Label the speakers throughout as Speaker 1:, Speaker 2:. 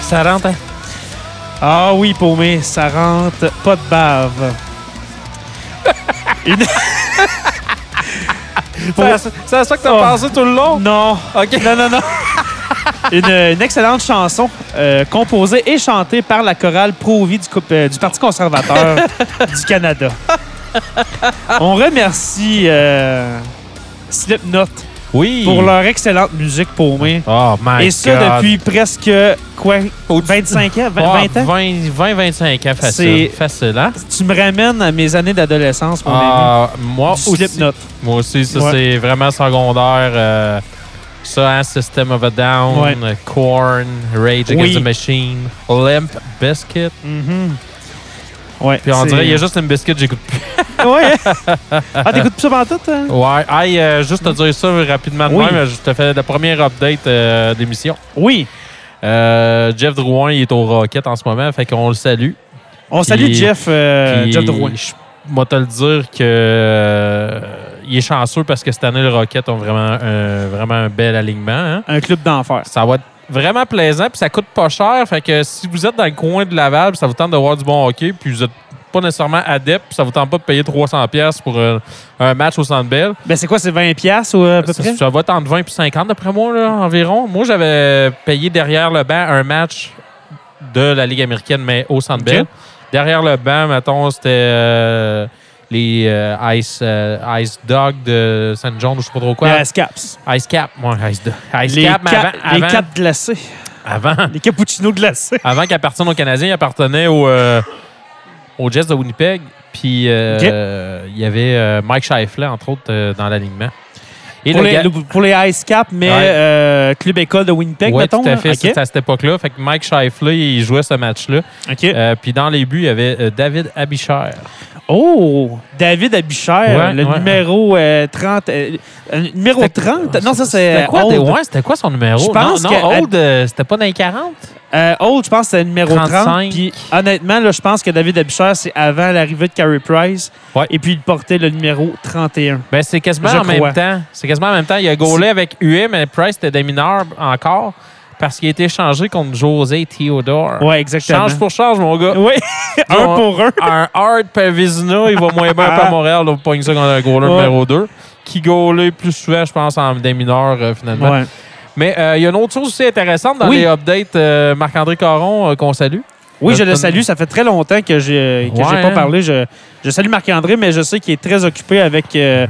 Speaker 1: Ça rentre. hein? Ah oui, paumé, ça rentre. Pas de bave. Une- Pour-
Speaker 2: C'est à- C'est à ça que t'as
Speaker 1: Oh.
Speaker 2: pensé tout le long?
Speaker 1: Non.
Speaker 2: OK.
Speaker 1: Non, non, non. Une, une excellente chanson euh, composée et chantée par la chorale Pro-Vie du, coupe- euh, du Parti conservateur du Canada. On remercie euh, Slipknot
Speaker 2: Oui.
Speaker 1: pour leur excellente musique paumée.
Speaker 2: Oh my
Speaker 1: Et ça
Speaker 2: God.
Speaker 1: depuis presque quoi 25 ans, 20,
Speaker 2: Ouais,
Speaker 1: 20 ans.
Speaker 2: 20, 20, 25 ans
Speaker 1: C'est-
Speaker 2: facile. Facile, hein?
Speaker 1: Tu me ramènes à mes années d'adolescence, mon ami.
Speaker 2: Ah, moi
Speaker 1: Du
Speaker 2: aussi.
Speaker 1: Slipknot.
Speaker 2: Moi aussi, ça
Speaker 1: Ouais.
Speaker 2: c'est vraiment secondaire. euh, ça, hein, System of a Down,
Speaker 1: Ouais.
Speaker 2: euh, Korn, Rage
Speaker 1: Oui.
Speaker 2: Against the Machine, Limp Biscuit.
Speaker 1: Mhm. Ouais,
Speaker 2: Puis on
Speaker 1: c'est-
Speaker 2: dirait, il y a juste une biscuit, j'écoute plus.
Speaker 1: Ouais. ah, t'écoutes plus ça pendant tout? hein?
Speaker 2: Ouais, hey, euh, juste te dire ça rapidement de
Speaker 1: Oui.
Speaker 2: même, euh, je te fais la première update euh, d'émission.
Speaker 1: Oui.
Speaker 2: Euh, Jeff Drouin, il est au Rocket en ce moment, fait qu'on le salue.
Speaker 1: On salue
Speaker 2: Puis-
Speaker 1: Jeff, euh,
Speaker 2: Puis,
Speaker 1: Jeff Drouin.
Speaker 2: Je moi, te le dire que euh, il est chanceux parce que cette année, le Rocket ont vraiment, un- vraiment un bel alignement. hein.
Speaker 1: Un club d'enfer.
Speaker 2: Ça va être vraiment plaisant, puis ça coûte pas cher. Fait que si vous êtes dans le coin de Laval, puis ça vous tente de voir du bon hockey, puis vous êtes pas nécessairement adepte, puis ça vous tente pas de payer 300$ piastres pour euh, un match au Centre Bell,
Speaker 1: Ben, c'est quoi, c'est 20$ piastres ou euh, à peu
Speaker 2: ça,
Speaker 1: près?
Speaker 2: ça va être entre 20 et 50 d'après moi, là, environ. Moi, j'avais payé derrière le banc un match de la Ligue américaine, mais au Centre Bell.
Speaker 1: Ok.
Speaker 2: Derrière le banc, mettons, c'était euh, les euh, Ice, euh, Ice Dog de St. John ou je sais pas trop quoi.
Speaker 1: Les Ice Caps.
Speaker 2: Ice Cap, moi, Ice, Dog. Ice
Speaker 1: les
Speaker 2: Cap, mais
Speaker 1: ca- les
Speaker 2: avant, avant,
Speaker 1: quatre glacés.
Speaker 2: avant,
Speaker 1: Les cappuccinos glacés.
Speaker 2: avant qu'il appartienne aux Canadiens, il appartenait au, euh, aux Jets de Winnipeg. Puis euh,
Speaker 1: Ok.
Speaker 2: euh, il y avait euh, Mike Scheifele, entre autres, euh, dans l'alignement. Et
Speaker 1: Pour
Speaker 2: le
Speaker 1: les,
Speaker 2: gars-
Speaker 1: le- pour les Ice Caps, mais
Speaker 2: Ouais.
Speaker 1: euh, club école de Winnipeg,
Speaker 2: Oui,
Speaker 1: mettons.
Speaker 2: tout à
Speaker 1: là.
Speaker 2: fait.
Speaker 1: Ok.
Speaker 2: C'était à cette époque-là. Fait que Mike Scheifele, il jouait ce match-là.
Speaker 1: OK.
Speaker 2: Euh, puis dans les buts, il y avait euh, David Abichère.
Speaker 1: Oh! David Abichère,
Speaker 2: Ouais,
Speaker 1: le
Speaker 2: ouais.
Speaker 1: numéro euh, 30. euh, euh, numéro 30? Non, ça, c'est euh,
Speaker 2: C'était quoi,
Speaker 1: Old.
Speaker 2: des- ouais, c'était quoi son numéro?
Speaker 1: Je pense
Speaker 2: non, non
Speaker 1: que-
Speaker 2: Old, euh, c'était pas dans les 40?
Speaker 1: Euh, Old, je pense que c'est le numéro 30.
Speaker 2: 35.
Speaker 1: Puis honnêtement, là, je pense que David Abichère, c'est avant l'arrivée de Carey Price.
Speaker 2: Ouais.
Speaker 1: Et puis, il portait le numéro 31.
Speaker 2: Ben, c'est quasiment
Speaker 1: Je
Speaker 2: en
Speaker 1: crois.
Speaker 2: même temps. C'est quasiment en même temps. Il a gaulé avec UE, mais Price était des mineurs encore parce qu'il a été changé contre José Theodore.
Speaker 1: Ouais, exactement.
Speaker 2: Change pour change, mon gars.
Speaker 1: Oui, un
Speaker 2: On-
Speaker 1: pour un.
Speaker 2: un hard Pavizina, il va moins bien pas à Montréal. là, On pogne ça contre un goaler
Speaker 1: Ouais.
Speaker 2: numéro 2. qui gaulait plus souvent, je pense, en des mineurs, euh, finalement.
Speaker 1: Ouais.
Speaker 2: Mais euh, il y a une autre chose aussi intéressante dans
Speaker 1: Oui.
Speaker 2: les updates euh, Marc-André Caron euh, qu'on salue.
Speaker 1: Oui, je le
Speaker 2: Notre-
Speaker 1: salue. Ça fait très longtemps que j'ai que j'ai
Speaker 2: Ouais,
Speaker 1: pas
Speaker 2: hein.
Speaker 1: parlé. Je, je salue Marc-André, mais je sais qu'il est très occupé avec, euh,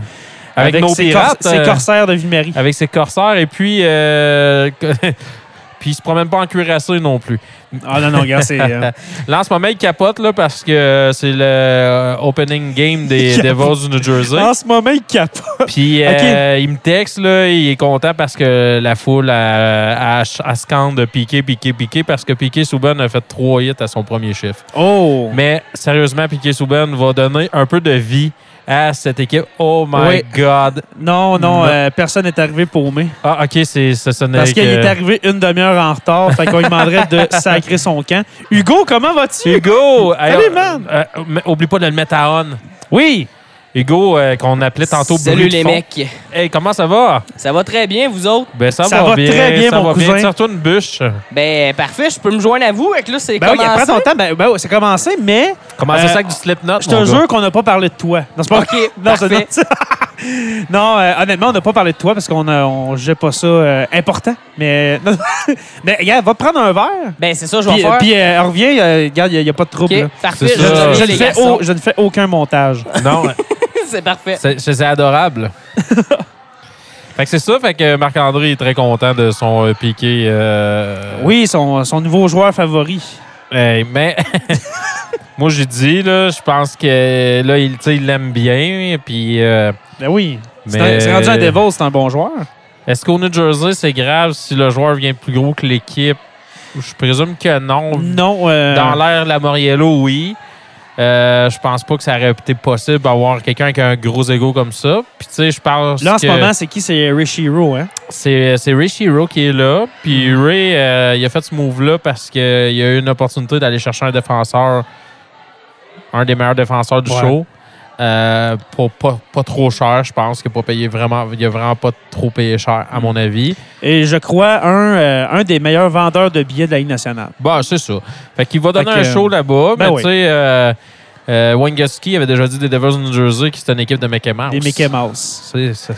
Speaker 2: Avec, nos
Speaker 1: ses,
Speaker 2: pirates.
Speaker 1: cor- ses
Speaker 2: euh,
Speaker 1: corsaires de Ville-Marie.
Speaker 2: avec ses corsaires. Et puis, euh, puis il se promène pas en cuirassé non plus.
Speaker 1: Ah non, non, regarde, c'est. euh,
Speaker 2: Là, en ce moment, il capote là, parce que euh, c'est le euh, opening game des
Speaker 1: Il Ah,
Speaker 2: Devils du New Jersey.
Speaker 1: en ce moment, il capote.
Speaker 2: Puis euh, il me texte, là, il est content parce que la foule a, a, a scande Piqué, Piqué, Piqué parce que Piqué Souban a fait trois hits à son premier chiffre.
Speaker 1: Oh!
Speaker 2: Mais sérieusement, Piqué Souban va donner un peu de vie à cette équipe. Oh my
Speaker 1: Oui.
Speaker 2: God!
Speaker 1: Non, non,
Speaker 2: Non.
Speaker 1: euh, personne n'est arrivé paumé.
Speaker 2: Ah, OK, c'est, ça sonnait
Speaker 1: Parce qu'il
Speaker 2: que-
Speaker 1: est arrivé une demi-heure en retard, fait qu'on lui demanderait de sacrer son camp. Hugo, comment vas-tu?
Speaker 2: Hugo!
Speaker 1: Salut,
Speaker 2: euh,
Speaker 1: man!
Speaker 2: euh, mais oublie pas de le mettre à on.
Speaker 1: Oui!
Speaker 2: Hugo, euh, qu'on appelait tantôt
Speaker 3: Salut
Speaker 2: bruit de
Speaker 3: les
Speaker 2: fond.
Speaker 3: mecs.
Speaker 2: Hey, comment ça va?
Speaker 3: Ça va très bien, vous autres?
Speaker 2: Ben, ça,
Speaker 1: Ça va très bien,
Speaker 2: ça
Speaker 1: mon
Speaker 2: va
Speaker 1: cousin.
Speaker 2: bien. Tire-toi une bûche.
Speaker 3: Ben, parfait, je peux me joindre à vous. Avec là, c'est
Speaker 1: Ben oui,
Speaker 3: commencé.
Speaker 1: prends ton temps. Ben, ben oui, c'est commencé, mais
Speaker 2: Comment
Speaker 1: Euh,
Speaker 2: ça, sac du Slipknot?
Speaker 1: je te
Speaker 2: mon gars?
Speaker 1: jure qu'on n'a pas parlé de toi. Non, c'est pas
Speaker 3: OK,
Speaker 1: Non, c'est-
Speaker 3: parfait.
Speaker 1: non, euh, honnêtement, on n'a pas parlé de toi parce qu'on a- on jugeait pas ça euh, important. Mais, euh, mais regarde, va prendre un verre.
Speaker 3: Ben, c'est ça, je vais
Speaker 1: Puis,
Speaker 3: faire.
Speaker 1: puis euh, reviens, euh, regarde, il n'y a, pas de trouble. là.
Speaker 3: OK, parfait.
Speaker 2: C'est
Speaker 3: Je,
Speaker 1: Je,
Speaker 2: ça.
Speaker 3: je-
Speaker 1: je
Speaker 3: je
Speaker 1: ne
Speaker 3: les
Speaker 1: fais
Speaker 3: garçons.
Speaker 1: au- je ne fais aucun montage.
Speaker 2: Non,
Speaker 3: c'est parfait.
Speaker 2: c'est c'est adorable. fait que c'est ça, fait que Marc-André est très content de son euh, piqué. euh,
Speaker 1: Oui, son, son nouveau joueur favori.
Speaker 2: hey, mais moi, j'ai dit, là, je pense que là, il tu sais, il l'aime bien. Puis, euh,
Speaker 1: Ben oui. C'est
Speaker 2: Mais-
Speaker 1: un- C'est rendu un Devil, c'est un bon joueur.
Speaker 2: est-ce qu'au New Jersey, c'est grave si le joueur vient plus gros que l'équipe? Je présume que non.
Speaker 1: Non. euh,
Speaker 2: Dans l'air, la Moriello, oui. Euh, je pense pas que ça aurait été possible d'avoir quelqu'un avec un gros ego comme ça. Puis, tu sais, je pense
Speaker 1: Là, en ce
Speaker 2: que-
Speaker 1: moment, c'est qui? C'est Rishiro, hein?
Speaker 2: C'est, c'est Ray Shiro qui est là. Puis Ray, euh, il a fait ce move-là parce qu'il y a eu une opportunité d'aller chercher un défenseur, un des meilleurs défenseurs du
Speaker 1: Ouais.
Speaker 2: show. Euh, pour pas, pas trop cher, je pense qu'il n'a pas payé vraiment. Il a vraiment pas trop payé cher, à mon avis.
Speaker 1: Et je crois un, euh, un des meilleurs vendeurs de billets de la Ligue nationale.
Speaker 2: Bah, c'est ça. Fait qu'il va donner
Speaker 1: Fait que,
Speaker 2: un show là-bas.
Speaker 1: ben
Speaker 2: mais
Speaker 1: oui.
Speaker 2: tu sais, euh, euh, Wangowski avait déjà dit des Devils du New Jersey que c'était une équipe de Mickey Mouse.
Speaker 1: Des Mickey Mouse.
Speaker 2: C'est- c'est-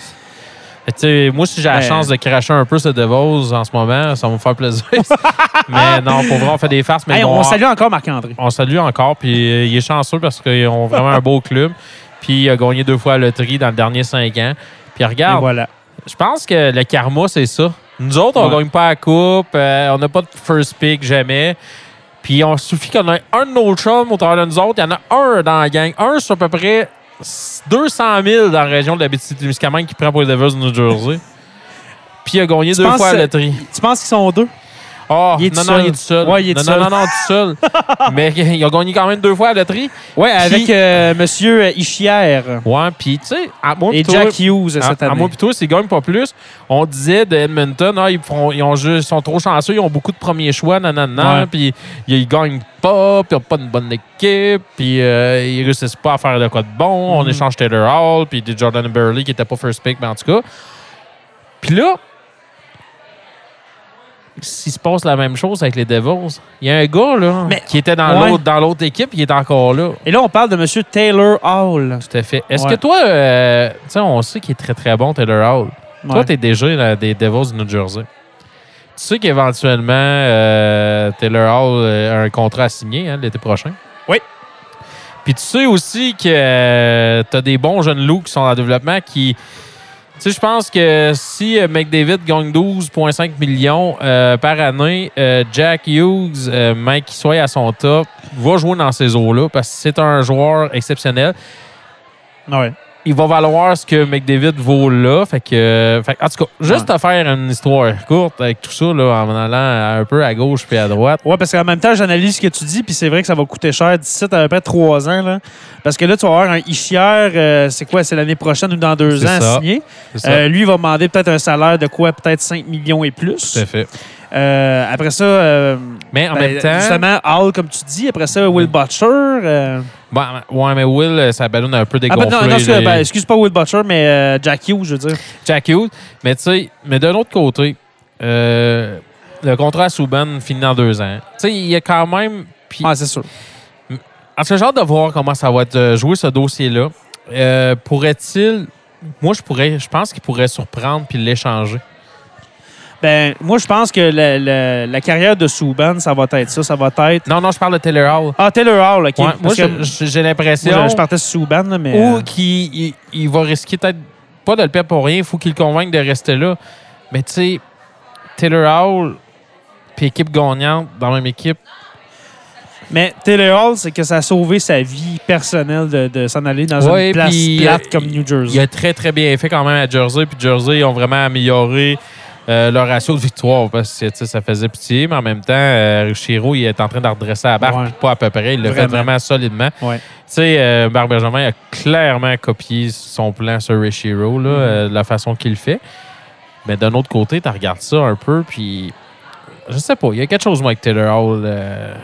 Speaker 2: Fait que, tu sais, moi, si j'ai la
Speaker 1: Mais-
Speaker 2: chance de cracher un peu ce Devos en ce moment, ça va me faire plaisir. mais non, pour vrai, on fait des farces. Mais
Speaker 1: Hey,
Speaker 2: bon,
Speaker 1: on salue encore Marc-André.
Speaker 2: on salue encore. Puis euh, il est chanceux parce qu'ils ont vraiment un beau club. Puis il a gagné deux fois à la loterie dans le dernier cinq ans. Puis
Speaker 1: Et
Speaker 2: regarde,
Speaker 1: voilà.
Speaker 2: je pense que le karma, c'est ça. Nous autres, on
Speaker 1: Ouais.
Speaker 2: gagne pas la coupe. euh, on n'a pas de first pick jamais. Puis on suffit qu'on ait un de nos chums au travers de nous autres. Il y en a un dans la gang. Un sur à peu près 200 000 dans la région de la Bétisie-Témiscamingue qui prend pour les Devils du New Jersey. Puis il a gagné deux
Speaker 1: penses
Speaker 2: fois à
Speaker 1: que-
Speaker 2: la loterie.
Speaker 1: Tu penses qu'ils sont deux?
Speaker 2: Oh,
Speaker 1: Il est
Speaker 2: non,
Speaker 1: tout
Speaker 2: non,
Speaker 1: seul.
Speaker 2: il est tout seul.
Speaker 1: Ouais, il est
Speaker 2: non,
Speaker 1: tout
Speaker 2: non,
Speaker 1: seul.
Speaker 2: non, non, tout seul. Mais il a gagné quand même deux fois à la loterie.
Speaker 1: Oui,
Speaker 2: avec,
Speaker 1: avec euh, Monsieur Ichière
Speaker 2: Ouais, puis tu sais, à moi
Speaker 1: et
Speaker 2: plutôt-
Speaker 1: Jack Hughes
Speaker 2: À-
Speaker 1: cette
Speaker 2: À, moi,
Speaker 1: année.
Speaker 2: pis toi, s'ils gagnent pas plus, on disait de Edmonton, ah, ils, feront- ils ont juste- ils sont trop chanceux, ils ont beaucoup de premiers choix, nanana,
Speaker 1: Ouais.
Speaker 2: puis ils gagnent pas, puis ils ont pas une bonne équipe, puis euh, ils réussissent pas à faire de quoi de bon. On
Speaker 1: Mhm.
Speaker 2: échange Taylor Hall, puis des Jordan Burley qui était pas first pick, mais en tout cas. Puis là, s'il se passe la même chose avec les Devils, il y a un gars là,
Speaker 1: Mais-
Speaker 2: qui était dans
Speaker 1: Ouais.
Speaker 2: l'autre dans l'autre équipe, il est encore là.
Speaker 1: Et là, on parle de Monsieur Taylor Hall.
Speaker 2: Tout à fait. Est-ce
Speaker 1: Ouais.
Speaker 2: que toi, euh, tu sais, on sait qu'il est très très bon, Taylor Hall. Toi,
Speaker 1: Ouais.
Speaker 2: t'es déjà là, des Devils du New Jersey. Tu sais qu'éventuellement, euh, Taylor Hall euh, a un contrat à signer hein, l'été prochain.
Speaker 1: Oui.
Speaker 2: Puis tu sais aussi que euh, t'as des bons jeunes loups qui sont en développement qui. Tu sais, je pense que si euh, McDavid gagne 12,5 millions euh, par année, euh, Jack Hughes, euh, Mike soit à son top, va jouer dans ces eaux-là parce que c'est un joueur exceptionnel
Speaker 1: Ouais.
Speaker 2: il va valoir ce que McDavid vaut là. Fait que, fait que- en tout cas, juste à faire une histoire courte avec tout ça, là, en allant un peu à gauche puis à droite.
Speaker 1: Ouais, parce qu'en même temps, j'analyse ce que tu dis, puis c'est vrai que ça va coûter cher d'ici à peu près trois ans. Là. Parce que là, tu vas avoir un Ichière, euh, c'est quoi, c'est l'année prochaine ou dans deux
Speaker 2: C'est
Speaker 1: ans à
Speaker 2: ça.
Speaker 1: signer.
Speaker 2: C'est ça.
Speaker 1: Euh, lui, il va demander peut-être un salaire de quoi, peut-être 5 millions et
Speaker 2: Tout
Speaker 1: plus.
Speaker 2: à fait.
Speaker 1: Euh, après ça, euh,
Speaker 2: Mais en
Speaker 1: ben,
Speaker 2: même temps.
Speaker 1: justement, Hall, comme tu dis, après ça, Will Butcher. euh,
Speaker 2: Bon, ouais, mais Will, euh, sa ballonne a un peu
Speaker 1: Ah, ben,
Speaker 2: dégonflé.
Speaker 1: non, non, excuse,
Speaker 2: là.
Speaker 1: ben, excuse pas Will Butcher, mais euh, Jack Hughes, je veux dire.
Speaker 2: Jack Hughes. Mais tu sais, mais d'un autre côté, euh, le contrat à Subban finit dans deux ans. Tu sais, il y a quand même. puis-
Speaker 1: Ah, c'est sûr.
Speaker 2: En tout cas, j'ai hâte de voir comment ça va être euh, joué ce dossier-là. Euh, Pourrait-il moi, je pourrais, je pense qu'il pourrait surprendre puis l'échanger.
Speaker 1: Ben, moi, je pense que la, la- la carrière de Souban, ça va être ça. Ça va être.
Speaker 2: Non, non, je parle de Taylor Hall.
Speaker 1: Ah, Taylor Hall, OK.
Speaker 2: Ouais,
Speaker 1: Parce
Speaker 2: moi,
Speaker 1: que
Speaker 2: je-
Speaker 1: moi,
Speaker 2: je- j'ai
Speaker 1: je,
Speaker 2: l'impression
Speaker 1: je partais sur Souban, là, mais.
Speaker 2: ou
Speaker 1: euh,
Speaker 2: qu'il il- il va risquer peut-être pas de le perdre pour rien. Il faut qu'il le convainque de rester là. Mais tu sais, Taylor Hall puis équipe gagnante dans la même équipe.
Speaker 1: Mais Taylor Hall, c'est que ça a sauvé sa vie personnelle de, de s'en aller dans
Speaker 2: Ouais,
Speaker 1: une place
Speaker 2: puis,
Speaker 1: plate
Speaker 2: euh,
Speaker 1: comme New
Speaker 2: Il
Speaker 1: Jersey.
Speaker 2: a très, très bien fait quand même à Jersey. Puis Jersey, ils ont vraiment amélioré euh, leur ratio de victoire parce que tu sais, ça faisait pitié. Mais en même temps, euh, Chiro, il est en train de redresser la barre.
Speaker 1: Ouais.
Speaker 2: puis Pas à peu près. Il le fait
Speaker 1: Vraiment.
Speaker 2: vraiment solidement.
Speaker 1: Ouais.
Speaker 2: Tu sais, euh, Marc Bergevin a clairement copié son plan sur Richiro,
Speaker 1: Mhm.
Speaker 2: là, euh, de la façon qu'il le fait. Mais d'un autre côté, tu regardes ça un peu, puis je sais pas, il y a quelque chose, Mike Taylor Hall. euh,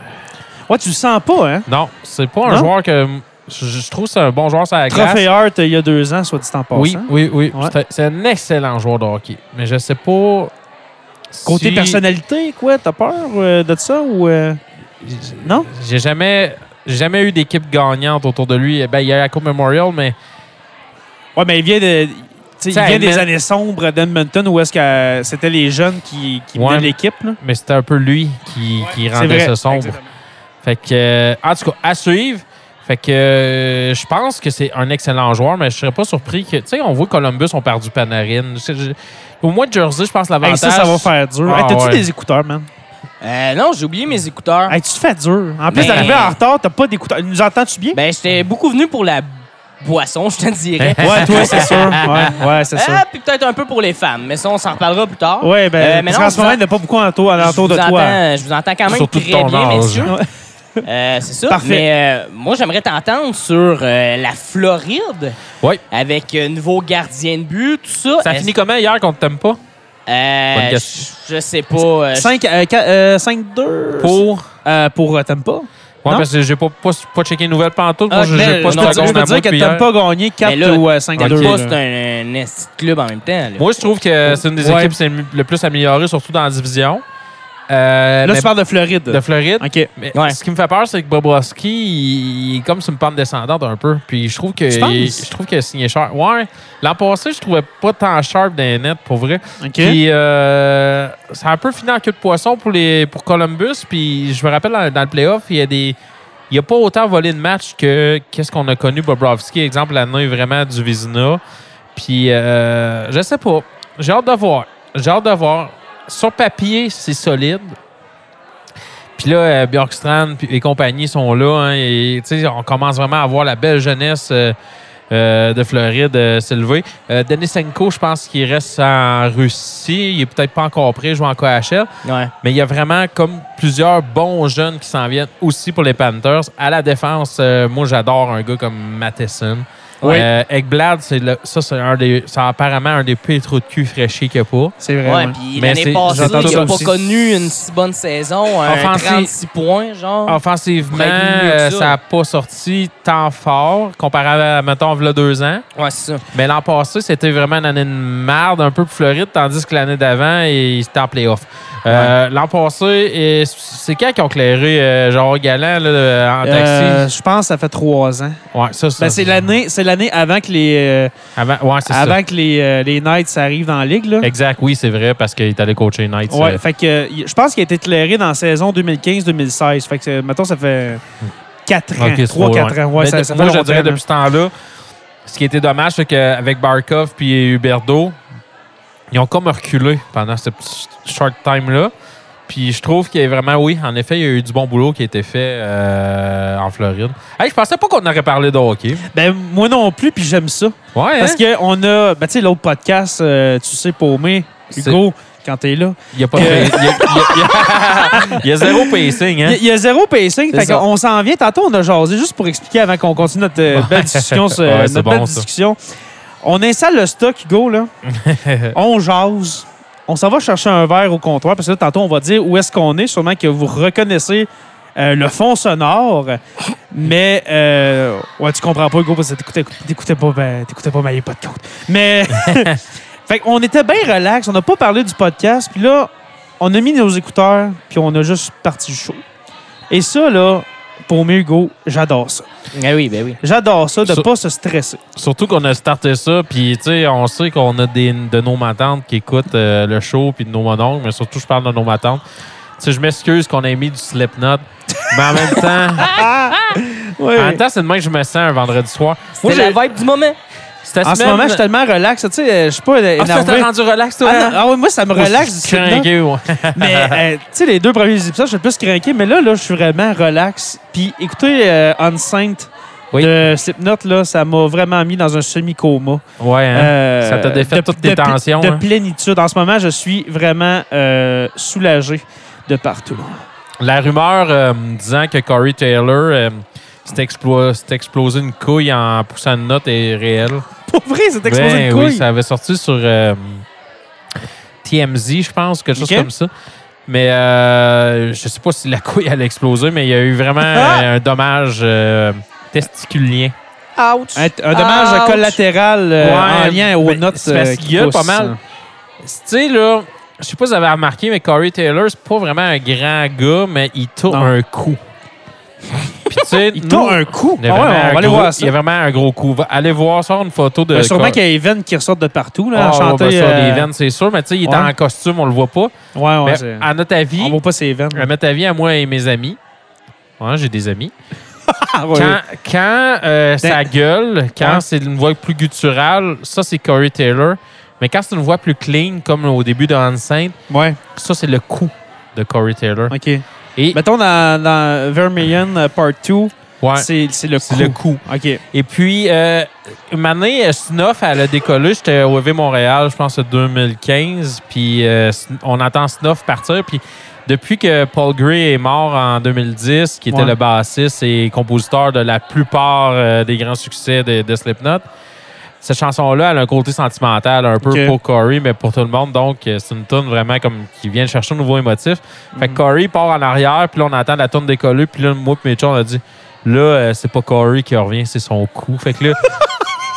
Speaker 1: Ouais, tu le sens pas, hein?
Speaker 2: Non, c'est pas un
Speaker 1: Non?
Speaker 2: joueur que. Je, je trouve que c'est un bon joueur sur la glace.
Speaker 1: Trophée Hart, il y a deux ans, soit dit en passant.
Speaker 2: oui, oui, oui.
Speaker 1: Ouais.
Speaker 2: C'est un- C'est un excellent joueur de hockey. Mais je sais pas.
Speaker 1: Côté
Speaker 2: si-
Speaker 1: personnalité, quoi, t'as peur euh, de ça ou. euh?
Speaker 2: J-
Speaker 1: Non?
Speaker 2: J'ai jamais, j'ai jamais eu d'équipe gagnante autour de lui. Ben, il y a la Coupe Memorial, mais
Speaker 1: Ouais, mais il vient de. tu sais, Il
Speaker 2: Ça,
Speaker 1: vient des
Speaker 2: Edmond-
Speaker 1: années sombres d'Edmonton où est-ce que euh, c'était les jeunes qui, qui
Speaker 2: Ouais.
Speaker 1: venaient de l'équipe. là.
Speaker 2: mais c'était un peu lui qui, qui
Speaker 1: C'est
Speaker 2: rendait
Speaker 1: vrai,
Speaker 2: ça sombre.
Speaker 1: exactement.
Speaker 2: Fait que, euh, en tout cas, à suivre. Fait que euh, je pense que c'est un excellent joueur, mais je serais pas surpris que. Tu sais, on voit Columbus, on perd du Panarin. Je- je- au moins de Jersey, je pense l'avantage.
Speaker 1: Hey, ça, ça va faire dur.
Speaker 2: Ah,
Speaker 1: Hey, T'as-tu
Speaker 2: ouais.
Speaker 1: des écouteurs, man?
Speaker 3: Euh, non, j'ai oublié mes écouteurs.
Speaker 1: Hey, tu te fais dur. En plus
Speaker 3: Ben-
Speaker 1: d'arriver en retard, t'as pas d'écouteurs. Nous entends-tu bien?
Speaker 3: Ben, j'étais beaucoup venu pour la boisson, je te dirais.
Speaker 1: Ouais, toi, c'est sûr. Ouais, ouais c'est sûr.
Speaker 3: Ah, puis peut-être un peu pour les femmes, mais ça, on s'en reparlera plus tard.
Speaker 1: Ouais,
Speaker 3: Euh,
Speaker 1: ben,
Speaker 3: mais
Speaker 1: parce
Speaker 3: non,
Speaker 1: qu'en
Speaker 3: je
Speaker 1: ce
Speaker 3: vous
Speaker 1: moment,
Speaker 3: en-
Speaker 1: il n'y en a pas beaucoup autour,
Speaker 3: je
Speaker 1: alentour de
Speaker 3: vous
Speaker 1: toi.
Speaker 3: entends- Je vous entends quand même
Speaker 2: Surtout de
Speaker 3: très
Speaker 2: ton
Speaker 3: bien,
Speaker 2: âge.
Speaker 3: messieurs.
Speaker 1: Ouais.
Speaker 3: Euh, c'est ça.
Speaker 1: Parfait.
Speaker 3: Mais euh, moi, j'aimerais t'entendre sur euh, la Floride
Speaker 2: Ouais.
Speaker 3: avec un nouveau gardien de but, tout ça.
Speaker 2: Ça
Speaker 3: Est-ce-
Speaker 2: finit comment hier qu'on t'aime pas?
Speaker 3: Euh,
Speaker 2: Bonne question.
Speaker 3: je, je sais pas. euh,
Speaker 1: 5 2
Speaker 2: Pour.
Speaker 1: euh, pour euh, Tampa.
Speaker 2: Ouais,
Speaker 1: Non?
Speaker 2: parce que j'ai pas, pas, pas checké une nouvelle pantoute.
Speaker 3: Ah,
Speaker 2: Moi, j'ai- j'ai
Speaker 3: ben,
Speaker 2: pas
Speaker 3: je
Speaker 1: Je
Speaker 2: de
Speaker 3: te
Speaker 1: peux
Speaker 3: dis-
Speaker 1: dire- je
Speaker 2: seconde
Speaker 1: peux
Speaker 2: à moi
Speaker 1: dire que
Speaker 2: depuis
Speaker 1: t'as
Speaker 2: hier.
Speaker 1: pas gagné 4
Speaker 3: Mais là,
Speaker 1: ou 5 à
Speaker 2: Ok.
Speaker 3: Tampa,
Speaker 1: 2. là.
Speaker 3: c'est un, un esti de club en même temps. là.
Speaker 2: Moi, je trouve que c'est une des
Speaker 1: Ouais.
Speaker 2: équipes qui s'est le plus améliorée, surtout dans la division. Euh,
Speaker 1: Là,
Speaker 2: mais-
Speaker 1: tu parles de Floride.
Speaker 2: de Floride.
Speaker 1: OK.
Speaker 2: Mais
Speaker 3: Ouais.
Speaker 2: ce qui me fait peur, c'est que Bobrovski, il, il est comme sur une pente descendante un peu. Puis je trouve que
Speaker 1: Tu penses?
Speaker 2: je trouve que signé cher. Ouais. L'an passé, je trouvais pas tant sharp d'un net pour vrai.
Speaker 1: OK.
Speaker 2: Puis euh, ça a un peu fini en queue de poisson pour les pour Columbus. Puis je me rappelle dans, dans le playoff, il y a des il y a pas autant volé de match que qu'est-ce qu'on a connu Bobrovski, exemple l'année vraiment du Vizina. Puis euh, je sais pas. J'ai hâte de voir. J'ai hâte de voir. Sur papier, c'est solide. Puis là, euh, Bjorkstrand puis- et compagnie sont là. hein, et tu sais, on commence vraiment à voir la belle jeunesse euh, euh, de Floride euh, s'élever. Euh, Denisenko, je pense qu'il reste en Russie. Il est peut-être pas encore prêt, il joue en KHL.
Speaker 3: Ouais.
Speaker 2: Mais il y a vraiment comme plusieurs bons jeunes qui s'en viennent aussi pour les Panthers. À la défense, euh, moi j'adore un gars comme Matheson.
Speaker 3: Oui.
Speaker 2: Euh, Ekblad, c'est le- ça c'est un des, c'est apparemment un des pires trous de cul fraîchis qu'il n'y a pas.
Speaker 1: C'est vrai.
Speaker 3: Ouais,
Speaker 1: ouais.
Speaker 3: puis
Speaker 2: Mais
Speaker 3: l'année
Speaker 2: c'est-
Speaker 3: passée,
Speaker 1: j'entends
Speaker 3: il
Speaker 1: ça
Speaker 3: a pas
Speaker 1: aussi.
Speaker 3: connu une si bonne saison. Un
Speaker 2: Offensive.
Speaker 3: 36 points, genre.
Speaker 2: Offensivement,
Speaker 3: Pour être mieux que
Speaker 2: euh,
Speaker 3: ça.
Speaker 2: ça n'a pas sorti tant fort comparé à, mettons, v'là deux ans.
Speaker 1: Ah.
Speaker 3: Ouais, c'est ça.
Speaker 2: Mais l'an passé, c'était vraiment une année de merde, un peu plus Floride, tandis que l'année d'avant, il était en playoff. Euh, L'an passé, et c'est quand qu'ils ont clairé euh, genre Galant là, en taxi?
Speaker 1: Euh, je pense que ça fait 3 ans.
Speaker 2: ouais, ça, ça.
Speaker 1: Ben, c'est l'année c'est l'année avant que les euh,
Speaker 2: Avant, ouais, c'est ça.
Speaker 1: avant que les, euh, les Knights arrivent dans la ligue là.
Speaker 2: Exact, oui, c'est vrai, parce qu'il est allé coacher Knights.
Speaker 1: Ouais,
Speaker 2: euh,
Speaker 1: fait que euh, je pense qu'il a été éclairé dans la saison 2015-2016. Fait que euh, mettons ça fait 4 ans,
Speaker 2: Ok, c'est
Speaker 1: 3
Speaker 2: pas,
Speaker 1: 4 ans. Ouais,
Speaker 2: Mais
Speaker 1: ça,
Speaker 2: de-
Speaker 1: ça fait
Speaker 2: moi, je
Speaker 1: longtemps,
Speaker 2: dirais
Speaker 1: là.
Speaker 2: depuis ce temps-là, ce qui était dommage, c'est qu'avec Barkov puis Huberdo, ils ont comme reculé pendant ce petit short time-là. Puis je trouve qu'il y a vraiment, oui, en effet, il y a eu du bon boulot qui a été fait euh, en Floride. Hey, je pensais pas qu'on aurait parlé de hockey.
Speaker 1: Ben moi non plus puis j'aime ça
Speaker 2: Ouais, hein?
Speaker 1: parce
Speaker 2: parce
Speaker 1: que on a ben tu sais l'autre podcast euh, tu sais paumé Hugo quand t'es là.
Speaker 2: qu'il y a pas de...
Speaker 1: Euh.
Speaker 2: il y a- il y a- il y a zéro pacing,
Speaker 1: Il
Speaker 2: hein?
Speaker 1: y a- il y, a zéro pacing,
Speaker 3: C'est
Speaker 1: fait
Speaker 3: ça.
Speaker 1: qu'on s'en vient. Tantôt, on a jasé, juste pour expliquer avant qu'on continue notre euh, belle discussion. sur-
Speaker 2: Ouais,
Speaker 1: euh,
Speaker 2: c'est
Speaker 1: notre
Speaker 2: bon,
Speaker 1: belle
Speaker 2: ça.
Speaker 1: discussion. On installe le stock, Hugo, là. on jase. On s'en va chercher un verre au comptoir, parce que là, tantôt, on va dire où est-ce qu'on est. Sûrement que vous reconnaissez euh, le fond sonore. Mais, euh, ouais, tu comprends pas, Hugo, parce que t'écoutais, t'écoutais pas, ben, t'écoutais pas Maillé pas de compte. Mais, fait qu'on était bien relax. On n'a pas parlé du podcast. Puis là, on a mis nos écouteurs, puis on a juste parti du show. Et ça, là, Paumé Hugo, j'adore ça.
Speaker 3: Ah oui, ben oui.
Speaker 1: J'adore ça de
Speaker 2: Ça-
Speaker 1: pas se stresser.
Speaker 2: Surtout qu'on a starté ça, puis tu sais, on sait qu'on a des, de nos matantes qui écoutent euh, le show, puis de nos mononcles, mais surtout, je parle de nos matantes. Tu sais, je m'excuse qu'on ait mis du Slipknot, mais en même temps,
Speaker 1: Oui.
Speaker 2: en même temps, c'est demain que je me sens un vendredi soir.
Speaker 3: C'est la vibe du moment.
Speaker 2: C'était
Speaker 1: En ce moment, je suis
Speaker 2: euh,
Speaker 1: tellement relax. Tu sais, je suis pas euh,
Speaker 2: Ah, ça
Speaker 1: énervé.
Speaker 2: t'a rendu relax, toi?
Speaker 1: Ah, non, ah oui, moi, ça me relaxe.
Speaker 2: Je suis
Speaker 1: du Slipknot.
Speaker 2: craqué, ouais.
Speaker 1: Mais, euh, tu sais, les deux premiers épisodes, je suis plus craqué, mais là, là, je suis vraiment relax. Puis, écoutez, euh, On Saint
Speaker 2: Oui.
Speaker 1: de Slipknot, là, ça m'a vraiment mis dans un semi-coma.
Speaker 2: Ouais, hein?
Speaker 1: Euh,
Speaker 2: Ça t'a défait
Speaker 1: de-
Speaker 2: toutes tes
Speaker 1: de pl-
Speaker 2: tensions,
Speaker 1: De
Speaker 2: hein?
Speaker 1: plénitude. En ce moment, je suis vraiment euh, soulagé de partout.
Speaker 2: La rumeur euh, disant que Corey Taylor euh, s'est explo- s'est explosé une couille en poussant une note est réelle.
Speaker 1: Pour vrai, c'est explosé
Speaker 2: Ben
Speaker 1: de couille.
Speaker 2: Oui, ça avait sorti sur euh, TMZ, je pense, quelque chose
Speaker 1: Ok.
Speaker 2: comme ça. Mais euh, je sais pas si la couille allait exploser, mais il y a eu vraiment euh, un dommage euh, testiculien.
Speaker 3: Ouch.
Speaker 1: Un, un dommage
Speaker 3: Ouch.
Speaker 1: collatéral euh,
Speaker 2: Ouais,
Speaker 1: en lien aux
Speaker 2: mais
Speaker 1: notes.
Speaker 2: c'est parce
Speaker 1: euh,
Speaker 2: qu'il
Speaker 1: qui
Speaker 2: y a
Speaker 1: poussent.
Speaker 2: pas mal. Tu sais, là, je sais pas si vous avez remarqué, mais Corey Taylor, c'est pas vraiment un grand gars, mais il tourne
Speaker 1: Non.
Speaker 2: un coup. Puis tu sais,
Speaker 1: Il
Speaker 2: nous,
Speaker 1: t'a un coup.
Speaker 2: il y a
Speaker 1: Ah ouais,
Speaker 2: vraiment
Speaker 1: on
Speaker 2: un
Speaker 1: va aller
Speaker 2: gros-
Speaker 1: voir ça.
Speaker 2: Il y a vraiment un gros coup. Va- Allez voir ça, une photo de.
Speaker 1: Ben, sûrement
Speaker 2: Cor-
Speaker 1: qu'il y a des veines qui ressortent de partout, là,
Speaker 2: Euh, Ah,
Speaker 1: à
Speaker 2: ouais,
Speaker 1: chanter.
Speaker 2: ben, sur
Speaker 1: euh,
Speaker 2: les veines, c'est sûr, mais tu sais, il est
Speaker 1: ouais.
Speaker 2: en costume, on le voit pas.
Speaker 1: Ouais, ouais.
Speaker 2: Mais
Speaker 1: c'est-
Speaker 2: Ben, à notre avis,
Speaker 1: On voit pas ses veines.
Speaker 2: à notre avis, à moi et mes amis, ouais, j'ai des amis,
Speaker 1: Ah, ouais. Ben,
Speaker 2: quand, quand euh, ça gueule, quand
Speaker 1: Ouais.
Speaker 2: c'est une voix plus gutturale, ça c'est Corey Taylor. Mais quand c'est une voix plus clean, comme au début de Unsaint,
Speaker 1: Ouais,
Speaker 2: ça c'est le coup de Corey Taylor.
Speaker 1: OK.
Speaker 2: Et
Speaker 1: Mettons dans, dans Vermilion euh, Part 2,
Speaker 2: ouais,
Speaker 1: c'est c'est le coup.
Speaker 2: c'est le coup.
Speaker 1: OK.
Speaker 2: Et puis, euh, une année, euh, Snuff, elle a décollé. J'étais au EV Montréal, je pense, en 2015. Puis, euh, Sn- on entend Snuff partir. Puis, depuis que Paul Gray est mort en 2010, qui était
Speaker 1: Ouais.
Speaker 2: le bassiste et compositeur de la plupart euh, des grands succès de, de Slipknot, cette chanson-là, elle a un côté sentimental un peu
Speaker 1: Ok.
Speaker 2: pour Corey, mais pour tout le monde. Donc, euh, c'est une tune vraiment comme qui vient chercher un nouveau émotif. Fait
Speaker 1: Mm.
Speaker 2: que Corey part en arrière, puis là, on entend la tune décoller. Puis là, moi et mes chums, on a dit là, euh, c'est pas Corey qui revient, c'est son coup. Fait que là,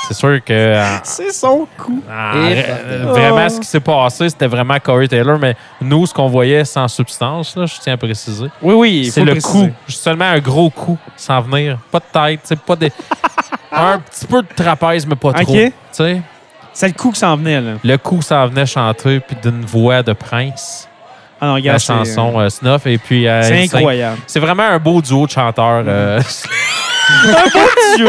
Speaker 2: c'est sûr que. euh,
Speaker 1: C'est son coup.
Speaker 2: ah,
Speaker 3: Et
Speaker 2: ré-
Speaker 3: bordel.
Speaker 2: vraiment, ce qui s'est passé, c'était vraiment Corey Taylor, mais nous, ce qu'on voyait sans substance, là, je tiens à préciser,
Speaker 1: Oui, oui, il faut
Speaker 2: c'est le
Speaker 1: préciser.
Speaker 2: coup. Seulement un gros coup sans venir. Pas de tête, tu sais, pas de. un petit peu de trapèze, mais pas
Speaker 1: Ok.
Speaker 2: trop. tu sais.
Speaker 1: C'est le coup qui s'en venait, là.
Speaker 2: Le coup s'en venait chanter, puis d'une voix de prince,
Speaker 1: Ah non,
Speaker 2: la
Speaker 1: regarde, c'est-
Speaker 2: chanson euh, Snuff, et puis. euh,
Speaker 1: C'est
Speaker 2: Insane.
Speaker 1: incroyable. Mm.
Speaker 2: C'est vraiment un beau duo de chanteurs. euh.
Speaker 1: un beau duo.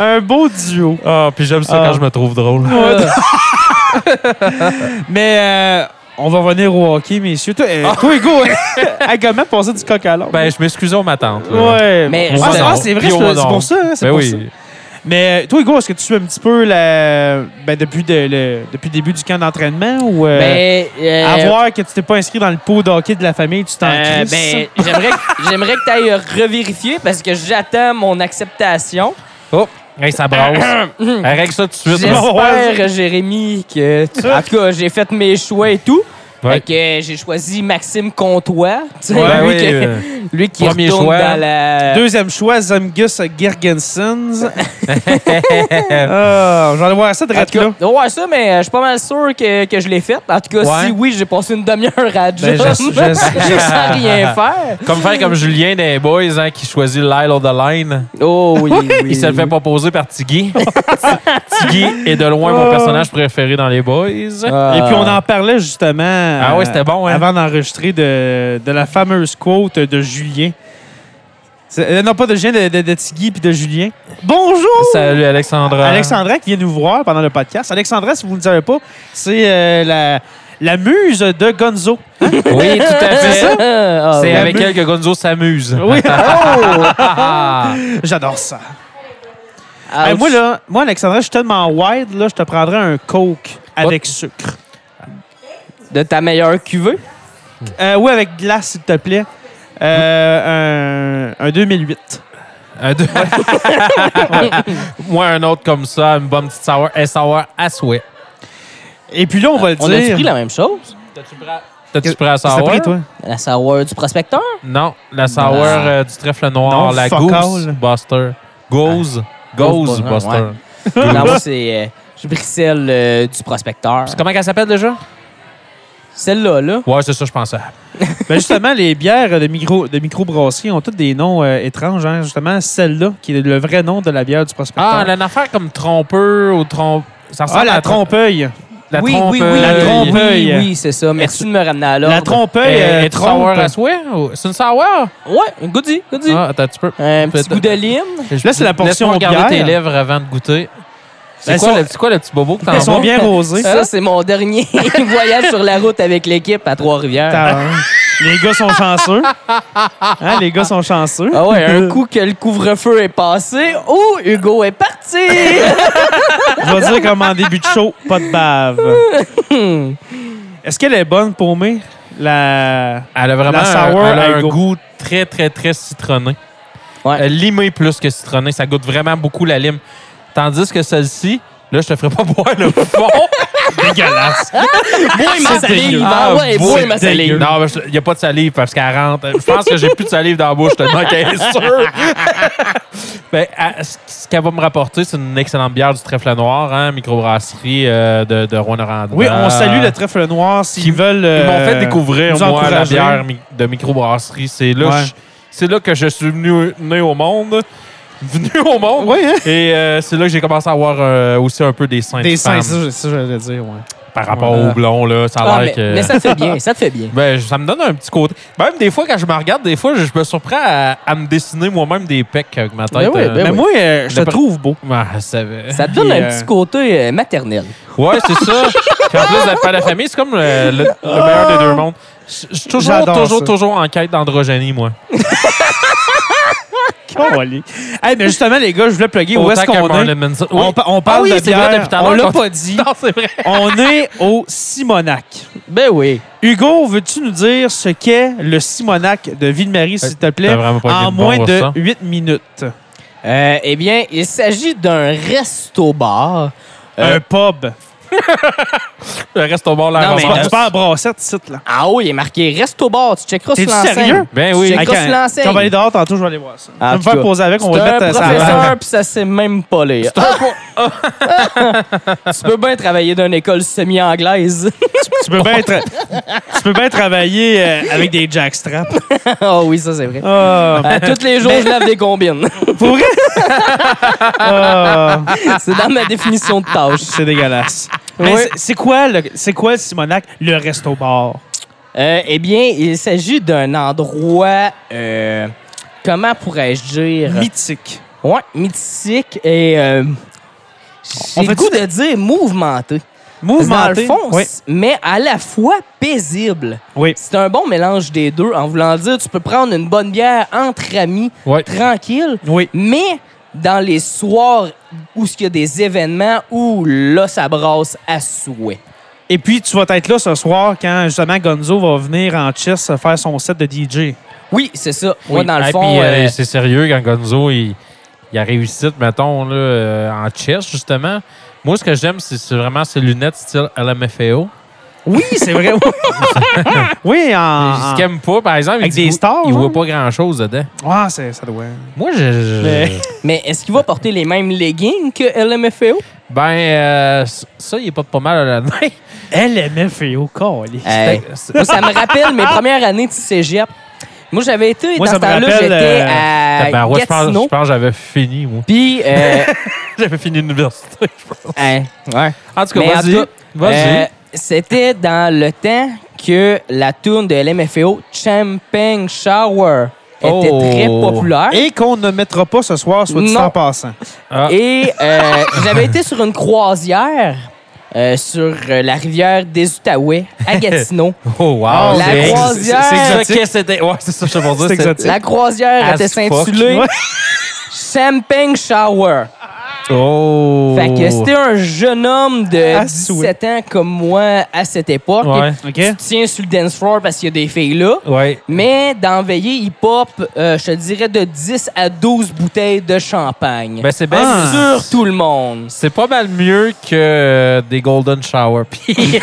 Speaker 1: Un beau duo.
Speaker 2: Ah, puis j'aime ça
Speaker 1: Ah.
Speaker 2: quand je me trouve drôle.
Speaker 1: Mais euh, on va revenir au hockey, messieurs. Toi, euh, toi Hugo, hey, comment passer du coq à l'âne?
Speaker 2: Ah. Ben, je m'excusais aux ma tante. là.
Speaker 1: ouais.
Speaker 3: Mais-
Speaker 1: Ah, c'est- ah, c'est vrai,
Speaker 2: Puis
Speaker 1: c'est
Speaker 2: on
Speaker 1: c'est
Speaker 2: dort.
Speaker 1: pour ça. hein, c'est
Speaker 2: Ben
Speaker 1: pour
Speaker 2: oui.
Speaker 1: ça. Mais euh, toi, Hugo, est-ce que tu suis un petit peu la... ben, depuis, de- le... depuis le début du camp d'entraînement ou euh,
Speaker 3: Ben, euh,
Speaker 1: à voir que tu t'es pas inscrit dans le pot d'hockey de la famille, tu t'en
Speaker 3: euh,
Speaker 1: crisses?
Speaker 3: ben, j'aimerais que- j'aimerais que tu ailles revérifier parce que j'attends mon acceptation.
Speaker 2: Oh, hey, ça brasse. Hey, règle ça tout de suite. là.
Speaker 1: Ouais.
Speaker 3: J'espère, Jérémy, que. tu- En tout cas, j'ai fait mes choix et tout.
Speaker 2: Ouais.
Speaker 3: Fait que euh, j'ai choisi Maxime Comtois. Tu sais,
Speaker 2: Ben
Speaker 3: lui,
Speaker 2: oui,
Speaker 3: que-
Speaker 2: euh,
Speaker 3: lui qui
Speaker 2: premier
Speaker 3: retourne
Speaker 2: choix.
Speaker 3: dans la.
Speaker 1: Deuxième choix, Zemgus Girgensons. Ah, J'en ai voir ça de
Speaker 3: En
Speaker 1: rate
Speaker 3: tout
Speaker 1: là.
Speaker 3: cas, ouais, ça, mais euh, je suis pas mal sûr que, que je l'ai fait. En tout cas,
Speaker 2: Ouais.
Speaker 3: si oui, j'ai passé une demi-heure à
Speaker 1: Ben,
Speaker 3: Jim.
Speaker 1: je- je-
Speaker 3: sans rien faire.
Speaker 2: comme faire comme Julien des Boys hein, qui choisit Lyle of the Line.
Speaker 3: Oh oui, oui.
Speaker 2: Il se le fait proposer par Tiggy. Tiggy est de loin
Speaker 1: Oh.
Speaker 2: mon personnage préféré dans les Boys.
Speaker 1: Et puis, on en parlait justement
Speaker 2: Ah
Speaker 1: euh,
Speaker 2: ouais, c'était bon, hein?
Speaker 1: avant d'enregistrer de, de la fameuse quote de Julien. C'est- euh, non, pas de Julien, de, de, de Tiggy puis de Julien. Bonjour!
Speaker 2: Salut Alexandra.
Speaker 1: Alexandra qui vient nous voir pendant le podcast. Alexandra, si vous ne le savez pas, c'est euh, la, la muse de Gonzo.
Speaker 2: Oui, tout à fait.
Speaker 3: Ah,
Speaker 2: C'est
Speaker 3: ouais.
Speaker 2: avec elle que Gonzo s'amuse.
Speaker 1: Oui,
Speaker 2: Ah.
Speaker 1: j'adore ça.
Speaker 3: Ouch.
Speaker 1: Hey, moi, là, moi, Alexandra, je suis tellement wide, là, je te prendrais un Coke avec sucre.
Speaker 3: De ta meilleure cuvée.
Speaker 1: Euh, ou avec glace, s'il te plaît. Euh, un, un 2008.
Speaker 2: Un, deux. Ouais. Moi, un autre comme ça, une bonne petite sour, un sour à souhait.
Speaker 1: Et puis là, on va le
Speaker 3: On a
Speaker 1: dire.
Speaker 3: pris la même chose?
Speaker 2: T'as-tu pris à- T'as-tu pris à
Speaker 1: Qu'est-ce que
Speaker 2: sour?
Speaker 1: t'as pris, toi?
Speaker 3: La sour du prospecteur?
Speaker 2: Non, la sour euh, du trèfle noir,
Speaker 1: Non,
Speaker 2: la
Speaker 1: fuck
Speaker 2: goose
Speaker 1: all.
Speaker 2: buster. Goose, goose
Speaker 3: Goose
Speaker 2: buster.
Speaker 3: Buster, ouais. non, moi, c'est euh, je bricelle euh, du prospecteur.
Speaker 2: Puis Comment qu'elle s'appelle déjà?
Speaker 3: Celle-là, là.
Speaker 2: Ouais, c'est ça, je pensais. Ah,
Speaker 1: Ben, justement, les bières de, micro, de microbrasserie ont toutes des noms euh, étranges. hein. Justement, celle-là, qui est le vrai nom de la bière du prospecteur.
Speaker 2: Ah, elle a une affaire comme trompeur ou trompe.
Speaker 1: Ah,
Speaker 2: Ça ressemble
Speaker 1: la
Speaker 2: à trom-
Speaker 1: trompeuille.
Speaker 2: La
Speaker 3: oui,
Speaker 2: trompe.
Speaker 3: oui, oui,
Speaker 1: La
Speaker 3: oui,
Speaker 1: trompe-
Speaker 3: oui,
Speaker 1: trompeuille.
Speaker 3: oui, c'est ça. Merci de me ramener à l'ordre.
Speaker 1: La trompeuille euh,
Speaker 2: Est-ce
Speaker 1: trompe. Ah,
Speaker 2: sour à souhait? ou- C'est une sour?
Speaker 3: Ouais, goody, goody.
Speaker 2: Ah, attends, tu peux.
Speaker 3: Un petit
Speaker 2: peut-être-
Speaker 3: goût de lime.
Speaker 1: Là, c'est la portion
Speaker 2: Laisse-moi regarder
Speaker 1: bière.
Speaker 2: tes lèvres avant de goûter. C'est
Speaker 1: Elles
Speaker 2: quoi,
Speaker 1: sont-
Speaker 2: le- c'est quoi le petit bobo que t'en
Speaker 1: Elles sont
Speaker 2: bois?
Speaker 1: bien rosées.
Speaker 3: Ça, c'est mon dernier voyage sur la route avec l'équipe à Trois-Rivières.
Speaker 1: T'as- les gars sont chanceux. Hein, les gars sont chanceux.
Speaker 3: Ah ouais, un coup que le couvre-feu est passé, oh, Hugo est parti!
Speaker 1: Je vais dire comme en début de show, pas de bave. Est-ce qu'elle est bonne pour moi? La...
Speaker 2: Elle a vraiment
Speaker 1: La sour
Speaker 2: un, elle a
Speaker 1: à
Speaker 2: un
Speaker 1: go.
Speaker 2: goût très, très, très citronné.
Speaker 3: Ouais.
Speaker 2: Euh, limé plus que citronné. Ça goûte vraiment beaucoup la lime. Tandis que celle-ci, là, je te ferai pas boire le fond.
Speaker 1: Dégueulasse.
Speaker 3: Moi, ma salive!
Speaker 2: Ah,
Speaker 3: Ah ouais, moi,
Speaker 2: boy,
Speaker 3: ma
Speaker 2: dégueu.
Speaker 3: salive!
Speaker 2: Non, il n'y a pas de salive parce qu'elle rentre. Je pense que j'ai plus de salive dans la bouche tellement qu'elle est sûre. Ben, à- ce- ce qu'elle va me rapporter, c'est une excellente bière du Trèfle Noir, hein, microbrasserie euh, de, de Rouen-Oranda.
Speaker 1: Oui, on salue le trèfle noir
Speaker 2: Euh, Qui-
Speaker 1: s'ils veulent.
Speaker 2: Ils m'ont
Speaker 1: euh,
Speaker 2: fait découvrir,
Speaker 1: nous
Speaker 2: moi, la
Speaker 1: encourager.
Speaker 2: bière mi- de microbrasserie. C'est là,
Speaker 1: Ouais.
Speaker 2: je- c'est là que je suis venu, né au monde. Venu au monde.
Speaker 1: Oui, hein?
Speaker 2: Et euh, c'est là que j'ai commencé à avoir euh, aussi un peu des seins
Speaker 1: Des
Speaker 2: de
Speaker 1: seins,
Speaker 2: femme
Speaker 1: ça, je- ça, j'allais dire, ouais.
Speaker 2: par rapport
Speaker 1: Voilà.
Speaker 2: au blond. Là, ça a
Speaker 3: Ah,
Speaker 2: l'air
Speaker 3: mais,
Speaker 2: que...
Speaker 3: mais ça te fait bien, ça te fait bien.
Speaker 2: Ben, je- ça me donne un petit côté. Même des fois, quand je me regarde, des fois, je, je me surprends à, à me dessiner moi-même des pecs avec ma tête.
Speaker 3: Ben oui, ben
Speaker 1: Mais
Speaker 3: oui.
Speaker 1: moi, euh, je te
Speaker 2: D'après-
Speaker 1: trouve beau.
Speaker 2: Ah, ça va.
Speaker 3: Ça te donne
Speaker 1: Puis,
Speaker 3: un
Speaker 1: euh,
Speaker 3: petit côté euh, maternel.
Speaker 2: Ouais, c'est ça. Puis en plus d'être pas la famille, c'est comme le, le- le meilleur des deux mondes. Je je suis toujours,
Speaker 1: J'adore
Speaker 2: toujours,
Speaker 1: ça.
Speaker 2: toujours en quête d'androgynie, moi.
Speaker 1: Oh, allez. Hey, mais justement, les gars, je voulais plugger où
Speaker 2: Autant
Speaker 1: est-ce
Speaker 2: qu'un
Speaker 1: qu'on
Speaker 2: Marilyn
Speaker 1: est.
Speaker 2: Manson. Oui.
Speaker 1: On, pa- on parle
Speaker 2: Ah oui,
Speaker 1: de
Speaker 2: c'est vrai,
Speaker 1: bière.
Speaker 2: depuis tout à
Speaker 1: on
Speaker 2: l'heure
Speaker 1: l'a
Speaker 2: qu'on-
Speaker 1: pas dit.
Speaker 2: Non, c'est vrai.
Speaker 1: on est au Simonac.
Speaker 3: Ben oui.
Speaker 1: Hugo, veux-tu nous dire ce qu'est le Simonac de Ville-Marie, s'il te plaît,
Speaker 2: T'as vraiment pas
Speaker 1: en
Speaker 2: mis de bon
Speaker 1: moins de
Speaker 2: ressort.
Speaker 1: 8 minutes?
Speaker 3: Euh, eh bien, il s'agit d'un resto-bar. Euh,
Speaker 1: Un pub.
Speaker 2: Le reste au bord, là,
Speaker 3: Non,
Speaker 2: on
Speaker 3: mais-
Speaker 1: Tu
Speaker 2: va-
Speaker 1: vas tu vas à brassette, site, là.
Speaker 3: Ah oui, il est marqué resto-bar. Tu checkeras sur
Speaker 1: T'es-tu
Speaker 3: l'enseigne.
Speaker 1: sérieux?
Speaker 2: Ben oui.
Speaker 3: Tu
Speaker 1: Hey,
Speaker 3: checkeras sur
Speaker 1: Quand
Speaker 3: l'enseigne.
Speaker 1: quand on va aller dehors tantôt, je vais aller voir ça.
Speaker 3: Ah,
Speaker 1: je vais me
Speaker 3: en tout
Speaker 1: faire
Speaker 3: cas.
Speaker 1: poser avec, on va le
Speaker 3: C'est
Speaker 1: mettre
Speaker 3: un
Speaker 1: euh, ça à la
Speaker 3: professeur, puis ça s'est même pas lire. tu peux bien travailler dans une école semi-anglaise.
Speaker 1: Tu peux bien être- tu peux bien travailler euh, avec des jackstraps.
Speaker 3: Ah oui, ça, c'est vrai.
Speaker 1: Ah,
Speaker 3: Euh, tous les jours, je lave des combines.
Speaker 1: pour vrai? Ah,
Speaker 3: c'est dans ma définition de tâche.
Speaker 1: c'est dégueulasse. Mais
Speaker 3: Oui.
Speaker 1: c'est- c'est quoi, le- c'est quoi le Simonac? Le resto-bar.
Speaker 3: Euh, eh bien, il s'agit d'un endroit... euh, comment pourrais-je dire?
Speaker 1: Mythique.
Speaker 3: Ouais, mythique et... euh,
Speaker 1: On fait
Speaker 3: J'ai le goût de dire mouvementé. Dans le
Speaker 1: Mouvementé.
Speaker 3: fond,
Speaker 1: Oui.
Speaker 3: c- mais à la fois paisible.
Speaker 1: oui.
Speaker 3: C'est un bon mélange des deux, en voulant dire tu peux prendre une bonne bière entre amis,
Speaker 2: Ouais.
Speaker 3: tranquille,
Speaker 1: Oui.
Speaker 3: mais dans les soirs où il y a des événements où là, ça brasse à souhait.
Speaker 1: Et puis, tu vas être là ce soir quand justement Gonzo va venir en chess faire son set de DJ.
Speaker 3: Oui, c'est ça. Moi,
Speaker 2: Oui.
Speaker 3: dans le
Speaker 2: Ah,
Speaker 3: fond,
Speaker 2: puis, euh,
Speaker 3: euh,
Speaker 2: c'est sérieux quand Gonzo, il, il a réussi, mettons, là, euh, en chess, justement. Moi, ce que j'aime, c'est c'est vraiment ses lunettes style LMFAO.
Speaker 1: Oui, c'est vrai. oui. oui,
Speaker 2: Ce
Speaker 1: en.
Speaker 2: qu'il aime pas, par exemple,
Speaker 1: ah. Avec
Speaker 2: il dit,
Speaker 1: des
Speaker 2: oui,
Speaker 1: stars,
Speaker 2: il voit
Speaker 1: hein?
Speaker 2: pas grand-chose dedans.
Speaker 1: en- Ah, c'est- ça doit.
Speaker 2: Moi, je... je-
Speaker 1: Mais-
Speaker 3: mais est-ce qu'il va porter les mêmes leggings que LMFAO?
Speaker 2: Ben, euh, ça, il est pas pas mal à l'année.
Speaker 1: LMF et au corps, allez.
Speaker 3: Hey, moi, ça me rappelle mes premières années de cégep. Moi, j'avais été,
Speaker 1: Moi, ça
Speaker 3: dans ce
Speaker 1: me
Speaker 3: temps-là,
Speaker 1: rappelle,
Speaker 3: j'étais
Speaker 2: Ah,
Speaker 3: à
Speaker 2: ben, ouais, je pense
Speaker 3: Gatineau.
Speaker 2: je pense que j'avais fini, moi.
Speaker 3: Puis, euh,
Speaker 2: J'avais fini l'université, je pense.
Speaker 3: hein, ouais.
Speaker 2: En tout cas,
Speaker 3: Mais en
Speaker 2: vas-y.
Speaker 3: tout cas,
Speaker 2: Vas-y.
Speaker 3: Euh, C'était dans le temps que la tune de LMFAO Champagne Shower était
Speaker 2: Oh.
Speaker 3: très populaire. Et,
Speaker 1: Et qu'on ne mettra pas ce soir, soit dit
Speaker 3: Non.
Speaker 1: en passant.
Speaker 2: Ah,
Speaker 3: euh, j'avais été sur une croisière euh, sur euh, la rivière des Outaouais à Gatineau.
Speaker 2: Oh, wow.
Speaker 3: la
Speaker 2: c'est-
Speaker 3: croisière.
Speaker 2: c'est- C'est ça que c'était. Ouais, c'est ça, je te pour dire.
Speaker 1: C'est exotique.
Speaker 3: la croisière
Speaker 2: As
Speaker 3: était
Speaker 2: fuck.
Speaker 3: cintulée
Speaker 1: Ouais.
Speaker 3: Champagne Shower.
Speaker 2: Oh.
Speaker 3: Fait que c'était un jeune homme de
Speaker 1: Ah,
Speaker 3: 17 ans comme moi à cette époque.
Speaker 2: Ouais.
Speaker 1: OK?
Speaker 3: Tu te tiens sur le dance floor parce qu'il y a des filles là.
Speaker 2: Ouais.
Speaker 3: Mais dans Veillée hip-hop, euh, je te dirais de 10 à 12 bouteilles de champagne.
Speaker 2: Ben, c'est bien
Speaker 1: Ah.
Speaker 2: sûr.
Speaker 3: sur tout le monde.
Speaker 2: C'est pas mal mieux que euh, des Golden Shower. Puis,
Speaker 1: Mais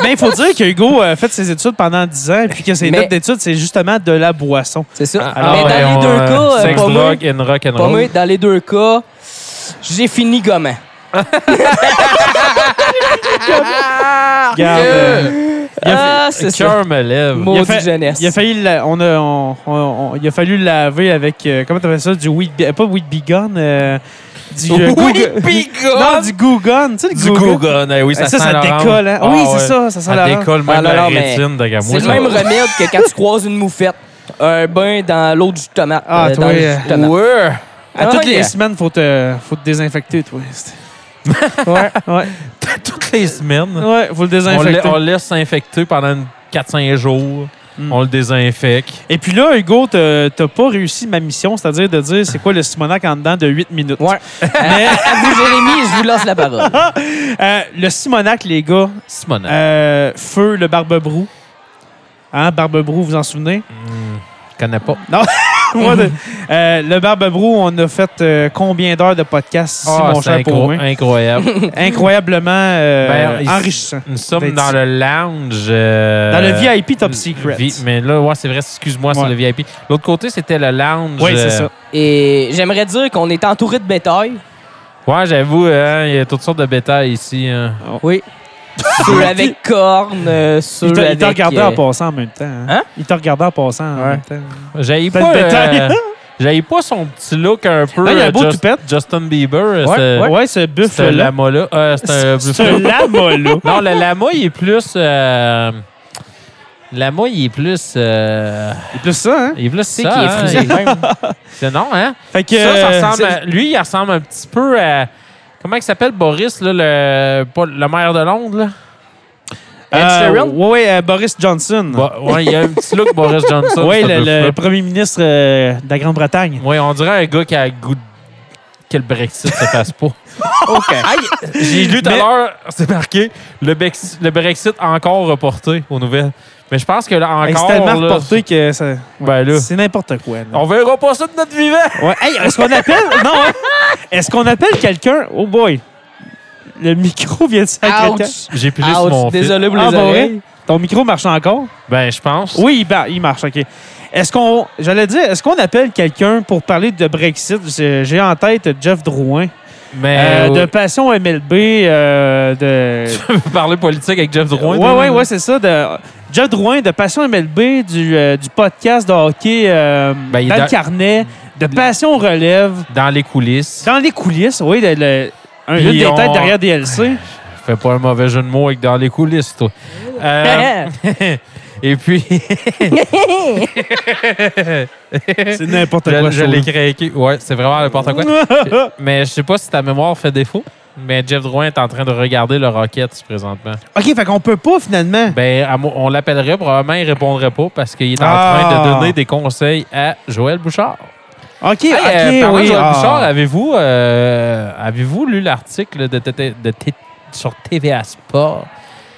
Speaker 1: Ben, il faut dire que Hugo a fait ses études pendant 10 ans, puis que ses
Speaker 3: Mais-
Speaker 1: notes d'études, c'est justement de la boisson.
Speaker 3: C'est ça.
Speaker 2: Ah,
Speaker 3: Mais
Speaker 2: ouais,
Speaker 3: dans les
Speaker 2: on,
Speaker 3: deux
Speaker 2: euh,
Speaker 3: cas, euh,
Speaker 2: Sex,
Speaker 3: pas moi,
Speaker 2: drug and rock and
Speaker 3: pas
Speaker 2: roll.
Speaker 3: moi, dans les deux cas, j'ai fini gommant.
Speaker 1: Regarde, euh,
Speaker 2: Il a
Speaker 3: Ah,
Speaker 2: fait-
Speaker 3: c'est ça.
Speaker 2: Cœur me lève.
Speaker 1: Il a
Speaker 3: Maudit
Speaker 1: fait-
Speaker 3: jeunesse.
Speaker 1: Il a failli, la- on a, on- on- on- il a fallu le laver avec, euh, comment t'appelles ça, du weed, Be- pas weed be gone, euh, du euh, Goo Gu- Non, du goo gone, tu sais, le
Speaker 2: Du
Speaker 1: Goo Gone.
Speaker 2: Gougon. Eh oui,
Speaker 1: Ça,
Speaker 2: ça,
Speaker 1: ça,
Speaker 2: sent l'orange.
Speaker 1: décolle, hein?
Speaker 2: Ah
Speaker 1: oui,
Speaker 2: ouais.
Speaker 1: c'est ça, ça sent
Speaker 2: Ça
Speaker 1: l'orange.
Speaker 2: décolle
Speaker 3: Ah,
Speaker 2: même
Speaker 3: non,
Speaker 2: la
Speaker 3: non, mais
Speaker 2: rétine de
Speaker 3: C'est
Speaker 2: Gamouille.
Speaker 3: le même remède que quand tu croises une moufette. Un bain dans l'eau du tomate.
Speaker 1: Ah,
Speaker 3: dans
Speaker 1: toi,
Speaker 3: le jus
Speaker 1: euh,
Speaker 3: de tomate. Ouais.
Speaker 1: À toutes
Speaker 3: Ah, yeah.
Speaker 1: les semaines, faut te, faut te désinfecter, toi.
Speaker 3: Ouais.
Speaker 1: Ouais,
Speaker 2: Toutes les semaines,
Speaker 1: ouais, faut le
Speaker 2: on, le-
Speaker 1: désinfecter.
Speaker 2: on le laisse s'infecter pendant une 4-5 jours.
Speaker 1: Mm.
Speaker 2: On le désinfecte.
Speaker 1: Et puis là, Hugo, t'as t'as pas réussi ma mission, c'est-à-dire de dire c'est quoi le Simonac en dedans de 8 minutes.
Speaker 3: Ouais.
Speaker 1: Mais
Speaker 3: À vous, Jérémy, je vous lance la parole.
Speaker 1: euh, le Simonac, les gars,
Speaker 2: Simona.
Speaker 1: euh, feu le barbe-brou. Hein, barbe-brou, vous en souvenez?
Speaker 2: Hmm, Je connais pas.
Speaker 1: Moi, de- euh, le barbe-brou, on a fait euh, combien d'heures de podcast ici,
Speaker 2: Ah,
Speaker 1: mon
Speaker 2: c'est
Speaker 1: cher
Speaker 2: incro-
Speaker 1: pour
Speaker 2: incroyable.
Speaker 1: Incroyablement euh,
Speaker 2: Ben, il-
Speaker 1: enrichissant.
Speaker 2: Nous sommes
Speaker 1: Ben,
Speaker 2: dans
Speaker 1: dis-
Speaker 2: le lounge. euh,
Speaker 1: Dans le VIP Top Secret.
Speaker 2: vi- mais là, ouais, c'est vrai, excuse-moi, c'est
Speaker 1: Ouais.
Speaker 2: le VIP. L'autre côté, c'était le lounge.
Speaker 1: Oui, c'est
Speaker 2: euh,
Speaker 1: ça.
Speaker 3: Et j'aimerais dire qu'on est entouré de bétail.
Speaker 2: Ouais, j'avoue, hein, il y a toutes sortes de bétail ici. hein.
Speaker 3: Oui. Ceux avec cornes, euh, ceux
Speaker 1: Il t'a- il
Speaker 3: avec...
Speaker 1: t'a regardé en
Speaker 3: euh,
Speaker 1: passant en même temps. hein.
Speaker 3: Hein?
Speaker 1: Il t'a regardé en passant en
Speaker 3: Ouais.
Speaker 1: même temps.
Speaker 2: J'haïs
Speaker 1: T'as
Speaker 2: pas,
Speaker 1: le bétail.
Speaker 2: euh, j'haïs pas son petit look un peu.
Speaker 1: Non, Ben, il a un
Speaker 2: euh,
Speaker 1: beau
Speaker 2: Just-
Speaker 1: toupette.
Speaker 2: Justin Bieber. euh,
Speaker 1: Ouais,
Speaker 2: c'est-
Speaker 1: ouais. ce
Speaker 2: C'est un
Speaker 1: buffle-là.
Speaker 2: lama là. Euh, c'est un
Speaker 1: C'est un
Speaker 2: buffle.
Speaker 1: lama, là.
Speaker 2: Non, le lama, il est plus. euh, Lama, il est plus. euh,
Speaker 1: C'est plus ça, hein?
Speaker 2: Il est plus
Speaker 3: C'est
Speaker 2: ça,
Speaker 3: qui est
Speaker 2: hein,
Speaker 3: frisé
Speaker 2: il- C'est non, hein?
Speaker 1: Fait que,
Speaker 2: ça, ça
Speaker 1: euh,
Speaker 2: ressemble
Speaker 1: c'est-
Speaker 2: à- Lui, il ressemble un petit peu à. Comment il s'appelle Boris, là, le, pas- le maire de Londres? Là?
Speaker 3: Ed Sheeran?
Speaker 1: oui, oui, euh, Boris Johnson.
Speaker 2: Bah, ouais, il a un petit look Boris Johnson.
Speaker 1: oui,
Speaker 2: ce
Speaker 1: le, le
Speaker 2: buff-là.
Speaker 1: premier ministre euh, de la Grande-Bretagne.
Speaker 2: Ouais, on dirait un gars qui a le goût de- que le Brexit se fasse pas.
Speaker 3: OK.
Speaker 2: J'ai lu tout à
Speaker 1: Mais-
Speaker 2: l'heure, c'est marqué, le, Bex- le Brexit encore reporté aux nouvelles. Mais je pense que là,
Speaker 1: Hey,
Speaker 2: encore.
Speaker 1: C'est tellement
Speaker 2: là,
Speaker 1: reporté que ça-
Speaker 2: ben là, Oh.
Speaker 1: c'est n'importe quoi. là.
Speaker 2: on verra pas ça de notre vivant.
Speaker 1: Ouais. Hey, est-ce qu'on appelle... non, hein? Est-ce qu'on appelle quelqu'un... Oh boy! Le micro vient de s'accrocher.
Speaker 3: Ouch.
Speaker 2: J'ai plus
Speaker 3: Ouch.
Speaker 2: mon fil.
Speaker 3: Désolé pour
Speaker 1: Ah,
Speaker 3: les
Speaker 1: bah,
Speaker 3: oreilles.
Speaker 1: ouais? Ton micro marche encore?
Speaker 2: Ben, je pense.
Speaker 1: Oui, il, bar- il marche, OK. Est-ce qu'on... J'allais dire, est-ce qu'on appelle quelqu'un pour parler de Brexit? J'ai j'ai en tête Jeff Drouin,
Speaker 2: Mais.
Speaker 1: euh, de
Speaker 2: euh,
Speaker 1: Passion MLB, euh, de...
Speaker 2: Parler politique avec Jeff Drouin.
Speaker 1: Ouais,
Speaker 2: toi,
Speaker 1: ouais,
Speaker 2: là?
Speaker 1: ouais, c'est ça. De, Jeff Drouin de Passion MLB, du, euh, du podcast de hockey euh,
Speaker 2: Ben, il est
Speaker 1: dans
Speaker 2: dans-
Speaker 1: le carnet, de Passion Relève,
Speaker 2: Dans les coulisses.
Speaker 1: dans les coulisses, oui, le, le- un,
Speaker 2: Puis
Speaker 1: une des
Speaker 2: on-
Speaker 1: têtes derrière DLC.
Speaker 2: Fais pas un mauvais jeu de mots avec dans les coulisses, toi. Euh, et puis,
Speaker 1: C'est n'importe
Speaker 2: je,
Speaker 1: quoi.
Speaker 2: je l'ai craqué. Ouais, c'est vraiment n'importe quoi. Mais je sais pas si ta mémoire fait défaut, mais Jeff Drouin est en train de regarder le Rocket présentement.
Speaker 1: OK, fait qu'on peut pas finalement.
Speaker 2: Ben, à mo- on l'appellerait, probablement il répondrait pas parce qu'il est en
Speaker 1: Ah.
Speaker 2: train de donner des conseils à Joël Bouchard.
Speaker 1: OK,
Speaker 2: Hey, euh,
Speaker 1: OK,
Speaker 2: parlant de
Speaker 1: oui.
Speaker 2: Joël
Speaker 1: ah.
Speaker 2: Bouchard, avez-vous euh, avez-vous lu l'article de, TT de T- sur TVA Sport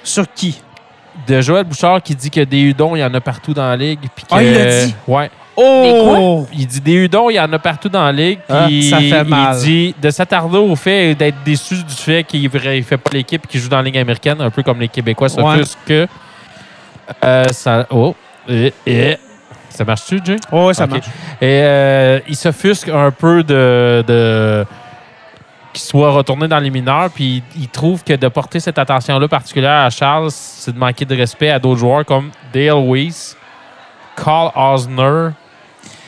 Speaker 1: Sur qui?
Speaker 2: de Joël Bouchard qui dit que des hudons, il y en a partout dans la ligue. puis que-
Speaker 1: Ah, il l'a dit?
Speaker 2: Ouais.
Speaker 1: Oh!
Speaker 2: Il dit des hudons, il y en a partout dans la ligue.
Speaker 1: Ah,
Speaker 2: puis
Speaker 1: ça fait mal.
Speaker 2: Il dit de s'attarder au fait d'être déçu du fait qu'il ne fait pas l'équipe et qu'il joue dans la ligue américaine, un peu comme les Québécois, sauf
Speaker 1: Ouais.
Speaker 2: que. euh, ça, oh, eh, eh. Ah, ça marche-tu, Jay?
Speaker 1: Oh, ouais, ça
Speaker 2: Ok.
Speaker 1: marche.
Speaker 2: Et euh, il s'offusque un peu de, de- qu'il soit retourné dans les mineurs. Puis il il trouve que de porter cette attention-là particulière à Charles, c'est de manquer de respect à d'autres joueurs comme Dale Weiss, Carl Osner,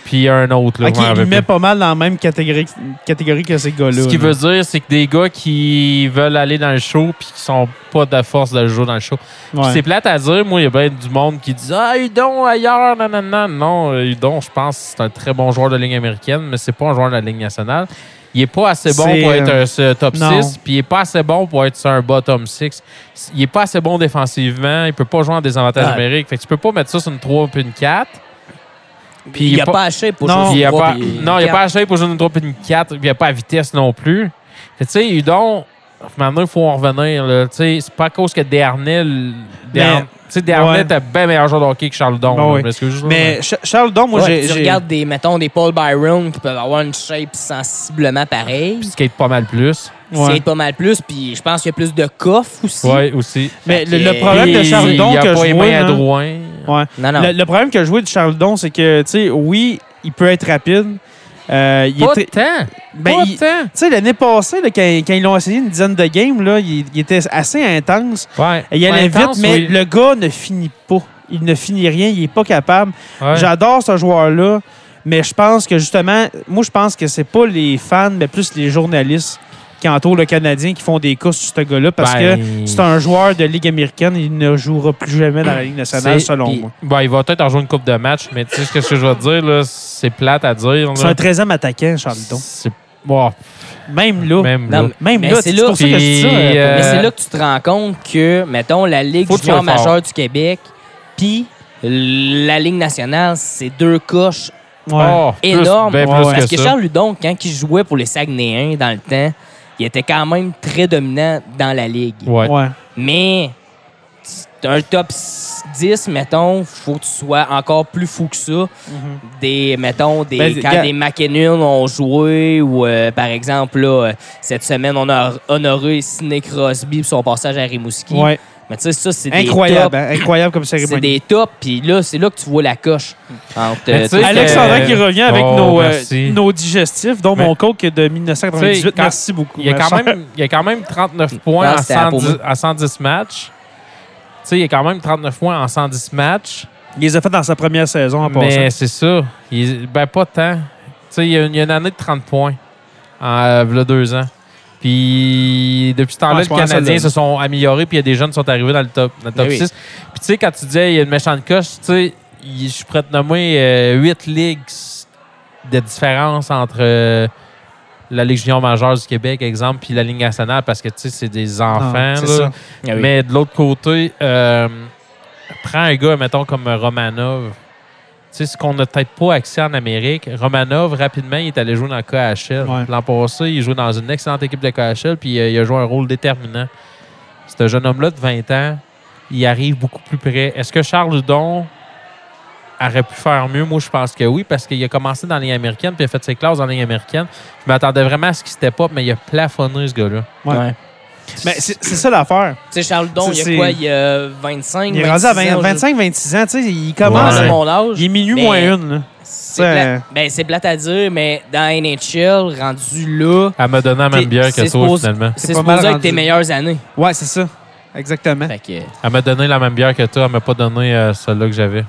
Speaker 2: puis un autre. là,
Speaker 1: OK,
Speaker 2: je m'en
Speaker 1: il
Speaker 2: rappelle
Speaker 1: met
Speaker 2: plus.
Speaker 1: pas mal dans la même catégorie, catégorie que ces gars-là.
Speaker 2: Ce qui
Speaker 1: là.
Speaker 2: veut dire, c'est que des gars qui veulent aller dans le show puis qui sont pas de force de jouer dans le show. Puis
Speaker 1: Ouais.
Speaker 2: C'est plate à dire. Moi, il y a bien du monde qui dit Ah, Hudon ailleurs, nanana. Non, euh, Hudon, je pense que c'est un très bon joueur de ligne américaine, mais c'est pas un joueur de la ligne nationale. Il est pas assez bon
Speaker 1: C'est, euh,
Speaker 2: pour être un ce top
Speaker 1: non.
Speaker 2: 6, puis il est pas assez bon pour être sur un bottom 6. Il est pas assez bon défensivement, il peut pas jouer en désavantage
Speaker 3: Ouais.
Speaker 2: numérique. Fait que tu peux pas mettre ça sur une 3 puis une 4.
Speaker 3: Puis il n'y a pas acheté pour
Speaker 1: Non.
Speaker 2: Puis
Speaker 3: jouer
Speaker 2: il n'y a,
Speaker 3: trois,
Speaker 2: pas-
Speaker 3: puis-
Speaker 2: non, il y a pas acheté pour jouer une 3 puis une 4, puis il n'y a pas la vitesse non plus. Fait que tu sais, Hudon, maintenant, il faut en revenir. là. Tu sais, C'est pas à cause que Desharnais. le-
Speaker 1: Mais-
Speaker 2: Desharnais- Tu sais, Desharnais
Speaker 1: ouais.
Speaker 2: était bien meilleur joueur de hockey que Charles Hudon.
Speaker 1: Ben
Speaker 2: là,
Speaker 1: oui.
Speaker 2: je m'excuse, là.
Speaker 1: Mais Ch- Charles Don, moi,
Speaker 3: Ouais,
Speaker 1: j'ai...
Speaker 3: tu
Speaker 1: j'ai-
Speaker 3: regardes des, mettons, des Paul Byron qui peuvent avoir une shape sensiblement pareille.
Speaker 2: Puis il skate pas mal plus.
Speaker 1: Ouais.
Speaker 3: C'est pas mal plus, puis je pense qu'il y a plus de coffre aussi.
Speaker 2: Ouais, aussi.
Speaker 1: Mais le, le
Speaker 3: Ok.
Speaker 1: problème de
Speaker 2: Puis,
Speaker 1: Charles Don
Speaker 2: il a
Speaker 1: que
Speaker 2: pas
Speaker 1: je
Speaker 2: les
Speaker 1: vois...
Speaker 2: mains à
Speaker 1: là-
Speaker 2: Drouin.
Speaker 1: Ouais.
Speaker 3: Non, non.
Speaker 1: Le, le problème que je vois du Charles Don, c'est que, tu sais, oui, il peut être rapide, Euh, il
Speaker 2: Pas
Speaker 1: était-
Speaker 2: tant.
Speaker 1: ben,
Speaker 2: pas
Speaker 1: il-
Speaker 2: tant.
Speaker 1: tu sais, l'année passée, là, quand, quand ils l'ont essayé une dizaine de games, là, il, il était assez intense.
Speaker 2: Ouais.
Speaker 1: Il allait
Speaker 2: Intense,
Speaker 1: vite, mais
Speaker 2: oui.
Speaker 1: le gars ne finit pas. Il ne finit rien, il n'est pas capable.
Speaker 2: Ouais.
Speaker 1: J'adore ce joueur-là, mais je pense que justement, moi, je pense que c'est pas les fans, mais plus les journalistes qui entourent le Canadien qui font des courses sur ce gars-là parce que
Speaker 2: Ben,
Speaker 1: c'est un joueur de Ligue américaine, il ne jouera plus jamais dans la Ligue nationale,
Speaker 2: c'est-
Speaker 1: selon
Speaker 2: puis-
Speaker 1: moi.
Speaker 2: ben, il va peut-être en jouer une coupe de match, mais tu sais ce que, ce que je vais te dire, là, c'est plate à dire.
Speaker 1: C'est
Speaker 2: là.
Speaker 1: un 13e attaquant, Charlton.
Speaker 2: C'est- Wow,
Speaker 1: Même là. Même,
Speaker 2: même là.
Speaker 3: Non, Mais
Speaker 1: là,
Speaker 3: c'est
Speaker 1: c'est
Speaker 3: là-
Speaker 1: pour ça que je dis ça.
Speaker 2: Puis,
Speaker 1: euh,
Speaker 3: Mais
Speaker 2: Euh,
Speaker 3: c'est là que tu te rends compte que, mettons, la Ligue
Speaker 2: Faut que tu
Speaker 3: junior
Speaker 2: sois fort.
Speaker 3: majeure du Québec, puis la Ligue nationale, c'est deux coches
Speaker 1: ouais.
Speaker 2: Oh, plus-
Speaker 3: énormes.
Speaker 2: ben, plus
Speaker 1: Ouais, ouais.
Speaker 3: Parce que,
Speaker 2: ça.
Speaker 3: Charles Ludon, quand il jouait pour les Saguenayens dans le temps, il était quand même très dominant dans la Ligue.
Speaker 2: Ouais.
Speaker 1: Ouais.
Speaker 3: Mais c'est un top 10, mettons, faut que tu sois encore plus fou que ça. Des, mettons, des,
Speaker 1: Ben,
Speaker 3: quand
Speaker 1: gars-
Speaker 3: des McKinnon ont joué ou, euh, par exemple, là, euh, cette semaine, on a honoré Sidney Crosby pour son passage à Rimouski.
Speaker 1: Ouais.
Speaker 3: Mais tu sais, ça, c'est des
Speaker 1: Incroyable,
Speaker 3: tops.
Speaker 1: hein, incroyable comme
Speaker 3: C'est
Speaker 1: cérémonie.
Speaker 3: des tops, puis là, c'est là que tu vois la coche. Entre,
Speaker 2: Mais
Speaker 3: euh,
Speaker 2: tu sais,
Speaker 1: Alexandra
Speaker 2: Euh,
Speaker 1: qui revient avec
Speaker 2: oh,
Speaker 1: nos, euh,
Speaker 2: merci.
Speaker 1: nos digestifs, dont
Speaker 2: Mais-
Speaker 1: mon coke de 1998.
Speaker 2: Tu sais, quand-
Speaker 1: merci beaucoup.
Speaker 2: Il y, a quand
Speaker 1: Merci.
Speaker 2: même, il y a quand même 39 points en
Speaker 3: Non, c'était à Paume.
Speaker 2: 110, à 110 matchs. Tu sais, il y a quand même 39 points en 110 matchs.
Speaker 1: Il les a fait dans sa première saison en
Speaker 2: mais c'est ça. Il- ben, pas tant. Tu sais, il y, a une- il y a une année de 30 points en euh, v'là deux ans. Puis depuis ce temps-là,
Speaker 1: Ouais, je
Speaker 2: les
Speaker 1: pense que ça
Speaker 2: Canadiens
Speaker 1: donne.
Speaker 2: se sont améliorés, puis il y a des jeunes qui sont arrivés dans le top, dans le top
Speaker 3: Ben oui.
Speaker 2: 6. Puis tu sais, quand tu disais il y a une méchante coche, tu sais, il- je suis prêt à te nommer 8 ligues de différence entre euh, la Ligue junior majeure du Québec, exemple, puis la Ligue nationale, parce que tu sais, c'est des enfants.
Speaker 1: passant.
Speaker 2: là.
Speaker 1: C'est ça.
Speaker 3: Ah oui.
Speaker 2: Mais de l'autre côté, euh, prends un gars, mettons, comme Romanov. Tu sais, ce qu'on n'a peut-être pas accès en Amérique. Romanov, rapidement, il est allé jouer dans le KHL.
Speaker 1: Ouais.
Speaker 2: L'an passé, il jouait dans une excellente équipe de KHL, puis euh, il a joué un rôle déterminant. C'est un jeune homme-là de 20 ans. Il arrive beaucoup plus près. Est-ce que Charles Hudon aurait pu faire mieux? Moi, je pense que oui, parce qu'il a commencé dans la Ligue américaine, puis il a fait ses classes dans la Ligue américaine. Je m'attendais vraiment à ce qu'il step up, mais il a plafonné, ce gars-là.
Speaker 1: Ouais.
Speaker 3: Ouais.
Speaker 1: Mais c'est c'est ça l'affaire.
Speaker 3: Tu sais, Charles Ludon,
Speaker 1: Ça,
Speaker 3: il y
Speaker 1: c'est-
Speaker 3: a quoi? Il y a 25,
Speaker 1: Il est rendu à
Speaker 3: 26 ans,
Speaker 1: 25-26 ans. tu sais, Il
Speaker 3: je-
Speaker 1: commence.
Speaker 3: à
Speaker 2: Ouais.
Speaker 3: mon âge.
Speaker 1: Il est minuit
Speaker 3: mais-
Speaker 1: moins une. là.
Speaker 3: C'est
Speaker 1: Ça,
Speaker 3: plate.
Speaker 1: euh,
Speaker 3: Ben, c'est plate à dire, mais dans la NHL, rendu là,
Speaker 2: Elle me donnait la même
Speaker 3: T'es-
Speaker 2: bière que
Speaker 3: c'est
Speaker 2: toi,
Speaker 3: supposé-
Speaker 2: finalement.
Speaker 1: C'est
Speaker 3: c'est
Speaker 1: pas mal
Speaker 3: supposé être
Speaker 1: rendu.
Speaker 3: tes meilleures années.
Speaker 1: Ouais, c'est ça. Exactement.
Speaker 3: Fait que,
Speaker 2: Elle m'a donné la même bière que toi, elle m'a pas donné euh, celle-là que j'avais.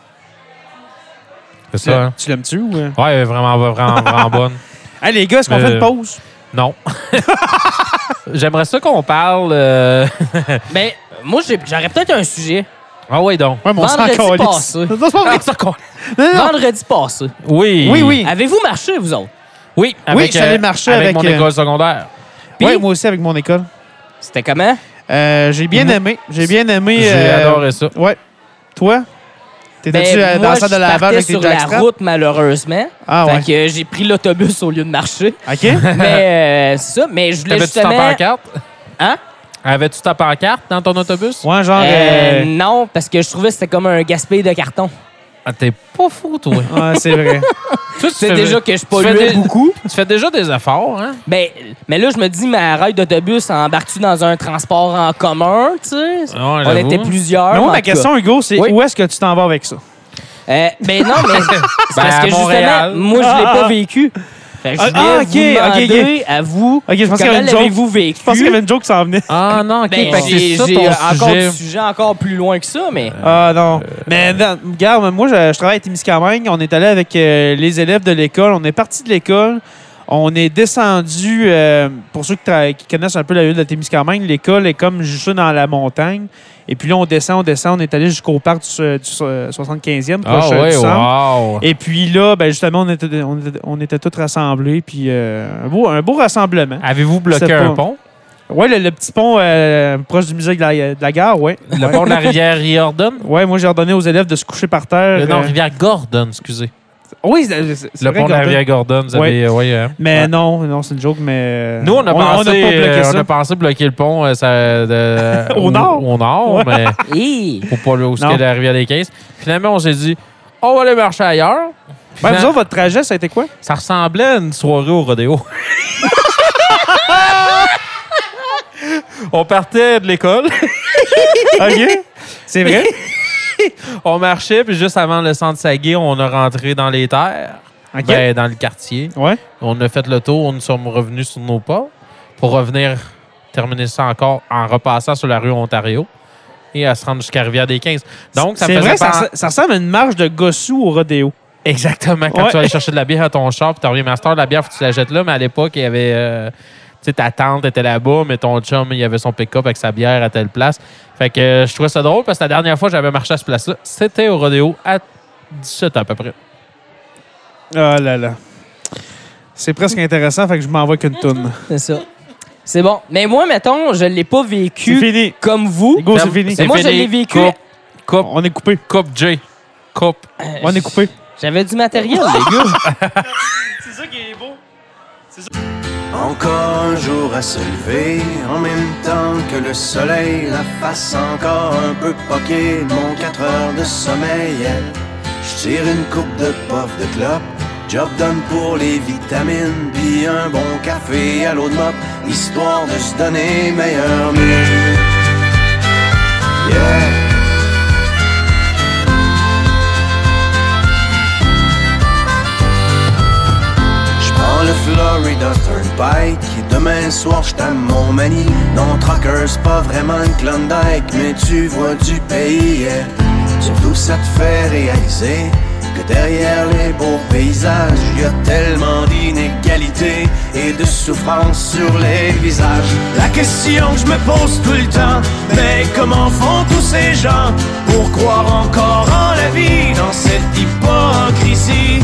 Speaker 2: C'est
Speaker 1: Tu
Speaker 2: ça, hein?
Speaker 1: tu l'aimes-tu ou. euh?
Speaker 2: Ouais, elle est vraiment, vraiment, vraiment bonne.
Speaker 1: Hey, les gars, est-ce qu'on
Speaker 2: Mais-
Speaker 1: fait une pause?
Speaker 2: Non. J'aimerais ça qu'on parle. euh,
Speaker 3: ben, moi, j'ai- j'aurais peut-être un sujet.
Speaker 2: Ah ouais donc.
Speaker 1: Ouais, mais on s'en
Speaker 3: Vendredi
Speaker 1: calisse.
Speaker 3: passé.
Speaker 1: Non, c'est pas vrai.
Speaker 2: Ah,
Speaker 1: Non, non.
Speaker 3: Vendredi passé.
Speaker 2: Oui.
Speaker 1: Oui, oui.
Speaker 3: Avez-vous marché, vous autres?
Speaker 2: Oui, avec,
Speaker 1: je suis allé marcher avec,
Speaker 2: mon
Speaker 1: euh,
Speaker 2: école secondaire.
Speaker 3: Puis-
Speaker 1: Ouais, moi aussi avec mon école.
Speaker 3: C'était comment?
Speaker 1: Euh, J'ai bien
Speaker 3: Mm-hmm.
Speaker 2: Moi-
Speaker 1: aimé. J'ai bien aimé.
Speaker 2: J'ai
Speaker 1: euh,
Speaker 2: adoré ça.
Speaker 1: Ouais. Toi? T'étais-tu euh, dans
Speaker 3: Ben, moi,
Speaker 1: la salle de
Speaker 3: je
Speaker 1: lavage
Speaker 3: partais
Speaker 1: avec
Speaker 3: sur
Speaker 1: les
Speaker 3: la
Speaker 1: jackstraps?
Speaker 3: route, malheureusement.
Speaker 1: Ah
Speaker 3: fait
Speaker 1: ouais.
Speaker 3: que euh, j'ai pris l'autobus au lieu de marcher.
Speaker 1: OK.
Speaker 3: mais euh, c'est ça, mais je voulais
Speaker 2: Avais-tu ta
Speaker 3: justement...
Speaker 2: pancarte?
Speaker 3: Hein?
Speaker 2: Avais-tu ta pancarte dans ton autobus?
Speaker 1: Ouais, genre...
Speaker 3: Euh,
Speaker 1: euh,
Speaker 3: non, parce que je trouvais que c'était comme un gaspillage de carton.
Speaker 2: Ah, t'es pas fou, toi.
Speaker 1: Ouais, c'est vrai.
Speaker 2: Toi, tu
Speaker 3: C'est
Speaker 2: fais-
Speaker 3: déjà que je
Speaker 2: tu fais
Speaker 3: polluais
Speaker 2: des-
Speaker 3: beaucoup.
Speaker 2: Tu fais déjà des efforts, hein?
Speaker 3: Ben, mais là, je me dis, ma ride d'autobus, embarques-tu dans un transport en commun, tu sais?
Speaker 2: Ouais,
Speaker 3: On
Speaker 2: j'avoue.
Speaker 3: était plusieurs.
Speaker 1: Mais
Speaker 3: en
Speaker 1: moi,
Speaker 3: tout
Speaker 1: ma
Speaker 3: cas.
Speaker 1: question, Hugo, c'est
Speaker 3: Oui.
Speaker 1: où est-ce que tu t'en vas avec ça?
Speaker 3: Euh, ben non, mais c'est
Speaker 2: Ben,
Speaker 3: parce
Speaker 2: à
Speaker 3: que
Speaker 2: Montréal.
Speaker 3: justement, moi, je l'ai pas vécu. Fait que
Speaker 1: Ah,
Speaker 3: je voulais
Speaker 1: ah, ok,
Speaker 3: vous
Speaker 1: ok, ok.
Speaker 3: demander à vous,
Speaker 1: Ok, je pense qu'il y avait
Speaker 3: comment
Speaker 1: une joke.
Speaker 3: l'avez-vous vécu?
Speaker 1: Je pensais qu'il y avait une joke qui s'en venait.
Speaker 2: Ah non, ok.
Speaker 3: Ben,
Speaker 2: fait que c'est
Speaker 3: j'ai
Speaker 2: ça
Speaker 3: j'ai,
Speaker 2: ton
Speaker 3: euh, encore
Speaker 2: sujet.
Speaker 3: du sujet encore plus loin que ça, mais...
Speaker 1: Ah
Speaker 2: euh,
Speaker 1: non. Mais non, regarde, moi, je, je travaille à Témiscamingue. On est allé avec euh, les élèves de l'école. On est parti de l'école. On est descendu, euh, pour ceux qui, tra- qui connaissent un peu la ville de Témiscamingue, l'école est comme juste dans la montagne. Et puis là, on descend, on descend. On est allé jusqu'au parc du, euh, du so- 75e,
Speaker 2: Ah
Speaker 1: proche euh,
Speaker 2: ouais,
Speaker 1: du centre.
Speaker 2: wow.
Speaker 1: Et puis là, ben justement, on était, on était, on était tous rassemblés. Puis euh, un, beau, un beau rassemblement.
Speaker 2: Avez-vous
Speaker 1: Je
Speaker 2: bloqué
Speaker 1: sais
Speaker 2: un
Speaker 1: pas.
Speaker 2: pont?
Speaker 1: Ouais, le, le petit pont euh, proche du musée de la, de la gare, ouais.
Speaker 2: Le pont de la rivière Riordan?
Speaker 1: Ouais, moi j'ai ordonné aux élèves de se coucher par terre.
Speaker 2: Euh, non,
Speaker 1: euh,
Speaker 2: rivière Gordon, excusez.
Speaker 1: Oui, c'est c'est- c'est
Speaker 2: Le
Speaker 1: vrai,
Speaker 2: pont de la
Speaker 1: Gordon.
Speaker 2: rivière Gordon, vous avez. euh, ouais, hein.
Speaker 1: Mais
Speaker 2: Ouais.
Speaker 1: non, non, c'est une joke, mais. euh,
Speaker 2: Nous, on a,
Speaker 1: pas
Speaker 2: pensé,
Speaker 1: bloqué
Speaker 2: euh, on
Speaker 1: ça.
Speaker 2: a pensé bloquer le pont euh, ça, de-
Speaker 1: Au nord.
Speaker 2: Au nord,
Speaker 1: Ouais.
Speaker 2: mais
Speaker 3: Hey!
Speaker 2: pour pas le où ce
Speaker 1: Non.
Speaker 2: qu'est la rivière des Caisses. Finalement, on s'est dit, on va aller marcher ailleurs. Puis
Speaker 1: Ouais, Ben, vous
Speaker 2: finalement,
Speaker 1: autres, votre trajet, ça a été quoi?
Speaker 2: Ça ressemblait à une soirée au rodéo. on partait de l'école.
Speaker 1: OK. C'est vrai?
Speaker 2: On marchait, puis juste avant le centre Saguet, on a rentré dans les terres.
Speaker 1: OK?
Speaker 2: ben, dans le quartier.
Speaker 1: ouais.
Speaker 2: On a fait le tour, nous sommes revenus sur nos pas pour revenir terminer ça encore en repassant sur la rue Ontario et à se rendre jusqu'à Rivière-des-15. Donc, ça
Speaker 1: C'est
Speaker 2: faisait
Speaker 1: vrai, ça,
Speaker 2: pas-
Speaker 1: res- ça ressemble à une marche de gossou au rodéo.
Speaker 2: Exactement. Quand
Speaker 1: Ouais.
Speaker 2: tu vas aller chercher de la bière à ton char, puis t'en reviens, master, la bière, faut que tu la jettes là. Mais à l'époque, il y avait. euh, tu sais, ta tante était là-bas, mais ton chum, il avait son pick-up avec sa bière à telle place. Fait que euh, je trouvais ça drôle parce que la dernière fois que j'avais marché à cette place-là, c'était au rodéo à 17 à peu près.
Speaker 1: Ah là là. C'est presque intéressant, fait que je m'envoie qu'une toune.
Speaker 3: C'est ça. C'est bon. Mais moi, mettons, je l'ai pas
Speaker 1: C'est
Speaker 3: vécu
Speaker 1: fini.
Speaker 3: comme vous.
Speaker 1: Go, Oh, c'est fini.
Speaker 3: C'est moi, je
Speaker 2: fini.
Speaker 3: l'ai vécu.
Speaker 2: Coupe, coupe,
Speaker 1: On est coupé.
Speaker 2: coupe, J. Coupe.
Speaker 1: On est coupé.
Speaker 3: J'avais du matériel, les gars.
Speaker 1: C'est ça qui est beau.
Speaker 4: Encore un jour à se lever, en même temps que le soleil la fasse encore un peu poquer, mon 4 heures de sommeil. Je tire une coupe de pof de clope, job done pour les vitamines, puis un bon café à l'eau de mop, histoire de se donner meilleur mieux. Yeah. Je prends le Florida Turnpike Demain soir j'suis à Montmagny Non, Trucker, c'est pas vraiment une Klondike Mais tu vois du pays yeah. Surtout ça te fait réaliser Que derrière les beaux paysages y a tellement d'inégalités Et de souffrances sur les visages La question que je me pose tout le temps Mais comment font tous ces gens Pour croire encore en la vie Dans cette hypocrisie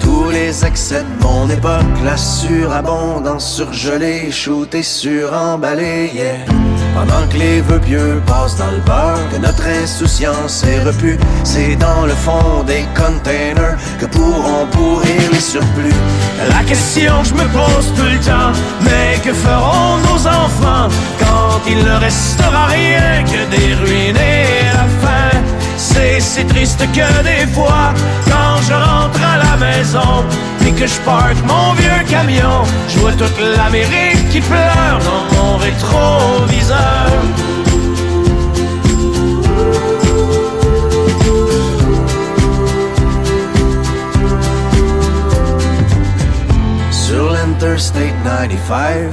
Speaker 4: tous les excès de mon époque, la surabondance surgelée, shootée, suremballée, yeah. Pendant que les vœux pieux passent dans le beurre, que notre insouciance est repue, c'est dans le fond des containers que pourront pourrir les surplus. La question que je me pose tout le temps, mais que feront nos enfants quand il ne restera rien que des ruines et la faim? C'est si triste que des fois, quand je rentre à la maison, puis que je parque mon vieux camion, je vois toute l'Amérique qui pleure dans mon rétroviseur. Sur l'Interstate 95,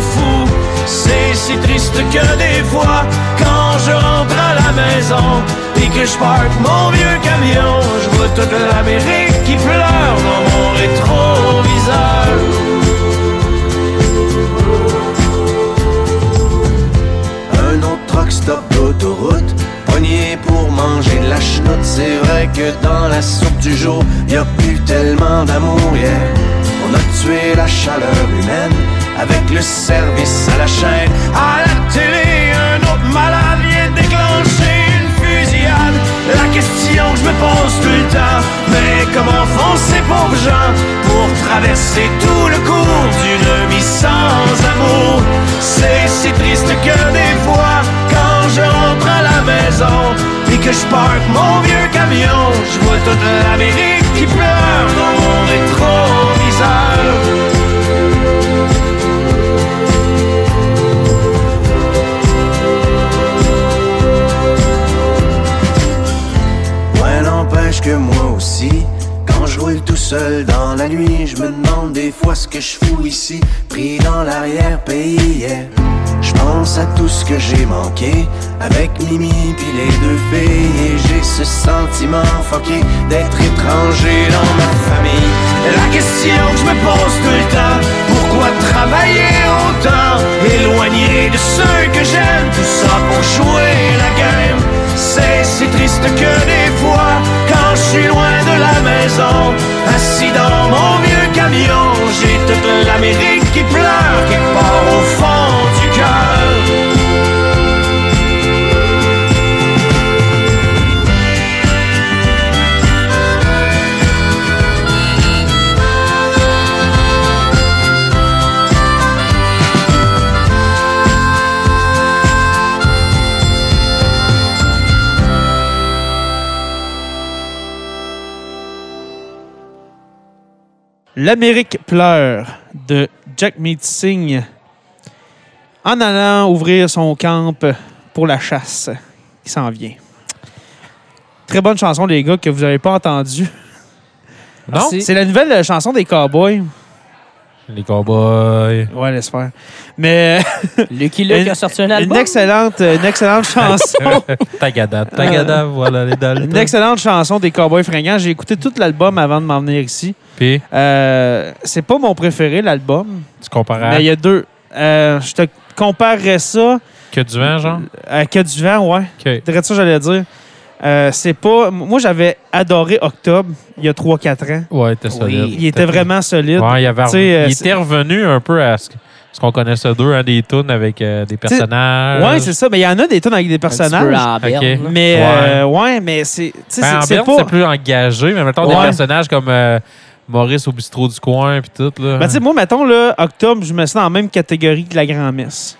Speaker 4: fou. C'est si triste que des fois, quand je rentre à la maison et que je parque mon vieux camion, je vois toute l'Amérique qui pleure dans mon rétroviseur. un autre truck stop d'autoroute. Pogné pour manger de la chenoute, c'est vrai que dans la soupe du jour, y a plus tellement d'amour, yeah. On a tué la chaleur humaine avec le service à la chaîne. À la télé, un autre malade vient déclencher une fusillade. La question que je me pose tout le temps, mais comment font ces pauvres gens pour traverser tout le cours d'une vie sans amour? C'est si triste que des fois, quand je rentre à la maison, et que je parque mon vieux camion, je vois toute l'Amérique qui pleure dans mon rétroviseur. Ouais, n'empêche que moi aussi, quand je roule tout seul dans la nuit, je me demande des fois ce que je fous ici, pris dans l'arrière-pays. yeah. Je pense à tout ce que j'ai manqué avec Mimi puis les deux filles et j'ai ce sentiment fucké d'être étranger dans ma famille. La question que je me pose tout le temps, pourquoi travailler autant, éloigné de ceux que j'aime, tout ça pour jouer la game. C'est si triste que des fois, quand je suis loin de la maison, assis dans mon vieux camion, je
Speaker 1: L'Amérique pleure de Jack Meat Singh en allant ouvrir son camp pour la chasse qui s'en vient. Très bonne chanson, les gars, que vous n'avez pas entendue.
Speaker 2: Non?
Speaker 3: Merci.
Speaker 1: C'est la nouvelle euh, chanson des Cowboys.
Speaker 2: Les cowboys.
Speaker 1: Ouais, laisse faire. Mais
Speaker 3: Lucky Luke
Speaker 1: Une-
Speaker 3: a sorti un
Speaker 1: une
Speaker 3: album.
Speaker 1: excellente, une excellente chanson. Euh,
Speaker 2: Tagada, tagada, voilà les dalles.
Speaker 1: Une excellente chanson des Cowboys fringants. J'ai écouté tout l'album avant de m'en venir ici.
Speaker 2: Puis,
Speaker 1: Euh, c'est pas mon préféré, l'album,
Speaker 2: tu compares à
Speaker 1: mais il y a deux. Euh, je te comparerais ça
Speaker 2: que du vent, genre?
Speaker 1: à Que du vent, ouais.
Speaker 2: OK.
Speaker 1: Je dirais ça, j'allais dire. Euh, c'est pas. Moi, j'avais adoré Octobre il y a 3-4 ans.
Speaker 2: Ouais, t'es
Speaker 3: Oui.
Speaker 2: solide.
Speaker 1: Il était vraiment solide.
Speaker 2: Ouais, il, avait
Speaker 1: Tu sais,
Speaker 2: rev-
Speaker 1: euh,
Speaker 2: il
Speaker 1: c'est-
Speaker 2: était revenu un peu à ce, ce qu'on connaissait d'eux, hein, des tunes avec euh, des
Speaker 1: sais,
Speaker 2: personnages.
Speaker 1: Ouais, c'est ça. Mais il y en a des tonnes avec des
Speaker 3: Un petit peu
Speaker 1: personnages.
Speaker 3: en berne,
Speaker 2: Ok.
Speaker 3: là.
Speaker 1: Mais
Speaker 2: Ouais.
Speaker 1: euh, ouais, mais c'est. tu sais,
Speaker 2: Ben, en
Speaker 1: c'est- c'est
Speaker 2: Berne,
Speaker 1: pas.
Speaker 2: c'était plus engagé, mais mettons des
Speaker 1: Ouais.
Speaker 2: personnages comme euh, Maurice au bistrot du coin puis tout. Là.
Speaker 1: Ben, tu sais, moi, mettons, là, Octobre, je me sens dans la même catégorie que la Grand-Messe.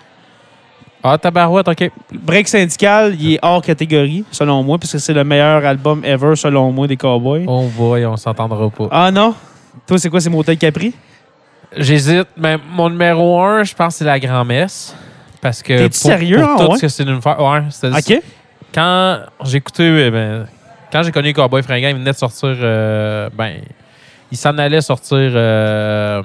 Speaker 2: ah, tabarouette, OK.
Speaker 1: Break syndical, il est hors catégorie, selon moi, parce que c'est le meilleur album ever, selon moi, des Cowboys.
Speaker 2: On voit et Oh, on s'entendra pas.
Speaker 1: Ah non? Toi, c'est quoi, c'est Motel Capri?
Speaker 2: J'hésite, mais mon numéro un, je pense que c'est la grand-messe. Parce que
Speaker 1: T'es-tu
Speaker 2: pour,
Speaker 1: sérieux,
Speaker 2: pour
Speaker 1: ah,
Speaker 2: tout
Speaker 1: ouais?
Speaker 2: ce que c'est d'une faire. Ouais, c'était-
Speaker 1: OK.
Speaker 2: quand j'ai écouté, euh, ben, quand j'ai connu Cowboy Fringant, il venait de sortir, euh, ben, il s'en allait sortir, euh,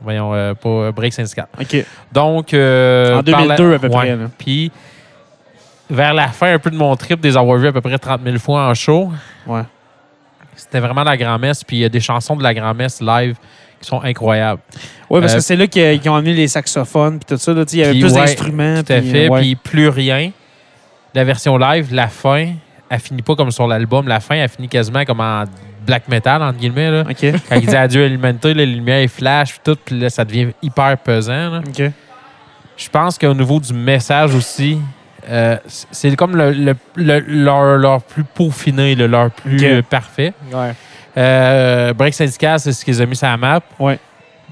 Speaker 2: voyons, euh, pas euh, Break Syndicat.
Speaker 1: OK.
Speaker 2: Donc, euh,
Speaker 1: En
Speaker 2: par
Speaker 1: 2002 à peu près,
Speaker 2: ouais.
Speaker 1: là.
Speaker 2: Puis, vers la fin un peu de mon trip, des avoir vus à peu près 30 000 fois en show.
Speaker 1: Ouais.
Speaker 2: C'était vraiment la grand-messe, puis il y a des chansons de la grand-messe live qui sont incroyables.
Speaker 1: Oui, parce
Speaker 2: Euh,
Speaker 1: que c'est là qu'ils qu'ils ont amené les saxophones puis tout ça. là, tu sais, il y avait
Speaker 2: Puis,
Speaker 1: plus
Speaker 2: ouais,
Speaker 1: d'instruments.
Speaker 2: Tout à
Speaker 1: puis,
Speaker 2: fait.
Speaker 1: euh, ouais.
Speaker 2: Puis plus rien. La version live, la fin, elle finit pas comme sur l'album. La fin, elle finit quasiment comme en black metal, entre guillemets. Là.
Speaker 1: OK.
Speaker 2: Quand il dit adieu à l'humanité, les lumières ils flashent, puis tout, puis là, ça devient hyper pesant. là.
Speaker 1: OK.
Speaker 2: Je pense qu'au niveau du message aussi, euh, c- c'est comme le, le- le- leur, leur plus peaufiné, là, leur plus
Speaker 1: Ok.
Speaker 2: euh, parfait.
Speaker 1: Ouais.
Speaker 2: Euh, Break Syndical, c'est ce qu'ils ont mis sur la map.
Speaker 1: Ouais.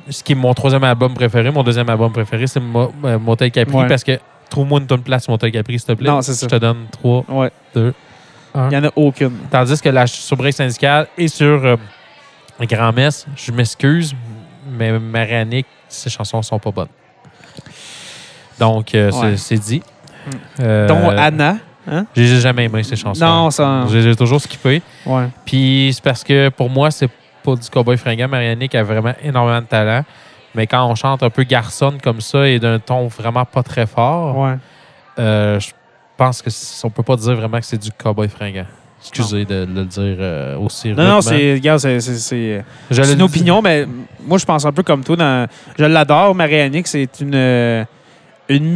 Speaker 2: Ce qui est mon troisième album préféré. Mon deuxième album préféré, c'est Mo- euh, Motel Capri.
Speaker 1: Ouais.
Speaker 2: Parce que trouve-moi une tonne place, Motel Capri, s'il te plaît.
Speaker 1: Non, c'est ça.
Speaker 2: Je te donne trois.
Speaker 1: Ouais.
Speaker 2: Deux, un.
Speaker 1: Il y en a aucune.
Speaker 2: Tandis que la, sur Break Syndical et sur euh, Grand Messe, je m'excuse, mais Maranic, ces chansons sont pas bonnes. Donc, euh, c'est-
Speaker 1: Ouais.
Speaker 2: c'est dit.
Speaker 1: Mm.
Speaker 2: Euh,
Speaker 1: Dont Anna.
Speaker 2: J'ai jamais aimé ces chansons.
Speaker 1: Non, ça.
Speaker 2: J'ai j'ai toujours skippé.
Speaker 1: Ouais.
Speaker 2: Puis c'est parce que pour moi, c'est pas du cowboy fringant. Marianique a vraiment énormément de talent. Mais quand on chante un peu garçonne comme ça et d'un ton vraiment pas très fort,
Speaker 1: Ouais.
Speaker 2: euh, je pense que c- on peut pas dire vraiment que c'est du cowboy fringant. Excusez de, de le dire euh, aussi
Speaker 1: Non, non,
Speaker 2: rudement.
Speaker 1: c'est. Regarde, c'est- c'est- c'est.
Speaker 2: Je le
Speaker 1: C'est une
Speaker 2: dis-
Speaker 1: opinion, mais moi, je pense un peu comme toi. Dans... Je l'adore, Marianique. C'est une, euh, une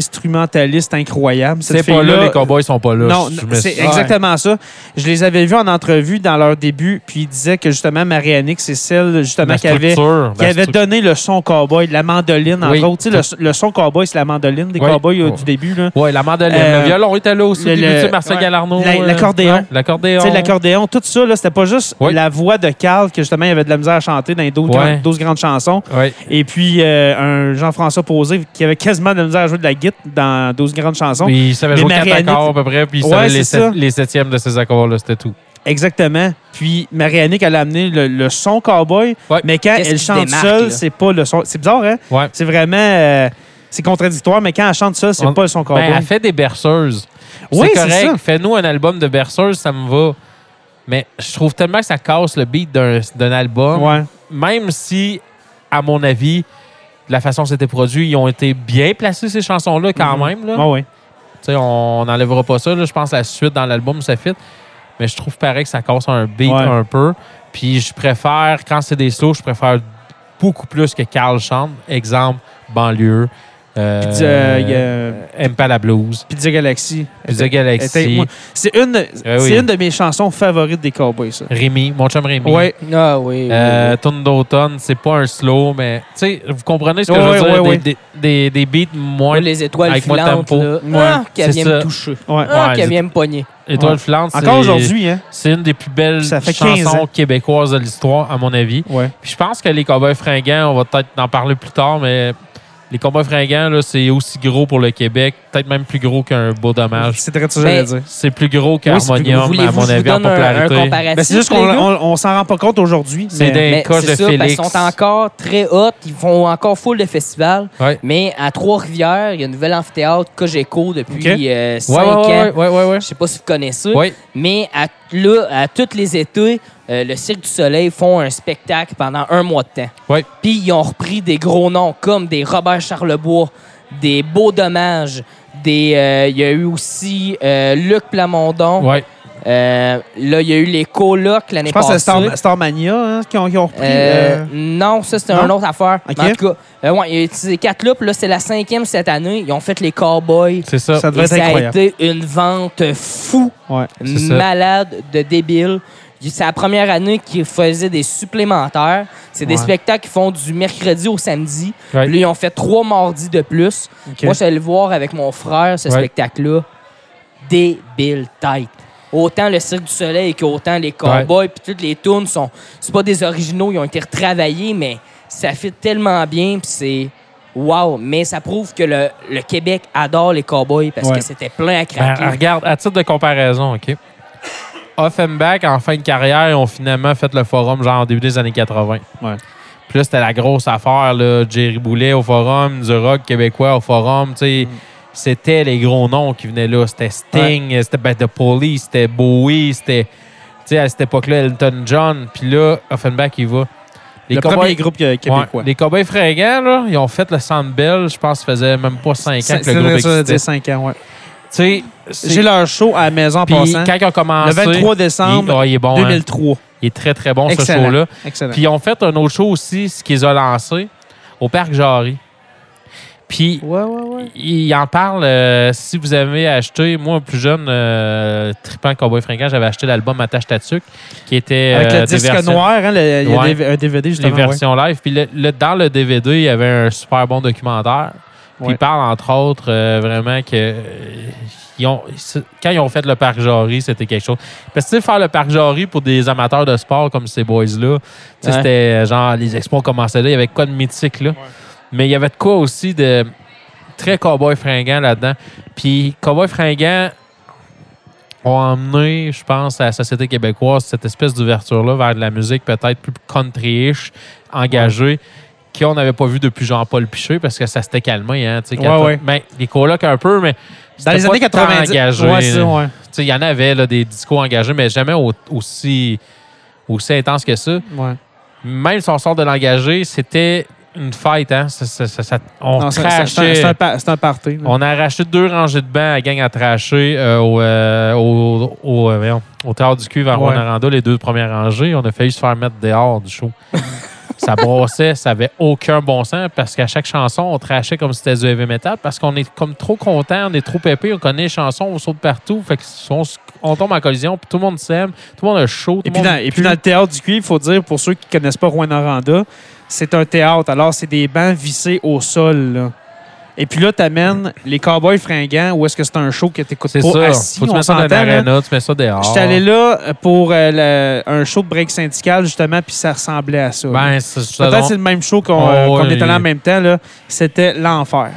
Speaker 1: multi-instrumentaliste incroyable. Cette
Speaker 2: C'est pas là,
Speaker 1: fille-là,
Speaker 2: les cowboys sont pas là.
Speaker 1: Non,
Speaker 2: Je- je me-
Speaker 1: c'est exactement ça. Je les avais vus en entrevue dans leur début, puis ils disaient que justement, Marianique, c'est celle justement
Speaker 2: La
Speaker 1: qui avait,
Speaker 2: structure,
Speaker 1: qui
Speaker 2: la
Speaker 1: avait
Speaker 2: stru-
Speaker 1: donné le son cowboy, la mandoline, entre
Speaker 2: Oui.
Speaker 1: autres. Tu sais, Le, le son cowboy, c'est la mandoline des
Speaker 2: Oui.
Speaker 1: cowboys euh,
Speaker 2: Oh.
Speaker 1: du début. Là.
Speaker 2: Ouais, la mandoline,
Speaker 1: Euh,
Speaker 2: le violon était là aussi.
Speaker 1: le-
Speaker 2: Le, début,
Speaker 1: le-
Speaker 2: tu sais, Marcel
Speaker 1: ouais.
Speaker 2: Galarno.
Speaker 1: La-
Speaker 2: euh,
Speaker 1: l'accordéon.
Speaker 2: ouais, l'accordéon.
Speaker 1: Tu sais, l'accordéon, tout ça, là, c'était pas juste
Speaker 2: Oui.
Speaker 1: la voix de Carl, que justement, il avait de la misère à chanter dans les 12,
Speaker 2: Ouais.
Speaker 1: grandes, 12 grandes chansons.
Speaker 2: Ouais.
Speaker 1: Et puis, euh, un Jean-François Posé, qui avait quasiment de la misère à jouer de la guitare dans 12 grandes chansons.
Speaker 2: Puis il savait
Speaker 1: Mais
Speaker 2: jouer quatre
Speaker 1: Marianique-
Speaker 2: accords à peu près, puis il
Speaker 1: Ouais,
Speaker 2: savait
Speaker 1: c'est
Speaker 2: les,
Speaker 1: ça.
Speaker 2: sept- les septièmes de ces accords-là, c'était tout.
Speaker 1: Exactement. Puis Marianique, elle a amené le, le son cowboy,
Speaker 2: Ouais.
Speaker 1: mais quand
Speaker 3: Qu'est-ce
Speaker 1: elle
Speaker 3: qui
Speaker 1: chante
Speaker 3: démarque,
Speaker 1: seule,
Speaker 3: là?
Speaker 1: c'est pas le son. C'est bizarre, hein?
Speaker 2: Ouais.
Speaker 1: C'est vraiment. euh, c'est contradictoire, mais quand elle chante seule, c'est
Speaker 2: On-
Speaker 1: pas le son
Speaker 2: Ben,
Speaker 1: cowboy.
Speaker 2: elle fait des berceuses.
Speaker 1: Oui,
Speaker 2: c'est
Speaker 1: c'est ça.
Speaker 2: correct. Fais-nous un album de berceuses, ça me va. Mais je trouve tellement que ça casse le beat d'un d'un album.
Speaker 1: Ouais.
Speaker 2: Même si, à mon avis, la façon dont c'était produit, ils ont été bien placés, ces chansons-là, quand
Speaker 1: Mhm.
Speaker 2: même. Là.
Speaker 1: Ouais, ouais.
Speaker 2: Tu sais, On n'enlèvera pas ça. là. Je pense que la suite dans l'album, ça fit. Mais je trouve pareil que ça casse un beat
Speaker 1: Ouais.
Speaker 2: un peu. Puis je préfère, quand c'est des slows, je préfère beaucoup plus que Carl chante. Exemple, banlieue. Euh,
Speaker 1: Puis, euh, il y a-
Speaker 2: Aime pas la blues.
Speaker 1: Pizza Galaxy.
Speaker 2: Pizza
Speaker 1: Elle était-
Speaker 2: Galaxy. Ah
Speaker 1: moi- C'est une,
Speaker 2: oui.
Speaker 1: c'est une de mes chansons favorites des cowboys, ça.
Speaker 2: Rémi, mon chum Rémi.
Speaker 1: Ouais.
Speaker 3: Ah oui. oui,
Speaker 2: Euh,
Speaker 3: oui.
Speaker 2: Tune d'automne, c'est pas un slow, mais tu sais, vous comprenez ce que
Speaker 1: Ouais,
Speaker 2: je veux
Speaker 1: ouais,
Speaker 2: dire?
Speaker 1: ouais,
Speaker 2: des, des- des- des beats moins.
Speaker 3: Moi, les étoiles
Speaker 2: avec moins de
Speaker 3: filantes,
Speaker 2: tempo.
Speaker 3: là.
Speaker 1: Ouais,
Speaker 3: Ah, qu'elle
Speaker 2: c'est
Speaker 3: vient
Speaker 2: ça.
Speaker 3: me toucher.
Speaker 1: Ouais.
Speaker 3: Ah,
Speaker 2: Ouais,
Speaker 3: qu'elle
Speaker 2: les-
Speaker 3: vient me pogner.
Speaker 2: Étoiles
Speaker 1: Ouais.
Speaker 2: filantes,
Speaker 1: Encore
Speaker 2: Ah, c'est-
Speaker 1: aujourd'hui, hein?
Speaker 2: C'est une des plus belles
Speaker 1: Ça fait 15
Speaker 2: chansons
Speaker 1: ans.
Speaker 2: québécoises de l'histoire, à mon avis.
Speaker 1: Ouais.
Speaker 2: Puis je pense que les Cowboys fringants, on va peut-être en parler plus tard, mais les Cowboys fringants, là, c'est aussi gros pour le Québec peut-être même plus gros qu'un beau dommage.
Speaker 1: C'est très ce que j'allais
Speaker 3: Mais-
Speaker 1: dire.
Speaker 2: C'est plus gros
Speaker 3: Oui, c'est plus-
Speaker 2: qu'Harmonium, à
Speaker 3: voulez-vous que
Speaker 2: mon
Speaker 3: je vous
Speaker 2: avis, en
Speaker 3: donne un- un
Speaker 2: popularité.
Speaker 3: comparatif,
Speaker 1: Ben, c'est juste qu'on
Speaker 3: les gars?
Speaker 1: on, on s'en rend pas compte aujourd'hui.
Speaker 2: C'est
Speaker 1: mais-
Speaker 2: dingue.
Speaker 3: Mais
Speaker 2: Coche
Speaker 3: c'est
Speaker 2: de
Speaker 3: ça, parce
Speaker 2: Félix.
Speaker 3: qu'ils sont encore très hot. Ils font encore full de festivals.
Speaker 2: Ouais.
Speaker 3: Mais à Trois-Rivières, il y a un nouvel amphithéâtre Cogeco depuis
Speaker 1: Ok.
Speaker 3: 5
Speaker 2: Ouais, ouais,
Speaker 3: ans.
Speaker 2: ouais, ouais, ouais, ouais.
Speaker 3: Je sais pas si vous connaissez.
Speaker 2: Ouais.
Speaker 3: Mais à, là, à tous les étés, euh, le Cirque du Soleil font un spectacle pendant un mois de temps.
Speaker 2: Ouais.
Speaker 3: Puis ils ont repris des gros noms comme des Robert Charlebois, des Beaux Dommages, des. euh, Il y a eu aussi euh, Luc Plamondon.
Speaker 2: Ouais.
Speaker 3: Euh, là, il y a eu les colocs l'année
Speaker 1: Je pense
Speaker 3: passée.
Speaker 1: que c'est Star, Starmania hein, qui, ont, qui ont repris.
Speaker 3: Euh,
Speaker 1: euh,
Speaker 3: Non, ça, c'était
Speaker 1: non?
Speaker 3: une autre affaire.
Speaker 1: Ok.
Speaker 3: Mais En tout cas, euh, ouais, il y a eu ces quatre-là, puis là, c'est la cinquième cette année. Ils ont fait les Cowboys.
Speaker 2: C'est ça.
Speaker 1: euh, Ça
Speaker 3: Et
Speaker 1: devrait être
Speaker 3: ça a
Speaker 1: incroyable.
Speaker 3: été une vente fou,
Speaker 1: Ouais.
Speaker 2: c'est ça.
Speaker 3: malade, de débile. C'est la première année qu'ils faisaient des supplémentaires. C'est des
Speaker 1: Ouais.
Speaker 3: spectacles qui font du mercredi au samedi.
Speaker 2: Ouais.
Speaker 3: Puis là, ils ont fait trois mardis de plus.
Speaker 1: Ok.
Speaker 3: Moi, je suis allé le voir avec mon frère, ce
Speaker 2: Ouais.
Speaker 3: spectacle-là. Débile tête. Autant le Cirque du Soleil qu'autant les cowboys, puis toutes les tunes sont. C'est pas des originaux, ils ont été retravaillés, mais ça fit tellement bien, puis c'est. Wow! Mais ça prouve que le, le Québec adore les cowboys parce
Speaker 1: Ouais.
Speaker 3: que c'était plein à
Speaker 2: Ben,
Speaker 3: craquer.
Speaker 2: regarde, à titre de comparaison, OK? Offenbach, en fin de carrière, ils ont finalement fait le forum genre au début des années 80.
Speaker 1: Ouais.
Speaker 2: Puis là, c'était la grosse affaire, là. Jerry Boulet au forum, du rock québécois au forum, tu sais. C'était les gros noms qui venaient là. C'était Sting, c'était Bad The Police, c'était Bowie, c'était. Tu sais, à cette époque-là, Elton John. Puis là, Offenbach, il va. Les
Speaker 1: le
Speaker 2: Cowboys-
Speaker 1: premier groupe euh,
Speaker 2: Ouais,
Speaker 1: québécois.
Speaker 2: les Cowboys Fringants, là, ils ont fait le Sandbell, je pense, ça faisait même pas 5 ans
Speaker 1: C'est
Speaker 2: que le groupe
Speaker 1: ça, ça,
Speaker 2: existait.
Speaker 1: dire 5 ans, ouais.
Speaker 2: Tu sais, c'est-
Speaker 1: J'ai leur show à la maison en
Speaker 2: puis
Speaker 1: passant.
Speaker 2: quand ils ont
Speaker 1: Le
Speaker 2: commencé.
Speaker 1: 23 décembre
Speaker 2: il, ah, il est bon, hein?
Speaker 1: 2003.
Speaker 2: Il est très, très bon, ce
Speaker 1: Excellent.
Speaker 2: show-là.
Speaker 1: Excellent.
Speaker 2: Puis ils ont fait un autre show aussi, ce qu'ils ont lancé, au Parc Jarry. Puis
Speaker 1: ouais, ouais, ouais.
Speaker 2: ils en parlent. euh, si vous avez acheté, moi, plus jeune, euh, tripant Cowboy Fringant, j'avais acheté l'album Attache Tatuc, qui était.
Speaker 1: Avec
Speaker 2: euh,
Speaker 1: le
Speaker 2: des
Speaker 1: disque
Speaker 2: versions-
Speaker 1: noir, hein, le- il y a
Speaker 2: Ouais.
Speaker 1: des- un DVD justement.
Speaker 2: les versions live. Puis le- le- dans le DVD, il y avait un super bon documentaire. Puis
Speaker 1: Ouais.
Speaker 2: il parle, entre autres, euh, vraiment que. euh, ils ont, c'est- quand ils ont fait le Parc Jarry, c'était quelque chose. Parce que, tu sais, faire le Parc Jarry pour des amateurs de sport comme ces boys-là, tu sais,
Speaker 3: Ouais.
Speaker 2: c'était euh, genre, les expos commençaient là, il y avait quoi de mythique, là. Mais il y avait de quoi aussi de très cowboy fringant là-dedans. Puis cowboy fringant ont emmené, je pense, à la société québécoise cette espèce d'ouverture-là vers de la musique peut-être plus country-ish, engagée, qu'on n'avait pas vu depuis Jean-Paul Piché parce que ça s'était calmé. Hein, tu sais,
Speaker 1: Ouais,
Speaker 2: quand-
Speaker 1: ouais.
Speaker 2: Ben, les colocs un peu, mais
Speaker 1: Dans
Speaker 2: c'était
Speaker 1: les
Speaker 2: pas
Speaker 1: années
Speaker 2: tant
Speaker 1: 90.
Speaker 2: engagé,
Speaker 1: ouais,
Speaker 2: là.
Speaker 1: c'est ça, ouais.
Speaker 2: Tu sais, Il y en avait là, des discours engagés, mais jamais au- aussi, aussi intense que ça
Speaker 1: ouais.
Speaker 2: même si on sort de l'engagé, c'était une fête. Hein? Ça- ça- ça- ça- on
Speaker 1: Non, c'est- c'est- C'est un-
Speaker 2: trashait.
Speaker 1: c'est un, par- c'est un party. là.
Speaker 2: On a arraché deux rangées de bancs à gang à tracher euh, au, euh, au, au, euh, voyons, au Théâtre du Cul vers
Speaker 1: Ouais.
Speaker 2: Rwanda, les deux premières rangées. On a failli se faire mettre dehors du show. ça brossait, ça avait aucun bon sens parce qu'à chaque chanson, on trashait comme si c'était du heavy metal parce qu'on est comme trop content, on est trop pépé, on connaît les chansons, on saute partout. Fait que on, s- on tombe en collision, puis tout le monde s'aime, tout le monde a chaud. tout
Speaker 1: Et
Speaker 2: le
Speaker 1: puis,
Speaker 2: monde
Speaker 1: dans, et puis
Speaker 2: pue.
Speaker 1: dans le théâtre du cuivre, il faut dire, pour ceux qui ne connaissent pas Rouen-Noranda, c'est un théâtre. Alors, c'est des bancs vissés au sol. là. Et puis là, tu amènes les cowboys fringants ou est-ce que c'est un show que tu écoutes
Speaker 2: C'est
Speaker 1: pas
Speaker 2: ça.
Speaker 1: assis?
Speaker 2: Faut que tu
Speaker 1: on
Speaker 2: mets ça dans Ah.
Speaker 1: s'entend, là.
Speaker 2: l'arena, tu mets ça dehors.
Speaker 1: J'étais allé là pour euh, le- un show de break syndical, justement, puis ça ressemblait à ça. là.
Speaker 2: Ben, c'est- c'est-
Speaker 1: Peut-être c'est le même show qu'on euh,
Speaker 2: Oh,
Speaker 1: qu'on
Speaker 2: ouais,
Speaker 1: est allé en
Speaker 2: il-
Speaker 1: même temps. là. C'était l'enfer.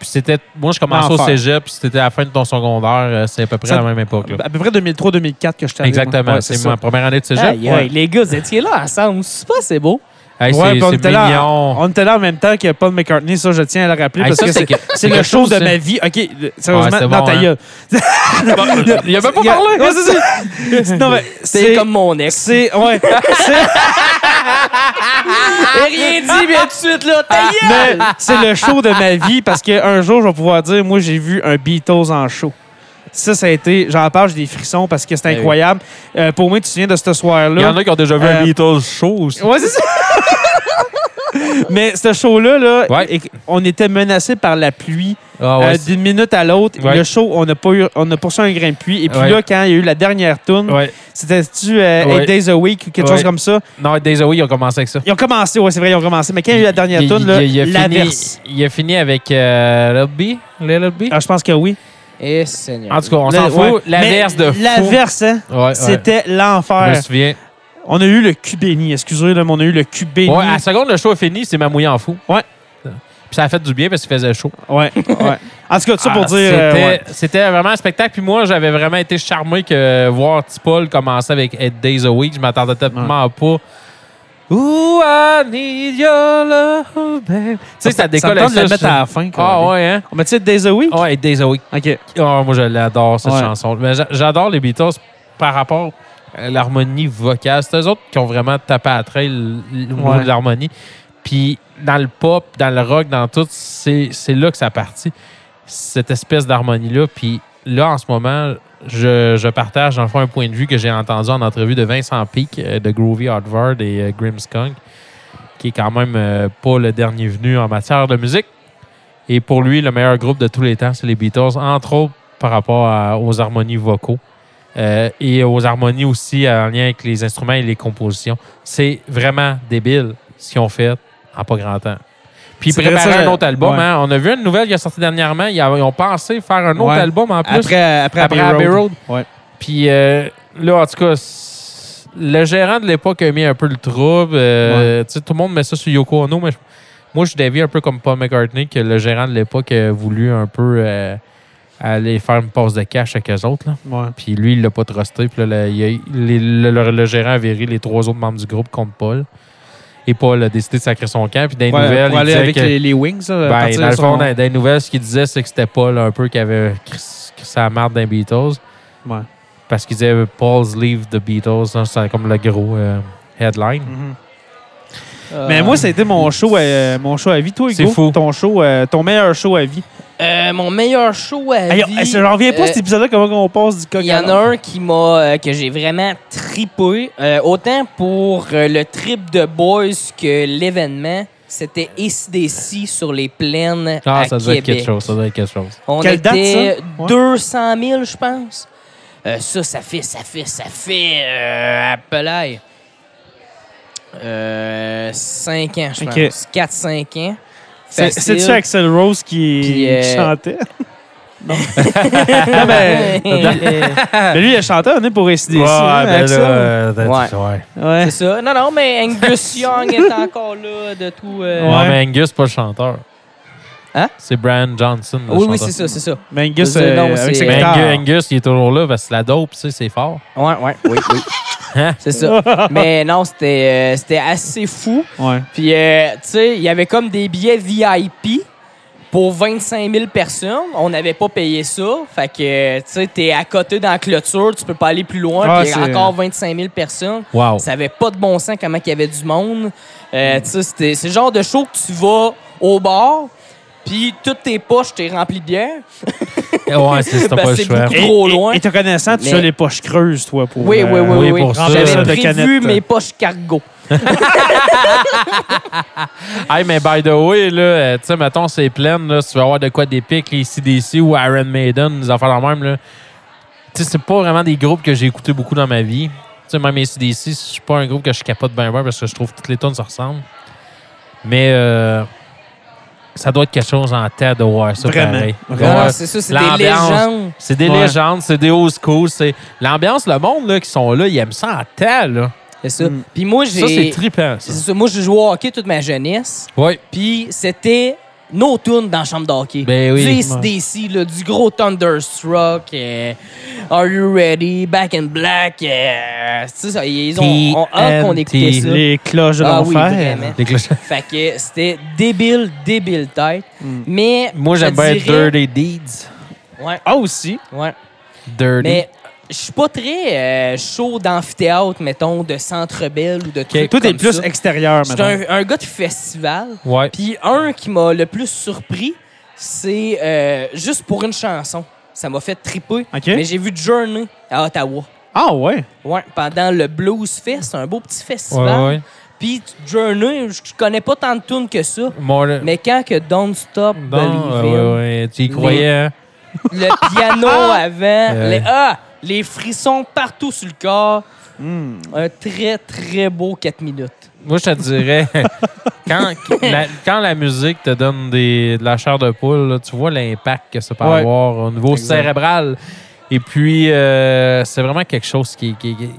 Speaker 2: puis c'était. Moi, je commençais au
Speaker 1: L'enfer.
Speaker 2: cégep, puis c'était à la fin de ton secondaire. euh, C'est à peu près
Speaker 1: Ça- Ah, ben,
Speaker 2: à la même époque. là.
Speaker 1: À peu près 2003-2004 que je t'avais
Speaker 2: Exactement. c'est ma première année de cégep.
Speaker 3: Aïe, aïe, Les gars, vous étiez là ensemble. C'est pas c'est beau.
Speaker 2: Hey,
Speaker 1: Ouais,
Speaker 2: c'est
Speaker 1: puis on
Speaker 2: c'est
Speaker 1: était là-
Speaker 2: mignon.
Speaker 1: On était là en même temps que Paul McCartney, ça, je tiens à le rappeler.
Speaker 2: Hey,
Speaker 1: parce
Speaker 2: ça,
Speaker 1: que
Speaker 2: c'est
Speaker 1: c'est-
Speaker 2: que-
Speaker 1: c'est
Speaker 2: quelque
Speaker 1: le show
Speaker 2: chose,
Speaker 1: de
Speaker 2: ça.
Speaker 1: ma vie. OK, le- sérieusement,
Speaker 2: c'est
Speaker 1: non,
Speaker 2: bon,
Speaker 1: ta
Speaker 2: hein.
Speaker 1: gueule.
Speaker 2: Il a même pas
Speaker 1: Il y a-
Speaker 2: parlé.
Speaker 1: Ouais, c'est ça. Non, mais
Speaker 3: C'est comme mon ex.
Speaker 1: C'est. Ouais. c'est-
Speaker 3: J'ai rien dit, mais tout de suite, là, ta gueule!
Speaker 1: mais c'est le show de ma vie parce qu'un jour, je vais pouvoir dire moi, j'ai vu un Beatles en show. Ça, ça a été. J'en parle, j'ai des frissons parce que c'est
Speaker 3: Ben oui.
Speaker 1: incroyable. Euh, pour moi, tu te souviens de ce soir-là.
Speaker 2: Il y en a qui ont déjà vu
Speaker 1: Euh,
Speaker 2: un Beatles show aussi.
Speaker 1: Ouais, c'est ça. Mais ce show-là, là,
Speaker 2: Ouais.
Speaker 1: é- on était menacé par la pluie
Speaker 2: Ah ouais,
Speaker 1: euh,
Speaker 2: c'est-
Speaker 1: d'une minute à l'autre.
Speaker 2: Ouais.
Speaker 1: Le show, on a pas eu, on a poursuivi un grain de pluie. Et puis
Speaker 2: Ouais.
Speaker 1: là, quand il y a eu la dernière tune,
Speaker 2: ouais.
Speaker 1: c'était-tu euh,
Speaker 2: Ouais.
Speaker 1: Eight Days a Week ou quelque
Speaker 2: Ouais.
Speaker 1: chose comme ça?
Speaker 2: Non, Days Away, ils ont commencé avec ça.
Speaker 1: Ils ont commencé, ouais, c'est vrai, ils ont commencé. Mais quand il y a eu la dernière
Speaker 2: Il-
Speaker 1: tune,
Speaker 2: il- il a fini-
Speaker 1: l'averse.
Speaker 2: Il a fini avec euh, Lil B. Lil B.
Speaker 1: Ah, je pense que oui.
Speaker 3: Eh, Seigneur.
Speaker 2: En tout cas, on
Speaker 1: Le-
Speaker 2: s'en
Speaker 1: Ah, ouais.
Speaker 2: fout. L'averse
Speaker 1: Mais
Speaker 2: de fou.
Speaker 1: L'averse, hein,
Speaker 2: Ouais, ouais.
Speaker 1: c'était
Speaker 2: Je me
Speaker 1: l'enfer.
Speaker 2: souviens.
Speaker 1: On a eu le cul béni, excusez-moi, mais on a eu le cul béni.
Speaker 2: Ouais, à la seconde, le show est fini, c'est Mamouillé en fou.
Speaker 1: Ouais.
Speaker 2: Puis ça a fait du bien parce qu'il faisait chaud.
Speaker 1: Ouais, ouais. En tout cas, tout ça pour
Speaker 2: Ah,
Speaker 1: dire.
Speaker 2: C'était
Speaker 1: euh, ouais.
Speaker 2: c'était vraiment un spectacle. Puis moi, j'avais vraiment été charmé que voir T-Paul commencer avec Eight Days a Week. Je m'attendais tellement pas. Ooh, I need your love, baby. Tu sais, ça décolle
Speaker 1: me tente de
Speaker 2: avec
Speaker 1: la mettre
Speaker 2: ça,
Speaker 1: à
Speaker 2: je-
Speaker 1: la fin. quoi.
Speaker 2: Ah ouais, hein?
Speaker 1: On met-tu Days a Week?
Speaker 2: Ah, Eight Days a Week.
Speaker 1: OK.
Speaker 2: Ah, moi, je l'adore, cette
Speaker 1: Ouais.
Speaker 2: chanson. Mais j'a- j'adore les Beatles par rapport à l'harmonie vocale. C'est eux autres qui ont vraiment tapé à trail l- au niveau
Speaker 1: Ouais.
Speaker 2: de l'harmonie. Puis dans le pop, dans le rock, dans tout, c'est c'est là que ça partit, cette espèce d'harmonie-là. Puis là, en ce moment, je, je partage, dans le fond, un point de vue que j'ai entendu en entrevue de Vincent Peake euh, de Groovy Hardware et euh, Grimmskunk, qui est quand même euh, pas le dernier venu en matière de musique. Et pour lui, le meilleur groupe de tous les temps, c'est les Beatles, entre autres par rapport à- aux harmonies vocaux euh, et aux harmonies aussi en lien avec les instruments et les compositions. C'est vraiment débile ce qu'ils ont fait en pas grand temps. Puis
Speaker 1: C'est vrai,
Speaker 2: préparer
Speaker 1: ça,
Speaker 2: un
Speaker 1: je-
Speaker 2: autre album.
Speaker 1: ouais.
Speaker 2: hein. On a vu une nouvelle qui est sortie dernièrement. Ils a- ils ont pensé faire un autre
Speaker 1: Ouais.
Speaker 2: album en plus.
Speaker 1: Après, après,
Speaker 2: Après
Speaker 1: Abbey
Speaker 2: Abbey
Speaker 1: Road.
Speaker 2: Road.
Speaker 1: Ouais.
Speaker 2: Puis euh, là, en tout cas, c- le gérant de l'époque a mis un peu le trouble. Euh, tu sais, Tout le monde met ça sur Yoko Ono, mais je- moi, je dévie un peu comme Paul McCartney, que le gérant de l'époque a voulu un peu euh, aller faire une passe de cash avec eux autres. là.
Speaker 1: Ouais.
Speaker 2: Puis lui, il l'a pas trusté. Puis là, le, il a- les- le, le- le gérant a viré les trois autres membres du groupe contre Paul. Et Paul a décidé de sacrer son camp. Puis dans les
Speaker 1: Ouais,
Speaker 2: nouvelles,
Speaker 1: pour
Speaker 2: il
Speaker 1: aller
Speaker 2: disait
Speaker 1: avec
Speaker 2: que-
Speaker 1: les, les Wings. là, à
Speaker 2: ben,
Speaker 1: euh, partir
Speaker 2: dans
Speaker 1: de
Speaker 2: le
Speaker 1: son
Speaker 2: fond,
Speaker 1: nom.
Speaker 2: dans, dans les nouvelles, ce qu'il disait, c'est que c'était Paul un peu qui avait crissé sa marde d'un Beatles.
Speaker 1: Ouais.
Speaker 2: Parce qu'il disait Paul's Leave the Beatles. hein, c'est comme le gros euh, headline.
Speaker 1: Mhm.
Speaker 3: Ah.
Speaker 1: Mais moi, ça a été mon show, euh, mon show à vie. Toi,
Speaker 2: C'est
Speaker 1: Hugo,
Speaker 2: fou.
Speaker 1: Ton, show, euh, ton meilleur show à vie.
Speaker 3: Euh, mon meilleur show à
Speaker 1: Hey,
Speaker 3: vie,
Speaker 1: hey, eh, je reviens pas
Speaker 3: euh,
Speaker 1: cet épisode-là, comment on passe du coq
Speaker 3: Il y en a un qui m'a euh, que j'ai vraiment tripé. euh, autant pour euh, le trip de Boys que l'événement, c'était ACDC sur les plaines
Speaker 2: Ah,
Speaker 3: à
Speaker 2: ça doit être
Speaker 3: Québec.
Speaker 2: quelque chose. Ça doit être quelque chose.
Speaker 3: On
Speaker 1: Quelle date,
Speaker 3: était
Speaker 1: ça? Ouais.
Speaker 3: 200 000, je pense. Euh, ça, ça fait, ça fait, ça fait euh, à Pelay. Euh, 5 ans, je
Speaker 1: Ok.
Speaker 3: pense. 4-5 ans.
Speaker 1: C'est-
Speaker 3: Facile.
Speaker 1: C'est-tu Axel Rose qui,
Speaker 3: Puis,
Speaker 1: qui
Speaker 3: euh,
Speaker 1: chantait? Non, mais- mais lui, il a chanté, on est pour récidiver. hein,
Speaker 2: ben
Speaker 1: Axel.
Speaker 2: euh,
Speaker 3: Ouais.
Speaker 1: Ouais.
Speaker 3: C'est ça. Non, non, mais Angus Young est encore là de tout. euh,
Speaker 2: Non,
Speaker 1: Ouais.
Speaker 2: mais Angus, c'est pas le chanteur.
Speaker 3: Hein?
Speaker 2: C'est Brian Johnson. Le
Speaker 3: Oui,
Speaker 2: chanteur.
Speaker 3: oui, c'est ça, c'est ça.
Speaker 1: Mais Angus,
Speaker 3: Je veux dire, non,
Speaker 1: euh, avec
Speaker 3: c'est-
Speaker 1: ses
Speaker 2: Mais
Speaker 1: guitares.
Speaker 2: Angus, Angus, il est toujours là parce que la dope, tu sais, c'est fort.
Speaker 3: Ouais, ouais, oui, oui.
Speaker 2: Hein?
Speaker 3: c'est ça. Mais non, c'était euh, c'était assez fou.
Speaker 1: Ouais.
Speaker 3: Puis, euh, tu sais, il y avait comme des billets VIP pour 25 000 personnes. On n'avait pas payé ça. Fait que, euh, tu sais, t'es à côté dans la clôture, tu peux pas aller plus loin.
Speaker 1: Ah,
Speaker 3: puis, il y a
Speaker 1: c'est-
Speaker 3: encore 25 000 personnes.
Speaker 2: Wow.
Speaker 3: Ça avait pas de bon sens comment il y avait du monde. Euh, tu sais, c'était- c'est le genre de show que tu vas au bar, puis toutes tes poches, t'es remplies de bière.
Speaker 2: ouais, c'est c'était
Speaker 3: Ben,
Speaker 2: pas le
Speaker 3: c'est
Speaker 2: choix.
Speaker 3: beaucoup Trop
Speaker 1: Et- et-
Speaker 3: loin.
Speaker 1: Et te connaissant, tu
Speaker 3: Mais-
Speaker 1: as les poches creuses, toi, pour.
Speaker 3: Oui,
Speaker 1: euh,
Speaker 3: oui, oui, oui.
Speaker 2: oui, pour
Speaker 3: oui.
Speaker 2: ça.
Speaker 3: J'avais
Speaker 2: Ça,
Speaker 1: de
Speaker 3: prévu
Speaker 1: canette.
Speaker 3: mes poches cargo.
Speaker 2: Hey, mais by the way, là, euh, tu sais, mettons, c'est plein, là, si tu veux avoir de quoi d'épique, les CDC ou Iron Maiden, les affaires la même, là. Tu sais, c'est pas vraiment des groupes que j'ai écoutés beaucoup dans ma vie. Tu sais, même les CDC, je suis pas un groupe que je capote bien bien parce que je trouve que toutes les tonnes se ressemblent. Mais euh, ça doit être quelque chose en tête de voir ça
Speaker 1: Vraiment.
Speaker 2: pareil.
Speaker 1: Vraiment.
Speaker 2: Ouais.
Speaker 3: Non, Ah, c'est ça, c'est des
Speaker 2: L'ambiance.
Speaker 3: légendes.
Speaker 2: C'est des
Speaker 1: Ouais.
Speaker 2: légendes, c'est des old school, c'est l'ambiance, le monde là, qui sont là, ils aiment ça en tête, là.
Speaker 3: C'est ça.
Speaker 1: Mm.
Speaker 3: Puis moi, j'ai.
Speaker 2: Ça, c'est trippant,
Speaker 3: c'est
Speaker 2: ça.
Speaker 3: ça. Moi, j'ai joué au hockey toute ma jeunesse.
Speaker 2: Oui.
Speaker 3: Puis c'était nos tunes dans la chambre d'hockey.
Speaker 2: Ben oui.
Speaker 3: Du AC/DC, là, du gros Thunderstruck, euh, Are You Ready, Back in Black. euh, c'est ça, ils ont on, hâte qu'on écoutait ça.
Speaker 1: Les cloches de
Speaker 3: Ah oui,
Speaker 1: l'enfer.
Speaker 3: vraiment.
Speaker 2: Les cloches-
Speaker 3: Fait que c'était débile, débile tête.
Speaker 1: Mm.
Speaker 3: Mais.
Speaker 2: Hmm. Moi,
Speaker 3: je
Speaker 2: j'aime bien
Speaker 3: dirais-
Speaker 2: Dirty Deeds.
Speaker 3: Ouais,
Speaker 1: Ah, aussi.
Speaker 3: ouais.
Speaker 2: Dirty.
Speaker 3: Mais je suis pas très euh, chaud d'amphithéâtre, mettons, de centre belle ou de trucs
Speaker 1: Toi, t'es
Speaker 3: comme
Speaker 1: plus
Speaker 3: ça.
Speaker 1: extérieur,
Speaker 3: Je suis
Speaker 1: maintenant.
Speaker 3: un, un gars de festival.
Speaker 2: ouais.
Speaker 3: Puis un qui m'a le plus surpris, c'est euh, juste pour une chanson. Ça m'a fait triper.
Speaker 1: OK.
Speaker 3: Mais j'ai vu Journey à Ottawa.
Speaker 1: Ah, ouais.
Speaker 3: Ouais, pendant le Blues Fest, un beau petit
Speaker 2: Ouais,
Speaker 3: festival.
Speaker 2: ouais.
Speaker 3: Puis Journey, je connais pas tant de tunes que ça.
Speaker 2: Moi, là-
Speaker 3: Mais quand que Don't Stop
Speaker 2: Non,
Speaker 3: Believin',
Speaker 2: ouais, ouais, ouais. Tu y croyais, hein?
Speaker 3: le piano avant,
Speaker 2: Euh.
Speaker 3: les, ah, les frissons partout sur le corps, un très très beau 4 minutes.
Speaker 2: Moi, je te dirais, quand la, quand la musique te donne des, de la chair de poule, là, tu vois l'impact que ça peut
Speaker 1: Ouais.
Speaker 2: avoir au niveau
Speaker 1: Exact.
Speaker 2: cérébral. Et puis, euh, c'est vraiment quelque chose qui, qui- qui- qui-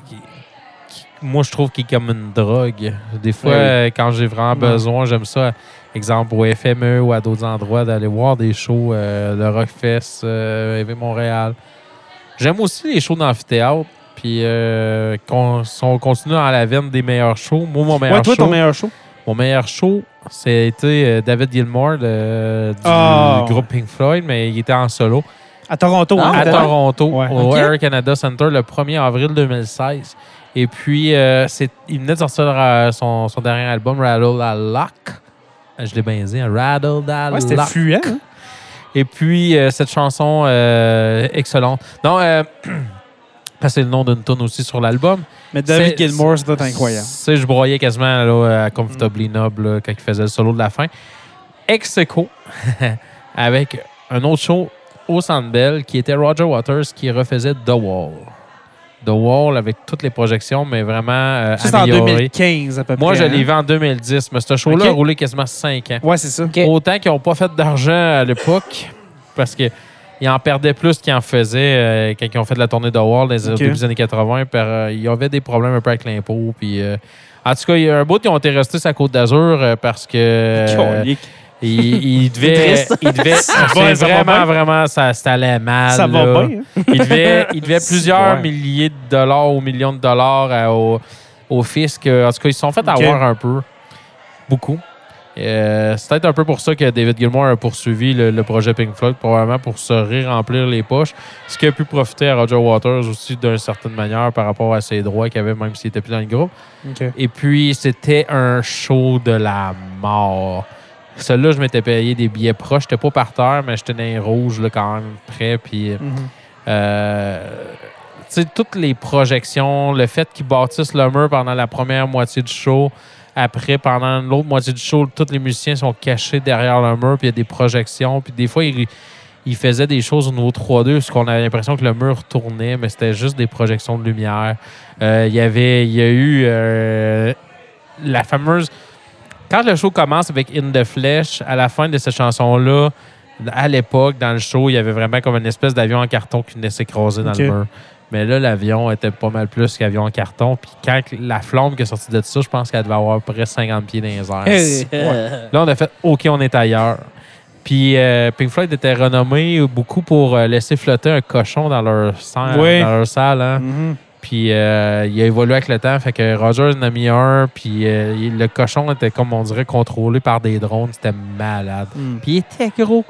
Speaker 2: qui- moi, je trouve qu'il est comme une drogue. Des fois,
Speaker 1: Oui.
Speaker 2: euh, quand j'ai vraiment
Speaker 1: Ouais.
Speaker 2: besoin, j'aime ça. Exemple, au FME ou à d'autres endroits, d'aller voir des shows, euh, le Rockfest, euh, EV Montréal. J'aime aussi les shows d'amphithéâtre. Puis, euh, qu'on- si on continue dans la veine des meilleurs shows, moi, mon meilleur
Speaker 1: Ouais, toi,
Speaker 2: show,
Speaker 1: ton meilleur show.
Speaker 2: mon meilleur show, c'était euh, David Gilmour le- du
Speaker 1: Ah,
Speaker 2: groupe Pink Floyd, mais il était en solo
Speaker 1: À Toronto.
Speaker 3: Ah,
Speaker 1: hein,
Speaker 2: à
Speaker 1: t'as-
Speaker 2: Toronto,
Speaker 1: Ouais.
Speaker 2: au
Speaker 3: Ok.
Speaker 2: Air Canada Center, le 1er avril 2016. Et puis, euh, c'est- il venait de sortir euh, son, son dernier album, Rattle a Lock. Euh, Je l'ai baisé, hein, Rattle a
Speaker 1: Ouais, c'était
Speaker 2: Lock.
Speaker 1: fluent. hein.
Speaker 2: Et puis, euh, cette chanson euh, excellente. Non, euh, parce que c'est le nom d'une tune aussi sur l'album.
Speaker 1: Mais David
Speaker 2: C'est-
Speaker 1: Gilmour, c'était incroyable.
Speaker 2: C'est, je broyais quasiment là, à Comfortably Noble là, quand il faisait le solo de la fin. Ex aequo, avec un autre show au Centre Bell qui était Roger Waters qui refaisait The Wall. The Wall avec toutes les projections, mais vraiment euh,
Speaker 1: Ça, c'est en
Speaker 2: amélioré.
Speaker 1: 2015 à peu
Speaker 2: Moi,
Speaker 1: près.
Speaker 2: je l'ai
Speaker 1: hein.
Speaker 2: vu en 2010, mais ce show-là
Speaker 1: Ok.
Speaker 2: a roulé quasiment 5 ans.
Speaker 1: Ouais, c'est ça. Euh,
Speaker 3: Ok.
Speaker 2: Autant qu'ils n'ont pas fait d'argent à l'époque, parce qu'ils en perdaient plus qu'ils en faisaient euh, quand ils ont fait la tournée de Wall dans les- au
Speaker 1: Ok.
Speaker 2: début des années 80. par, euh, il y avait des problèmes un peu avec l'impôt. Puis, euh, en tout cas, il y a un bout qui ont été restés sur la Côte d'Azur euh, parce que euh,
Speaker 1: Colique.
Speaker 2: ils, ils devaient...
Speaker 3: triste.
Speaker 2: ils devaient- c'est
Speaker 1: va, ça va
Speaker 2: vraiment,
Speaker 1: bien.
Speaker 2: vraiment, ça, ça allait mal.
Speaker 1: Ça va
Speaker 2: là.
Speaker 1: bien. hein.
Speaker 2: Il devait, il devait plusieurs
Speaker 1: Ouais.
Speaker 2: milliers de dollars ou millions de dollars à- au, au fisc. Euh, En tout cas, ils se sont fait
Speaker 1: Ok.
Speaker 2: avoir un peu. Beaucoup. Euh, c'est peut-être un peu pour ça que David Gilmour a poursuivi le, le projet Pink Floyd, probablement pour se ré-remplir les poches. Ce qui a pu profiter à Roger Waters aussi d'une certaine manière par rapport à ses droits qu'il avait, même s'il n'était plus dans le groupe. Et puis, c'était un show de la mort. Celui-là, je m'étais payé des billets proches. J'étais pas par terre, mais j'étais dans les rouges là, quand même près. Puis,
Speaker 1: Mhm.
Speaker 2: euh, tu sais, toutes les projections, le fait qu'ils bâtissent le mur pendant la première moitié du show, après, pendant l'autre moitié du show, tous les musiciens sont cachés derrière le mur, puis il y a des projections, puis des fois, ils, ils faisaient des choses au niveau 3-2, parce qu'on avait l'impression que le mur tournait, mais c'était juste des projections de lumière. Euh, Il y avait, il y a eu euh, la fameuse... Quand le show commence avec In the Flesh, à la fin de cette chanson-là, à l'époque, dans le show, il y avait vraiment comme une espèce d'avion en carton qui venait s'écraser dans
Speaker 1: Ok.
Speaker 2: le mur. Mais là, l'avion était pas mal plus qu'avion en carton. Puis quand la flamme qui est sortie de ça, je pense qu'elle devait avoir à peu près 50 pieds dans les airs.
Speaker 3: Euh,
Speaker 2: Là, on a fait OK, on est ailleurs. Puis euh, Pink Floyd était renommé beaucoup pour euh, laisser flotter un cochon dans leur, sang-
Speaker 1: Oui.
Speaker 2: dans leur salle. hein.
Speaker 1: Mhm.
Speaker 2: Puis euh, il a évolué avec le temps. Fait que Roger en a mis un. Puis euh, il- le cochon était, comme on dirait, contrôlé par des drones. C'était malade.
Speaker 1: Mhm.
Speaker 2: Puis il était gros.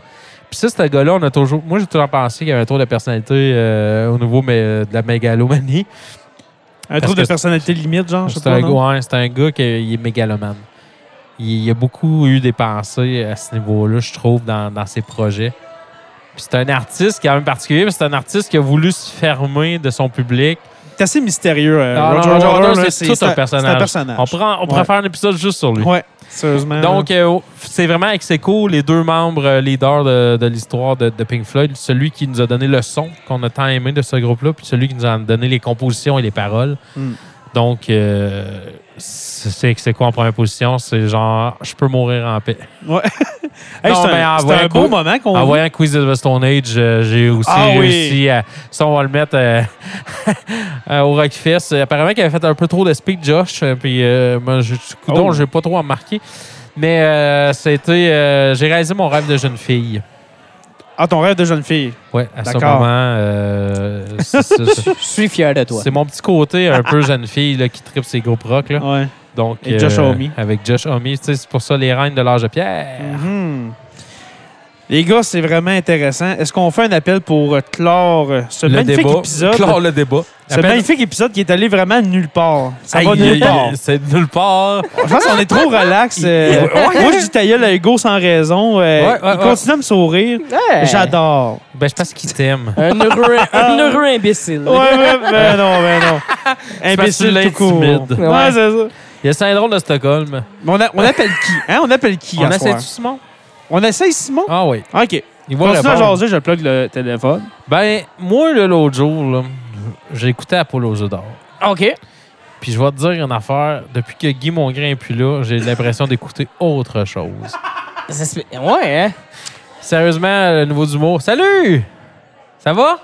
Speaker 2: Puis ça, ce gars-là, on a toujours. Moi, j'ai toujours pensé qu'il y avait un tour de personnalité euh, au niveau mais, euh, de la mégalomanie.
Speaker 1: Un truc
Speaker 2: que
Speaker 1: de
Speaker 2: c'est-
Speaker 1: personnalité limite, genre, je sais
Speaker 2: C'est
Speaker 1: pas.
Speaker 2: un,
Speaker 1: non?
Speaker 2: gars- ouais, c'est un gars qui il est mégalomane. Il, il a beaucoup eu des pensées à ce niveau-là, je trouve, dans, dans ses projets. Puis c'est un artiste quand même particulier, parce que c'est un artiste qui a voulu se fermer de son public.
Speaker 1: C'est assez mystérieux. euh,
Speaker 2: Ah,
Speaker 1: Roger
Speaker 2: non, Roger
Speaker 1: Waters,
Speaker 2: Waters,
Speaker 1: là,
Speaker 2: c'est tout un
Speaker 1: c'est
Speaker 2: personnage.
Speaker 1: C'est un personnage.
Speaker 2: On, prend, on pourrait
Speaker 1: Ouais.
Speaker 2: faire un épisode juste sur lui.
Speaker 1: Ouais, sérieusement.
Speaker 2: Donc,
Speaker 1: là.
Speaker 2: euh, c'est vraiment ex aequo, les deux membres euh, leaders de, de l'histoire de, de Pink Floyd. Celui qui nous a donné le son qu'on a tant aimé de ce groupe-là, puis celui qui nous a donné les compositions et les paroles.
Speaker 1: Mm.
Speaker 2: Donc, euh, c'est c'est ex aequo en première position. C'est genre, je peux mourir en paix.
Speaker 1: Ouais. Hey,
Speaker 2: Non,
Speaker 1: c'est
Speaker 2: mais en
Speaker 1: un, c'est
Speaker 2: voyant
Speaker 1: un beau
Speaker 2: quoi-
Speaker 1: moment qu'on
Speaker 2: En
Speaker 1: vit.
Speaker 2: voyant Quiz of the Stone Age, euh, j'ai aussi
Speaker 1: Ah oui.
Speaker 2: réussi à. Ça, on va le mettre euh, euh, au Rockfest. Euh, Apparemment, qu'il avait fait un peu trop de speak, Josh. euh, Puis, euh, moi, je
Speaker 1: Oh.
Speaker 2: n'ai pas trop remarqué. Mais euh, c'était. euh, j'ai réalisé mon rêve de jeune fille.
Speaker 1: Ah, ton rêve de jeune fille.
Speaker 2: Ouais, à ce
Speaker 1: D'accord.
Speaker 2: moment. euh, c'est- c'est
Speaker 3: Je suis fier de toi.
Speaker 2: c'est mon petit côté un peu jeune fille là, qui tripe ses groupes rock. Là.
Speaker 1: Ouais.
Speaker 2: Donc, euh,
Speaker 1: Et Josh Homme.
Speaker 2: Avec Josh Homme. Tu sais, C'est pour ça les reines de l'âge de pierre.
Speaker 1: Mhm. Les gars, c'est vraiment intéressant. Est-ce qu'on fait un appel pour euh, clore euh, ce magnifique épisode?
Speaker 2: Clore le débat.
Speaker 1: Ce
Speaker 2: Appelle-
Speaker 1: magnifique épisode qui est allé vraiment nulle part. Ça
Speaker 2: Hey,
Speaker 1: va
Speaker 2: il-
Speaker 1: nulle
Speaker 2: il-
Speaker 1: part.
Speaker 2: C'est nulle part.
Speaker 1: Je pense qu'on est trop relax. euh, Moi, je dis ta gueule à Hugo sans raison. euh,
Speaker 2: Ouais, ouais,
Speaker 1: il
Speaker 2: ouais.
Speaker 1: continue à me sourire.
Speaker 3: Ouais.
Speaker 1: J'adore.
Speaker 2: Ben, je pense qu'il t'aime.
Speaker 3: Un heureux, un heureux imbécile.
Speaker 1: Ouais, ouais, ben non, ben non.
Speaker 2: parce que tu
Speaker 1: Imbécile tout court.
Speaker 2: l'intimides.
Speaker 1: Ouais,
Speaker 3: Ouais.
Speaker 1: c'est ça.
Speaker 2: Il y a le syndrome de Stockholm.
Speaker 1: Mais on, a- on appelle qui? Hein? On appelle qui
Speaker 2: On
Speaker 1: à
Speaker 2: essaie
Speaker 1: soir?
Speaker 2: du Simon?
Speaker 1: On essaye Simon?
Speaker 2: Ah oui.
Speaker 1: OK.
Speaker 2: Il va
Speaker 1: Continue à
Speaker 2: répondre.
Speaker 1: jaser, je plug le téléphone.
Speaker 2: Ben, moi, là, l'autre jour, là, j'ai écouté Apollo aux œufs d'or.
Speaker 3: OK.
Speaker 2: Puis je vais te dire une affaire. Depuis que Guy Mongrain est plus là, j'ai l'impression d'écouter autre chose.
Speaker 3: Ça se fait- Ouais, hein?
Speaker 2: Sérieusement, le niveau du mot. Salut! Ça va?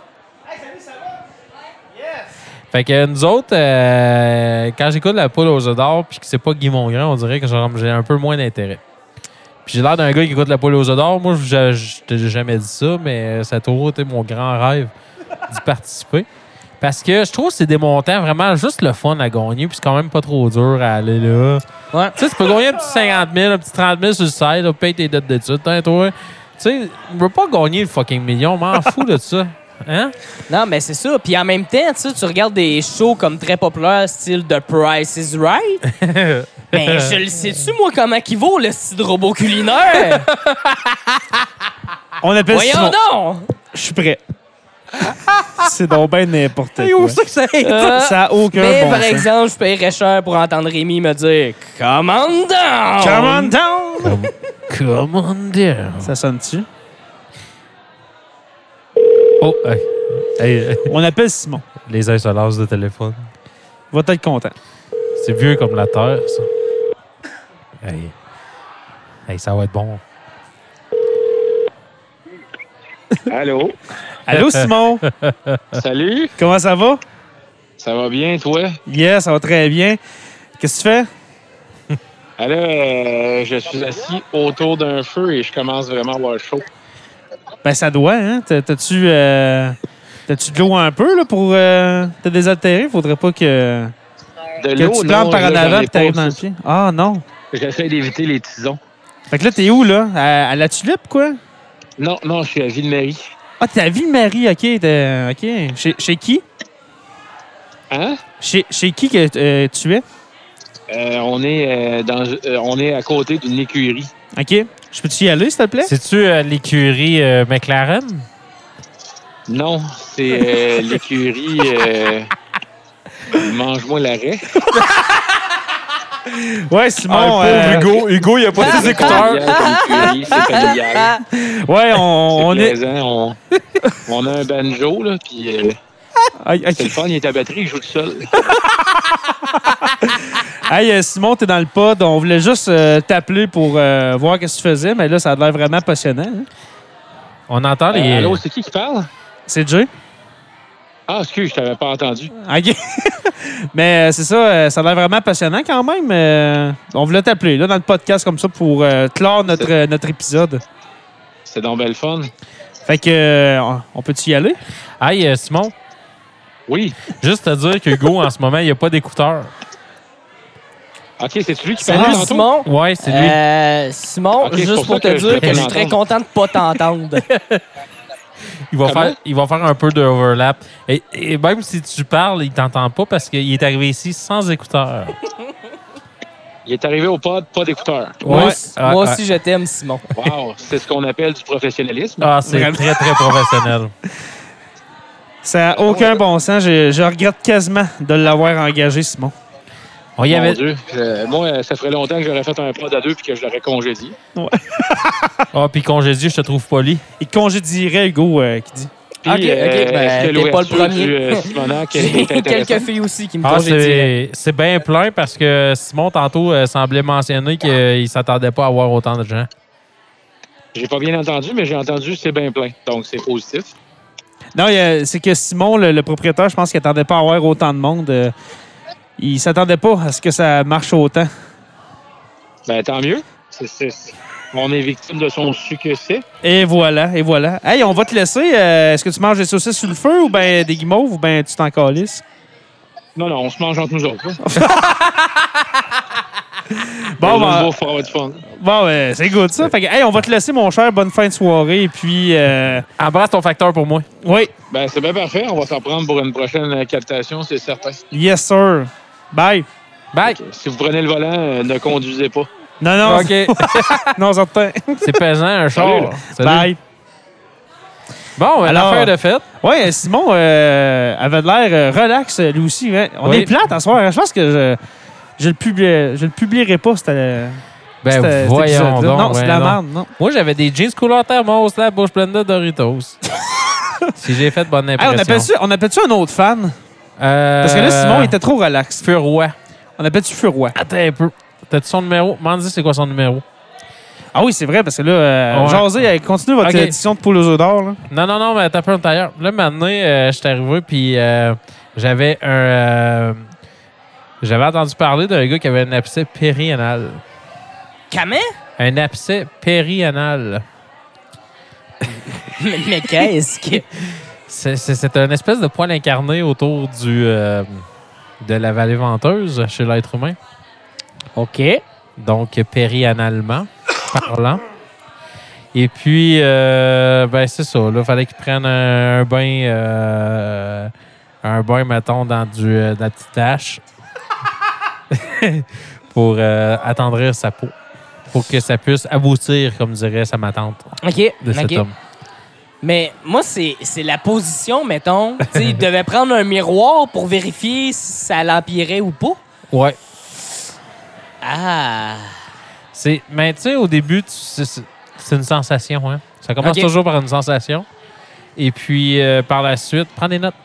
Speaker 2: Fait que euh, nous autres, euh, quand j'écoute la poule aux œufs d'or puis que c'est pas Guy Mongrain, on dirait que genre, j'ai un peu moins d'intérêt. Puis j'ai l'air d'un gars qui écoute la poule aux œufs d'or. Moi, je je t'ai jamais dit ça, mais ça a toujours été mon grand rêve d'y participer. Parce que je trouve que c'est des montants vraiment juste le fun à gagner, puis c'est quand même pas trop dur à aller là.
Speaker 3: Ouais.
Speaker 2: Tu sais, tu peux gagner un petit 50 000, un petit 30 000 sur le site, là, paye tes dettes d'études, hein, toi. Tu sais, on veut pas gagner le fucking million, m'en fous de ça. Hein?
Speaker 3: Non, mais c'est ça. Puis en même temps, tu sais, tu regardes des shows comme très populaires, style The Price is Right. ben, je le sais-tu, moi, comment qu'il vaut, le style de robot culinaire?
Speaker 1: On appelle
Speaker 3: Voyons
Speaker 1: Simon.
Speaker 3: donc!
Speaker 1: Je suis prêt. c'est donc ben n'importe quoi.
Speaker 2: ça
Speaker 3: Euh,
Speaker 1: Ça a aucun
Speaker 3: mais
Speaker 1: bon
Speaker 3: par
Speaker 1: sens.
Speaker 3: exemple, je paierais cher pour entendre Rémi me dire Hein, « Come on down!
Speaker 1: Come on down!
Speaker 2: Come on down.
Speaker 1: Ça sonne-tu?
Speaker 2: Oh, hey. Hey, hey.
Speaker 1: On appelle Simon.
Speaker 2: les insolences de téléphone.
Speaker 1: Va être content.
Speaker 2: C'est vieux comme la terre, ça. Hey. Hey, ça va être bon.
Speaker 5: Allô?
Speaker 1: Allô, Simon?
Speaker 5: Salut?
Speaker 1: Comment ça va?
Speaker 5: Ça va bien, toi?
Speaker 1: Yes, ça va très bien. Qu'est-ce que tu fais?
Speaker 5: Alors, euh, je suis assis autour d'un feu et je commence vraiment à avoir chaud.
Speaker 1: Ben, ça doit, hein? T'as- T'as-tu euh, t'as-tu de l'eau un peu là, pour euh, te désaltérer? Faudrait pas que,
Speaker 5: De
Speaker 1: que tu
Speaker 5: l'eau,
Speaker 1: te
Speaker 5: non,
Speaker 1: plantes par en
Speaker 5: là, j'en
Speaker 1: avant
Speaker 5: ai
Speaker 1: et t'arrives
Speaker 5: pas,
Speaker 1: dans le
Speaker 5: c'est-
Speaker 1: pied. Ah, non.
Speaker 5: J'essaie d'éviter les tisons.
Speaker 1: Fait que là, t'es où, là? À, à la tulipe, quoi?
Speaker 5: Non, non, je suis à Ville-Marie.
Speaker 1: Ah, t'es à Ville-Marie, OK. t'es- OK. Chez, chez qui?
Speaker 5: Hein?
Speaker 1: Chez, chez qui que euh, tu es?
Speaker 5: Euh, on, est, euh, dans, euh, on est à côté d'une écurie.
Speaker 1: OK. Je peux-tu y aller, s'il te plaît?
Speaker 2: C'est-tu euh, l'écurie euh, McLaren?
Speaker 5: Non, c'est euh, l'écurie. euh, Mange-moi l'arrêt.
Speaker 1: Ouais, Simon. euh,
Speaker 2: Ah, Hugo. Hugo, il a pas ses
Speaker 5: C'est familial comme écurie, c'est familial.
Speaker 1: Ouais, on, on
Speaker 5: On,
Speaker 1: est.
Speaker 5: on, on a un banjo, là, puis euh,
Speaker 1: Aïe,
Speaker 5: c'est le
Speaker 1: aïe.
Speaker 5: fun, il est à batterie, il joue tout seul.
Speaker 1: Hey, euh, Simon, t'es dans le pod. On voulait juste euh, t'appeler pour euh, voir qu'est-ce que tu faisais, mais là, ça a l'air vraiment passionnant. hein.
Speaker 2: On entend les.
Speaker 5: Euh, allô, c'est qui qui parle?
Speaker 1: C'est Jay?
Speaker 5: Ah, excuse, je t'avais pas entendu.
Speaker 1: OK. Mais euh, c'est ça, euh, ça a l'air vraiment passionnant quand même. euh, on voulait t'appeler là, dans le podcast comme ça pour euh, clore notre, euh, notre épisode.
Speaker 5: C'est donc belle fun.
Speaker 1: Fait que, euh, on- on peut-tu y aller?
Speaker 2: Hey, euh, Simon,
Speaker 5: Oui.
Speaker 2: juste te dire qu'Hugo, en ce moment, il n'y a pas d'écouteurs.
Speaker 5: OK, c'est celui qui
Speaker 3: Salut
Speaker 5: parlait tantôt?
Speaker 3: Simon!
Speaker 2: Ouais, c'est lui.
Speaker 3: Euh, Simon,
Speaker 5: Ok, c'est
Speaker 3: juste
Speaker 5: pour
Speaker 3: pour
Speaker 5: ça
Speaker 3: te
Speaker 5: que je
Speaker 2: peux
Speaker 3: dire que
Speaker 2: pas
Speaker 3: je suis très
Speaker 5: l'entendre.
Speaker 3: content de pas t'entendre.
Speaker 2: Il va,
Speaker 5: Comment?
Speaker 2: faire, il va faire un peu d'overlap. Et, et même si tu parles, il t'entend pas parce qu'il est arrivé ici sans écouteurs.
Speaker 5: Il est arrivé au pod, pas d'écouteur.
Speaker 3: moi
Speaker 2: Ouais.
Speaker 3: aussi,
Speaker 2: Ah,
Speaker 3: moi
Speaker 2: ah.
Speaker 3: aussi, je t'aime, Simon.
Speaker 5: Wow, c'est ce qu'on appelle du professionnalisme.
Speaker 2: Ah, c'est
Speaker 1: Vraiment.
Speaker 2: très, très professionnel.
Speaker 1: Ça n'a
Speaker 2: Ah
Speaker 1: aucun bon sens. Je, je regrette quasiment de l'avoir engagé, Simon.
Speaker 2: On Oh, y
Speaker 5: Mon
Speaker 2: avait...
Speaker 5: Dieu. Euh, moi, euh, ça ferait longtemps que j'aurais fait un pod à deux puis que je l'aurais congédié.
Speaker 2: Ah, puis congédié, je te trouve poli.
Speaker 1: Il congédierait Hugo euh, qui dit.
Speaker 5: Puis,
Speaker 3: Ok, ok, ben, t'es pas
Speaker 5: est-ce que
Speaker 3: le
Speaker 5: l'ouverture
Speaker 3: premier.
Speaker 5: du euh, Simonac
Speaker 3: J'ai
Speaker 5: est
Speaker 3: quelques
Speaker 5: intéressante?
Speaker 3: filles aussi qui me
Speaker 2: Ah,
Speaker 3: congédient.
Speaker 2: c'est c'est bien plein parce que Simon, tantôt, euh, semblait mentionner qu'il ne s'attendait pas à avoir autant de gens.
Speaker 5: J'ai pas bien entendu, mais j'ai entendu c'est bien plein. Donc, c'est positif.
Speaker 1: Non, il y a- c'est que Simon, le, le propriétaire, je pense qu'il attendait pas à avoir autant de monde. euh, il s'attendait pas à ce que ça marche autant.
Speaker 5: Ben, tant mieux. C'est- c'est- c'est- on est victime de son succès.
Speaker 1: Et voilà, et voilà. Hey, on va te laisser. euh, Est-ce que tu manges des saucisses sur le feu ou ben des guimauves ou ben tu t'en calisses?
Speaker 5: Non, non, on se mange entre nous autres. là.
Speaker 1: Bon,
Speaker 5: Le
Speaker 1: ben,
Speaker 5: nouveau forward fun.
Speaker 1: bon ben, c'est good ça. Fait que, hey, on va te laisser, mon cher. Bonne fin de soirée. Et puis, euh,
Speaker 2: Embrasse ton facteur pour moi.
Speaker 1: oui,
Speaker 5: Ben, c'est bien parfait. On va s'en prendre pour une prochaine euh, captation, c'est certain.
Speaker 1: yes, sir. Bye.
Speaker 2: Bye!
Speaker 5: Si vous prenez le volant, euh, ne conduisez pas.
Speaker 1: Non, non,
Speaker 2: OK.
Speaker 1: non, certain.
Speaker 2: c'est pesant, un char.
Speaker 5: Salut, là.
Speaker 2: Salut.
Speaker 1: Bye.
Speaker 2: Bon, une
Speaker 1: Alors-
Speaker 2: affaire de fête.
Speaker 1: Ouais, Simon euh, avait de l'air euh, relax, euh, lui aussi. hein. On
Speaker 2: Oui.
Speaker 1: est plate à soir. hein. Je pense que je, je le, publie- je le publierai pas. C'était. euh,
Speaker 2: Ben,
Speaker 1: c'était- cet
Speaker 2: voyons
Speaker 1: épisode-là.
Speaker 2: donc.
Speaker 1: Non, c'est de la
Speaker 2: voyons donc.
Speaker 1: merde, non.
Speaker 2: Moi, j'avais des jeans couleur thermos, la bouche pleine de Doritos. si j'ai fait bonne
Speaker 1: Hey,
Speaker 2: impression. Euh,
Speaker 1: on appelle-tu on appelle-tu un autre fan? Parce que là, Simon était trop relax.
Speaker 2: Furoy.
Speaker 1: On appelle-tu Furoy?
Speaker 2: Attends un peu. T'as-tu son numéro? Mandy, c'est quoi son numéro?
Speaker 1: Ah oui, c'est vrai, parce que là, euh,
Speaker 2: Ouais.
Speaker 1: jasez, euh, continuez votre
Speaker 2: Ok.
Speaker 1: édition de Poule aux œufs d'or. là.
Speaker 2: Non, non, non, mais t'as un peu d'ailleurs. Là, maintenant, euh, je suis arrivé, puis euh, J'avais un. euh, J'avais entendu parler d'un gars qui avait un abcès périanal.
Speaker 3: Comment?
Speaker 2: Un abcès périanal.
Speaker 3: Mais, mais qu'est-ce que.
Speaker 2: C'est- C'est c'est un espèce de poil incarné autour du euh, de la vallée venteuse chez l'être humain.
Speaker 3: OK.
Speaker 2: donc périanalement parlant. Et puis, euh, ben c'est ça. Il fallait qu'ils prennent un, un bain, euh, un bain, mettons, dans, du, euh, de la petite tache pour euh, attendrir sa peau. Pour que ça puisse aboutir, comme dirait sa ma tante
Speaker 3: OK.
Speaker 2: de cet
Speaker 3: OK.
Speaker 2: homme.
Speaker 3: Mais moi, c'est c'est la position, mettons. Tu sais, il devait prendre un miroir pour vérifier si ça l'empirait ou pas.
Speaker 2: Ouais.
Speaker 3: Ah.
Speaker 2: C'est, mais tu sais, au début, tu- c'est- c'est c'est une sensation. Hein? Ça commence
Speaker 3: Ok.
Speaker 2: toujours par une sensation. Et puis, euh, par la suite, prends des notes.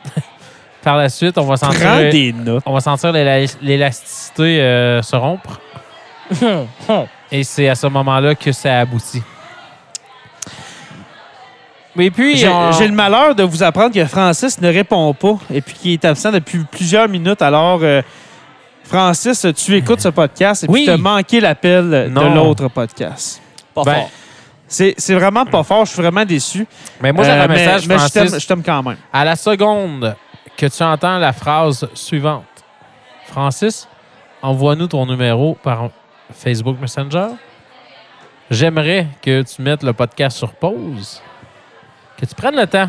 Speaker 2: par la suite, on va sentir,
Speaker 1: Prends des notes.
Speaker 2: on va sentir l'éla- l'élasticité euh, se rompre.
Speaker 3: Hum, hum.
Speaker 2: Et c'est à ce moment-là que ça aboutit. Mais puis,
Speaker 1: J'ai
Speaker 2: on-
Speaker 1: j'ai le malheur de vous apprendre que Francis ne répond pas et puis qu'il est absent depuis plusieurs minutes. Alors, euh, Francis, tu écoutes ce podcast et
Speaker 2: Oui.
Speaker 1: puis tu as manqué l'appel de
Speaker 2: Non.
Speaker 1: l'autre podcast.
Speaker 3: Pas
Speaker 2: Ben,
Speaker 3: fort.
Speaker 1: C'est c'est vraiment pas fort. Je suis vraiment déçu.
Speaker 2: mais moi, j'avais
Speaker 1: Euh,
Speaker 2: un
Speaker 1: mais-
Speaker 2: message,
Speaker 1: mais je
Speaker 2: Francis.
Speaker 1: t'aime- je t'aime quand même.
Speaker 2: À la seconde que tu entends la phrase suivante, Francis, envoie-nous ton numéro par Facebook Messenger. J'aimerais que tu mettes le podcast sur pause, que tu prennes le temps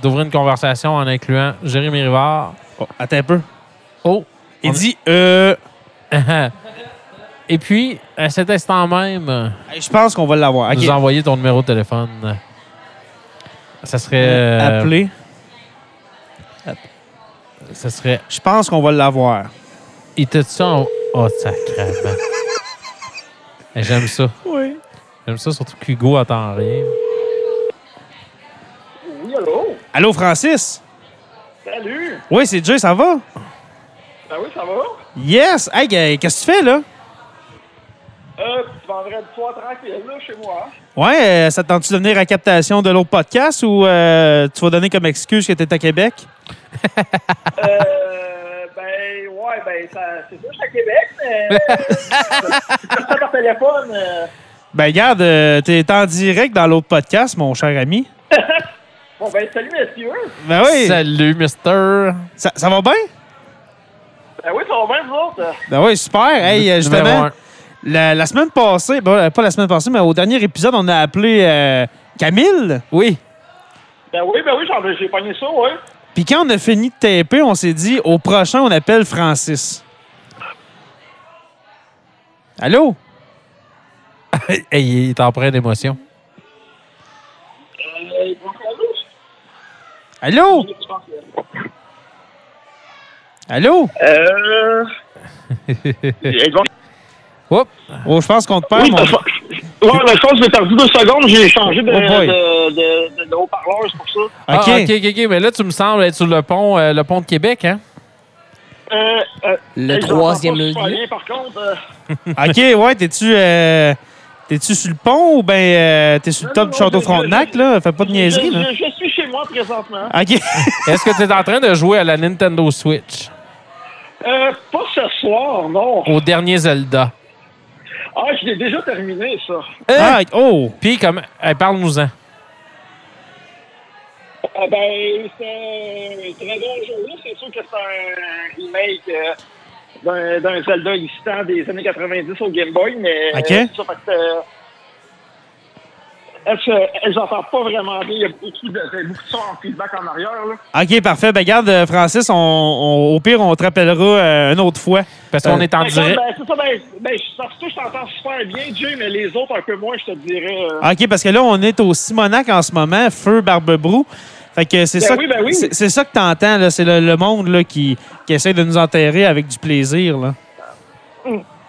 Speaker 2: d'ouvrir une conversation en incluant Jérémy Rivard.
Speaker 1: Oh, attends un peu.
Speaker 2: Oh!
Speaker 1: Il
Speaker 2: On-
Speaker 1: dit, euh,
Speaker 2: Et puis, à cet instant même,
Speaker 1: je pense qu'on va l'avoir. Ok.
Speaker 2: nous envoyer ton numéro de téléphone. Ça serait. euh,
Speaker 1: Appelez.
Speaker 2: Ça serait.
Speaker 1: Je pense qu'on va l'avoir.
Speaker 2: Il te dit ça en- Oh, sacrément. J'aime ça.
Speaker 1: Oui.
Speaker 2: J'aime ça, surtout qu'Hugo attend rien.
Speaker 6: Oui, allô?
Speaker 1: Allô, Francis?
Speaker 6: Salut!
Speaker 1: Oui, c'est Jay, ça va?
Speaker 6: Ah oui, ça va?
Speaker 1: Yes! Hey, gars, qu'est-ce que tu fais, là?
Speaker 6: Euh, vendredi soir tranquille, là, chez moi.
Speaker 1: Ouais, euh, ça te tente-tu de venir à captation de l'autre podcast ou euh, tu vas donner comme excuse que t'es à Québec?
Speaker 6: Euh, ben, ouais, ben, ça, c'est ça, je suis à Québec, mais. ça par téléphone. euh,
Speaker 1: Ben, regarde, euh, t'es en direct dans l'autre podcast, mon cher ami.
Speaker 6: Bon, ben, salut, messieurs.
Speaker 1: Ben oui, ça,
Speaker 2: Salut, mister.
Speaker 1: ça va bien?
Speaker 6: Ben oui, ça va bien, vous autres. euh.
Speaker 1: Ben oui, super. Hey, euh,
Speaker 2: Numéro
Speaker 1: justement,
Speaker 2: un.
Speaker 1: la, la semaine passée, ben, euh, pas la semaine passée, mais au dernier épisode, on a appelé euh, Camille.
Speaker 2: Oui.
Speaker 6: Ben oui, ben oui, j'en- j'ai pogné ça, ouais.
Speaker 1: Puis quand on a fini de taper, on s'est dit, au prochain, on appelle Francis. Allô?
Speaker 2: Hey, il est en train d'émotion.
Speaker 6: Euh, bon, allô?
Speaker 1: Allô? Allô?
Speaker 6: Euh. Eh, bon,
Speaker 2: Oups.
Speaker 1: Oh, je pense qu'on te perd,
Speaker 6: Oui,
Speaker 1: mon...
Speaker 6: parce- ouais, mais je pense que j'ai perdu deux secondes, j'ai changé de,
Speaker 1: Oh boy.
Speaker 6: de, de, de, de haut-parleur, c'est pour ça.
Speaker 2: Ah,
Speaker 1: OK.
Speaker 2: OK, OK, OK. Mais là, tu me sembles être sur le pont, euh, le pont de Québec, hein?
Speaker 6: Euh, euh,
Speaker 3: Le
Speaker 6: hey, j'entends
Speaker 3: troisième
Speaker 6: pas super
Speaker 3: lieu.
Speaker 6: bien, Par contre, euh,
Speaker 1: OK, ouais, t'es-tu... euh, T'es-tu sur le pont ou ben euh, t'es sur le
Speaker 6: Non,
Speaker 1: top
Speaker 6: non,
Speaker 1: du château
Speaker 6: je- je-
Speaker 1: Frontenac, là? Fais pas de
Speaker 6: je,
Speaker 1: niaiserie, là.
Speaker 6: je- je suis chez moi présentement.
Speaker 1: OK.
Speaker 2: Est-ce que tu es en train de jouer à la Nintendo Switch?
Speaker 6: Euh, pas ce soir, non.
Speaker 2: Au dernier Zelda.
Speaker 6: Ah, je l'ai déjà terminé, ça.
Speaker 1: Ah, oh!
Speaker 2: Puis, comme. Hey, Parle-nous-en.
Speaker 6: Euh, ben, c'est un très bon jeu. C'est sûr que c'est un remake euh, d'un- d'un Zelda existant des années 90 au Game Boy, mais
Speaker 1: Ok.
Speaker 6: euh, ça fait que, euh, elle se- elle s'entend pas vraiment bien. Il y a beaucoup de, il y a beaucoup de sons en feedback en arrière. Là.
Speaker 1: OK, parfait. Ben, regarde, euh, Francis, on, on- au pire, on te rappellera euh, une autre fois.
Speaker 2: Parce qu'on
Speaker 1: Euh,
Speaker 2: est en
Speaker 6: Par contre,
Speaker 2: direct.
Speaker 6: ben, c'est ça, ben, ben, je- ça se touche, je t'entends super bien, Jay, mais les autres un peu moins, je te dirais. euh.
Speaker 1: OK, parce que là, on est au Simonac en ce moment, feu Barbebrou. Fait que c'est
Speaker 6: Ben
Speaker 1: ça,
Speaker 6: oui,
Speaker 1: que-
Speaker 6: ben oui.
Speaker 1: c'est- c'est ça que t'entends, là. C'est le, le monde, là, qui, qui essaie de nous enterrer avec du plaisir, là.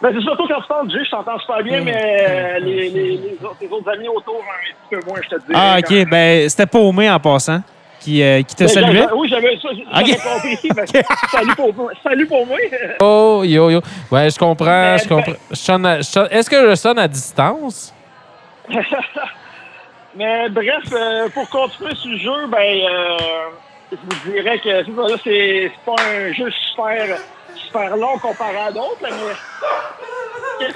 Speaker 6: Ben, c'est surtout quand tu parles, Jay, je t'entends super
Speaker 1: Hmm.
Speaker 6: bien, mais euh, les, les, les autres, les autres amis autour, un petit peu moins, je te dirais.
Speaker 1: Ah,
Speaker 6: quand-
Speaker 1: OK. Ben, c'était Paumé, en passant, qui, euh, qui te
Speaker 6: Ben,
Speaker 1: saluait.
Speaker 6: j'avais- Oui, j'avais ça. J'avais
Speaker 1: Ok.
Speaker 6: compris. Ben, salut, pour moi. salut pour moi.
Speaker 2: Oh, yo, yo. Ouais, je comprends,
Speaker 6: Mais-
Speaker 7: Ben,
Speaker 2: je comprends. Je sonne à- je sonne- Est-ce que je sonne à distance?
Speaker 6: Mais bref, euh, pour continuer sur le jeu, ben, euh, je vous dirais que c'est pas- c'est c'est pas un jeu super, super long comparé à d'autres, là, mais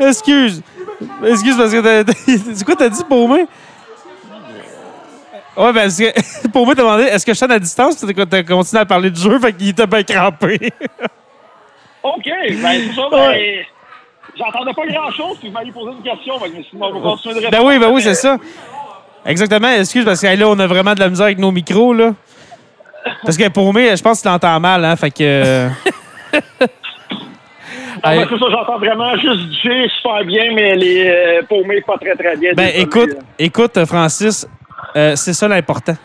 Speaker 1: Excuse. Excuse parce que t'as- t'as- c'est quoi t'as dit pour moi? Ouais, parce que pour moi, t'as demandé est-ce que je chante à distance? Puis T'as t'as continué à parler du jeu, fait qu'il était bien crampé.
Speaker 6: OK, ben c'est ça, ben, j'entendais pas grand-chose, puis vous m'avez posé une question, fait que je me suis dit, bon, on va continuer de
Speaker 1: Ben
Speaker 6: répondre.
Speaker 1: oui, ben oui, c'est ça. Exactement. Excuse parce que hey, là, on a vraiment de la misère avec nos micros, là. Parce que pour moi, je pense que tu l'entends mal, hein. Fait que. euh,
Speaker 6: Ah, ben,
Speaker 2: Hey.
Speaker 6: c'est ça, j'entends vraiment juste J super bien, mais les euh, paumés pas très très bien.
Speaker 1: Ben
Speaker 6: Désolé,
Speaker 1: écoute,
Speaker 6: là.
Speaker 1: écoute, Francis, euh, c'est ça l'important.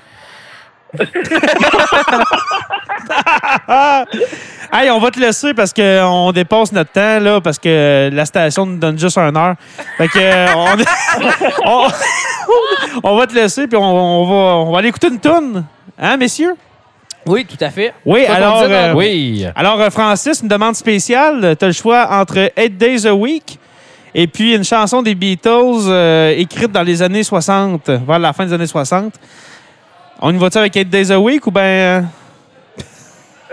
Speaker 1: hey, on va te laisser parce qu'on dépasse notre temps là, parce que la station nous donne juste un heure. Fait que euh, on, on- on va te laisser puis on, on va on va aller écouter une toune. Hein, messieurs?
Speaker 7: Oui, tout à fait.
Speaker 1: Oui,
Speaker 7: C'est ça qu'on
Speaker 1: alors,
Speaker 7: disait dans-
Speaker 1: euh,
Speaker 2: Oui.
Speaker 1: Alors, euh, Francis, une demande spéciale. Tu as le choix entre Eight Days a Week et puis une chanson des Beatles euh, écrite dans les années 60, vers la fin des années 60. On y va-tu avec Eight Days a Week ou ben. euh,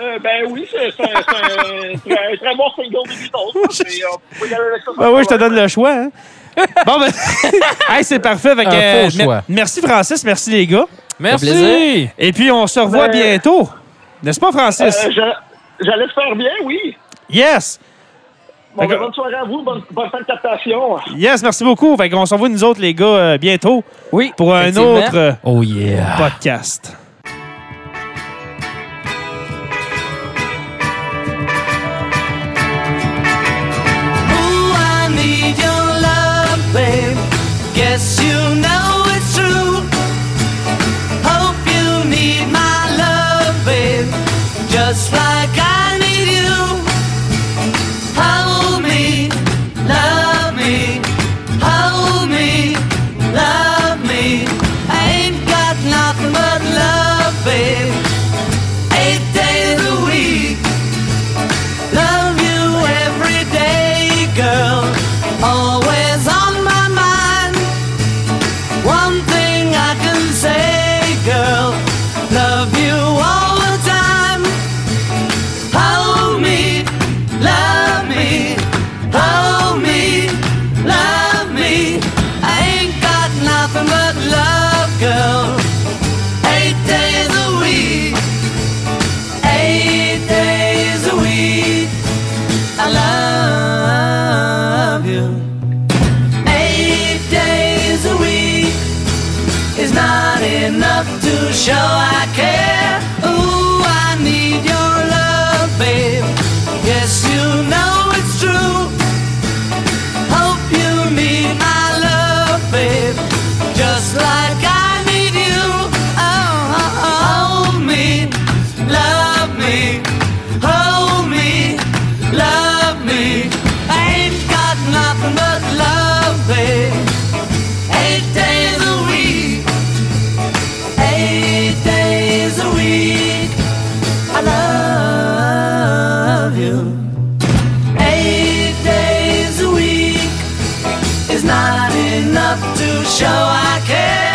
Speaker 6: Euh, ben oui, c'est c'est un, c'est un- c'est un très bon single des Beatles. mais, euh, on peut y aller avec ça,
Speaker 1: Ben oui, je te donne le choix. hein. Bon, ben. Hey, c'est parfait. Fait que,
Speaker 2: Un
Speaker 1: euh,
Speaker 2: faux
Speaker 1: mer-
Speaker 2: choix.
Speaker 1: Merci, Francis. Merci, les gars.
Speaker 2: Merci.
Speaker 7: plaisir.
Speaker 1: Et puis, on se revoit
Speaker 6: Ben-
Speaker 1: bientôt. N'est-ce pas,
Speaker 6: Euh,
Speaker 1: Francis?
Speaker 6: je- J'allais faire bien, oui.
Speaker 1: Yes!
Speaker 6: Bon, ben,
Speaker 1: D'accord.
Speaker 6: bonne soirée à vous, bonne, bonne fin de captation.
Speaker 1: Yes, merci beaucoup. Fait qu'on se revoit, nous autres, les gars, euh, bientôt
Speaker 7: Oui.
Speaker 1: pour un
Speaker 7: effectivement.
Speaker 1: autre euh,
Speaker 2: Oh yeah.
Speaker 1: podcast.
Speaker 3: Ooh, I need your love, babe. Guess you know it's true. Hope you need my love, babe. Just like I need you. Hold me, love me. Hold me, love me. I ain't got nothing but love, babe. Eight days a week. Love you every day, girl. Always on my mind. One thing I can say, girl. Love you all the time. Hold me, love me, hold me, love me. I ain't got nothing but love, girl. Eight days a week eight days a week. I love you. Eight days a week is not enough to show I care. Ooh, I need your love, babe. Yes, you know it's true. Hope you need my love, babe. Just like I need you. Oh, oh, oh. hold me, love me, hold me, love me. I ain't got nothing but love, babe. Eight days a week, eight days a week. I love you. Eight days a week is not enough to show I care.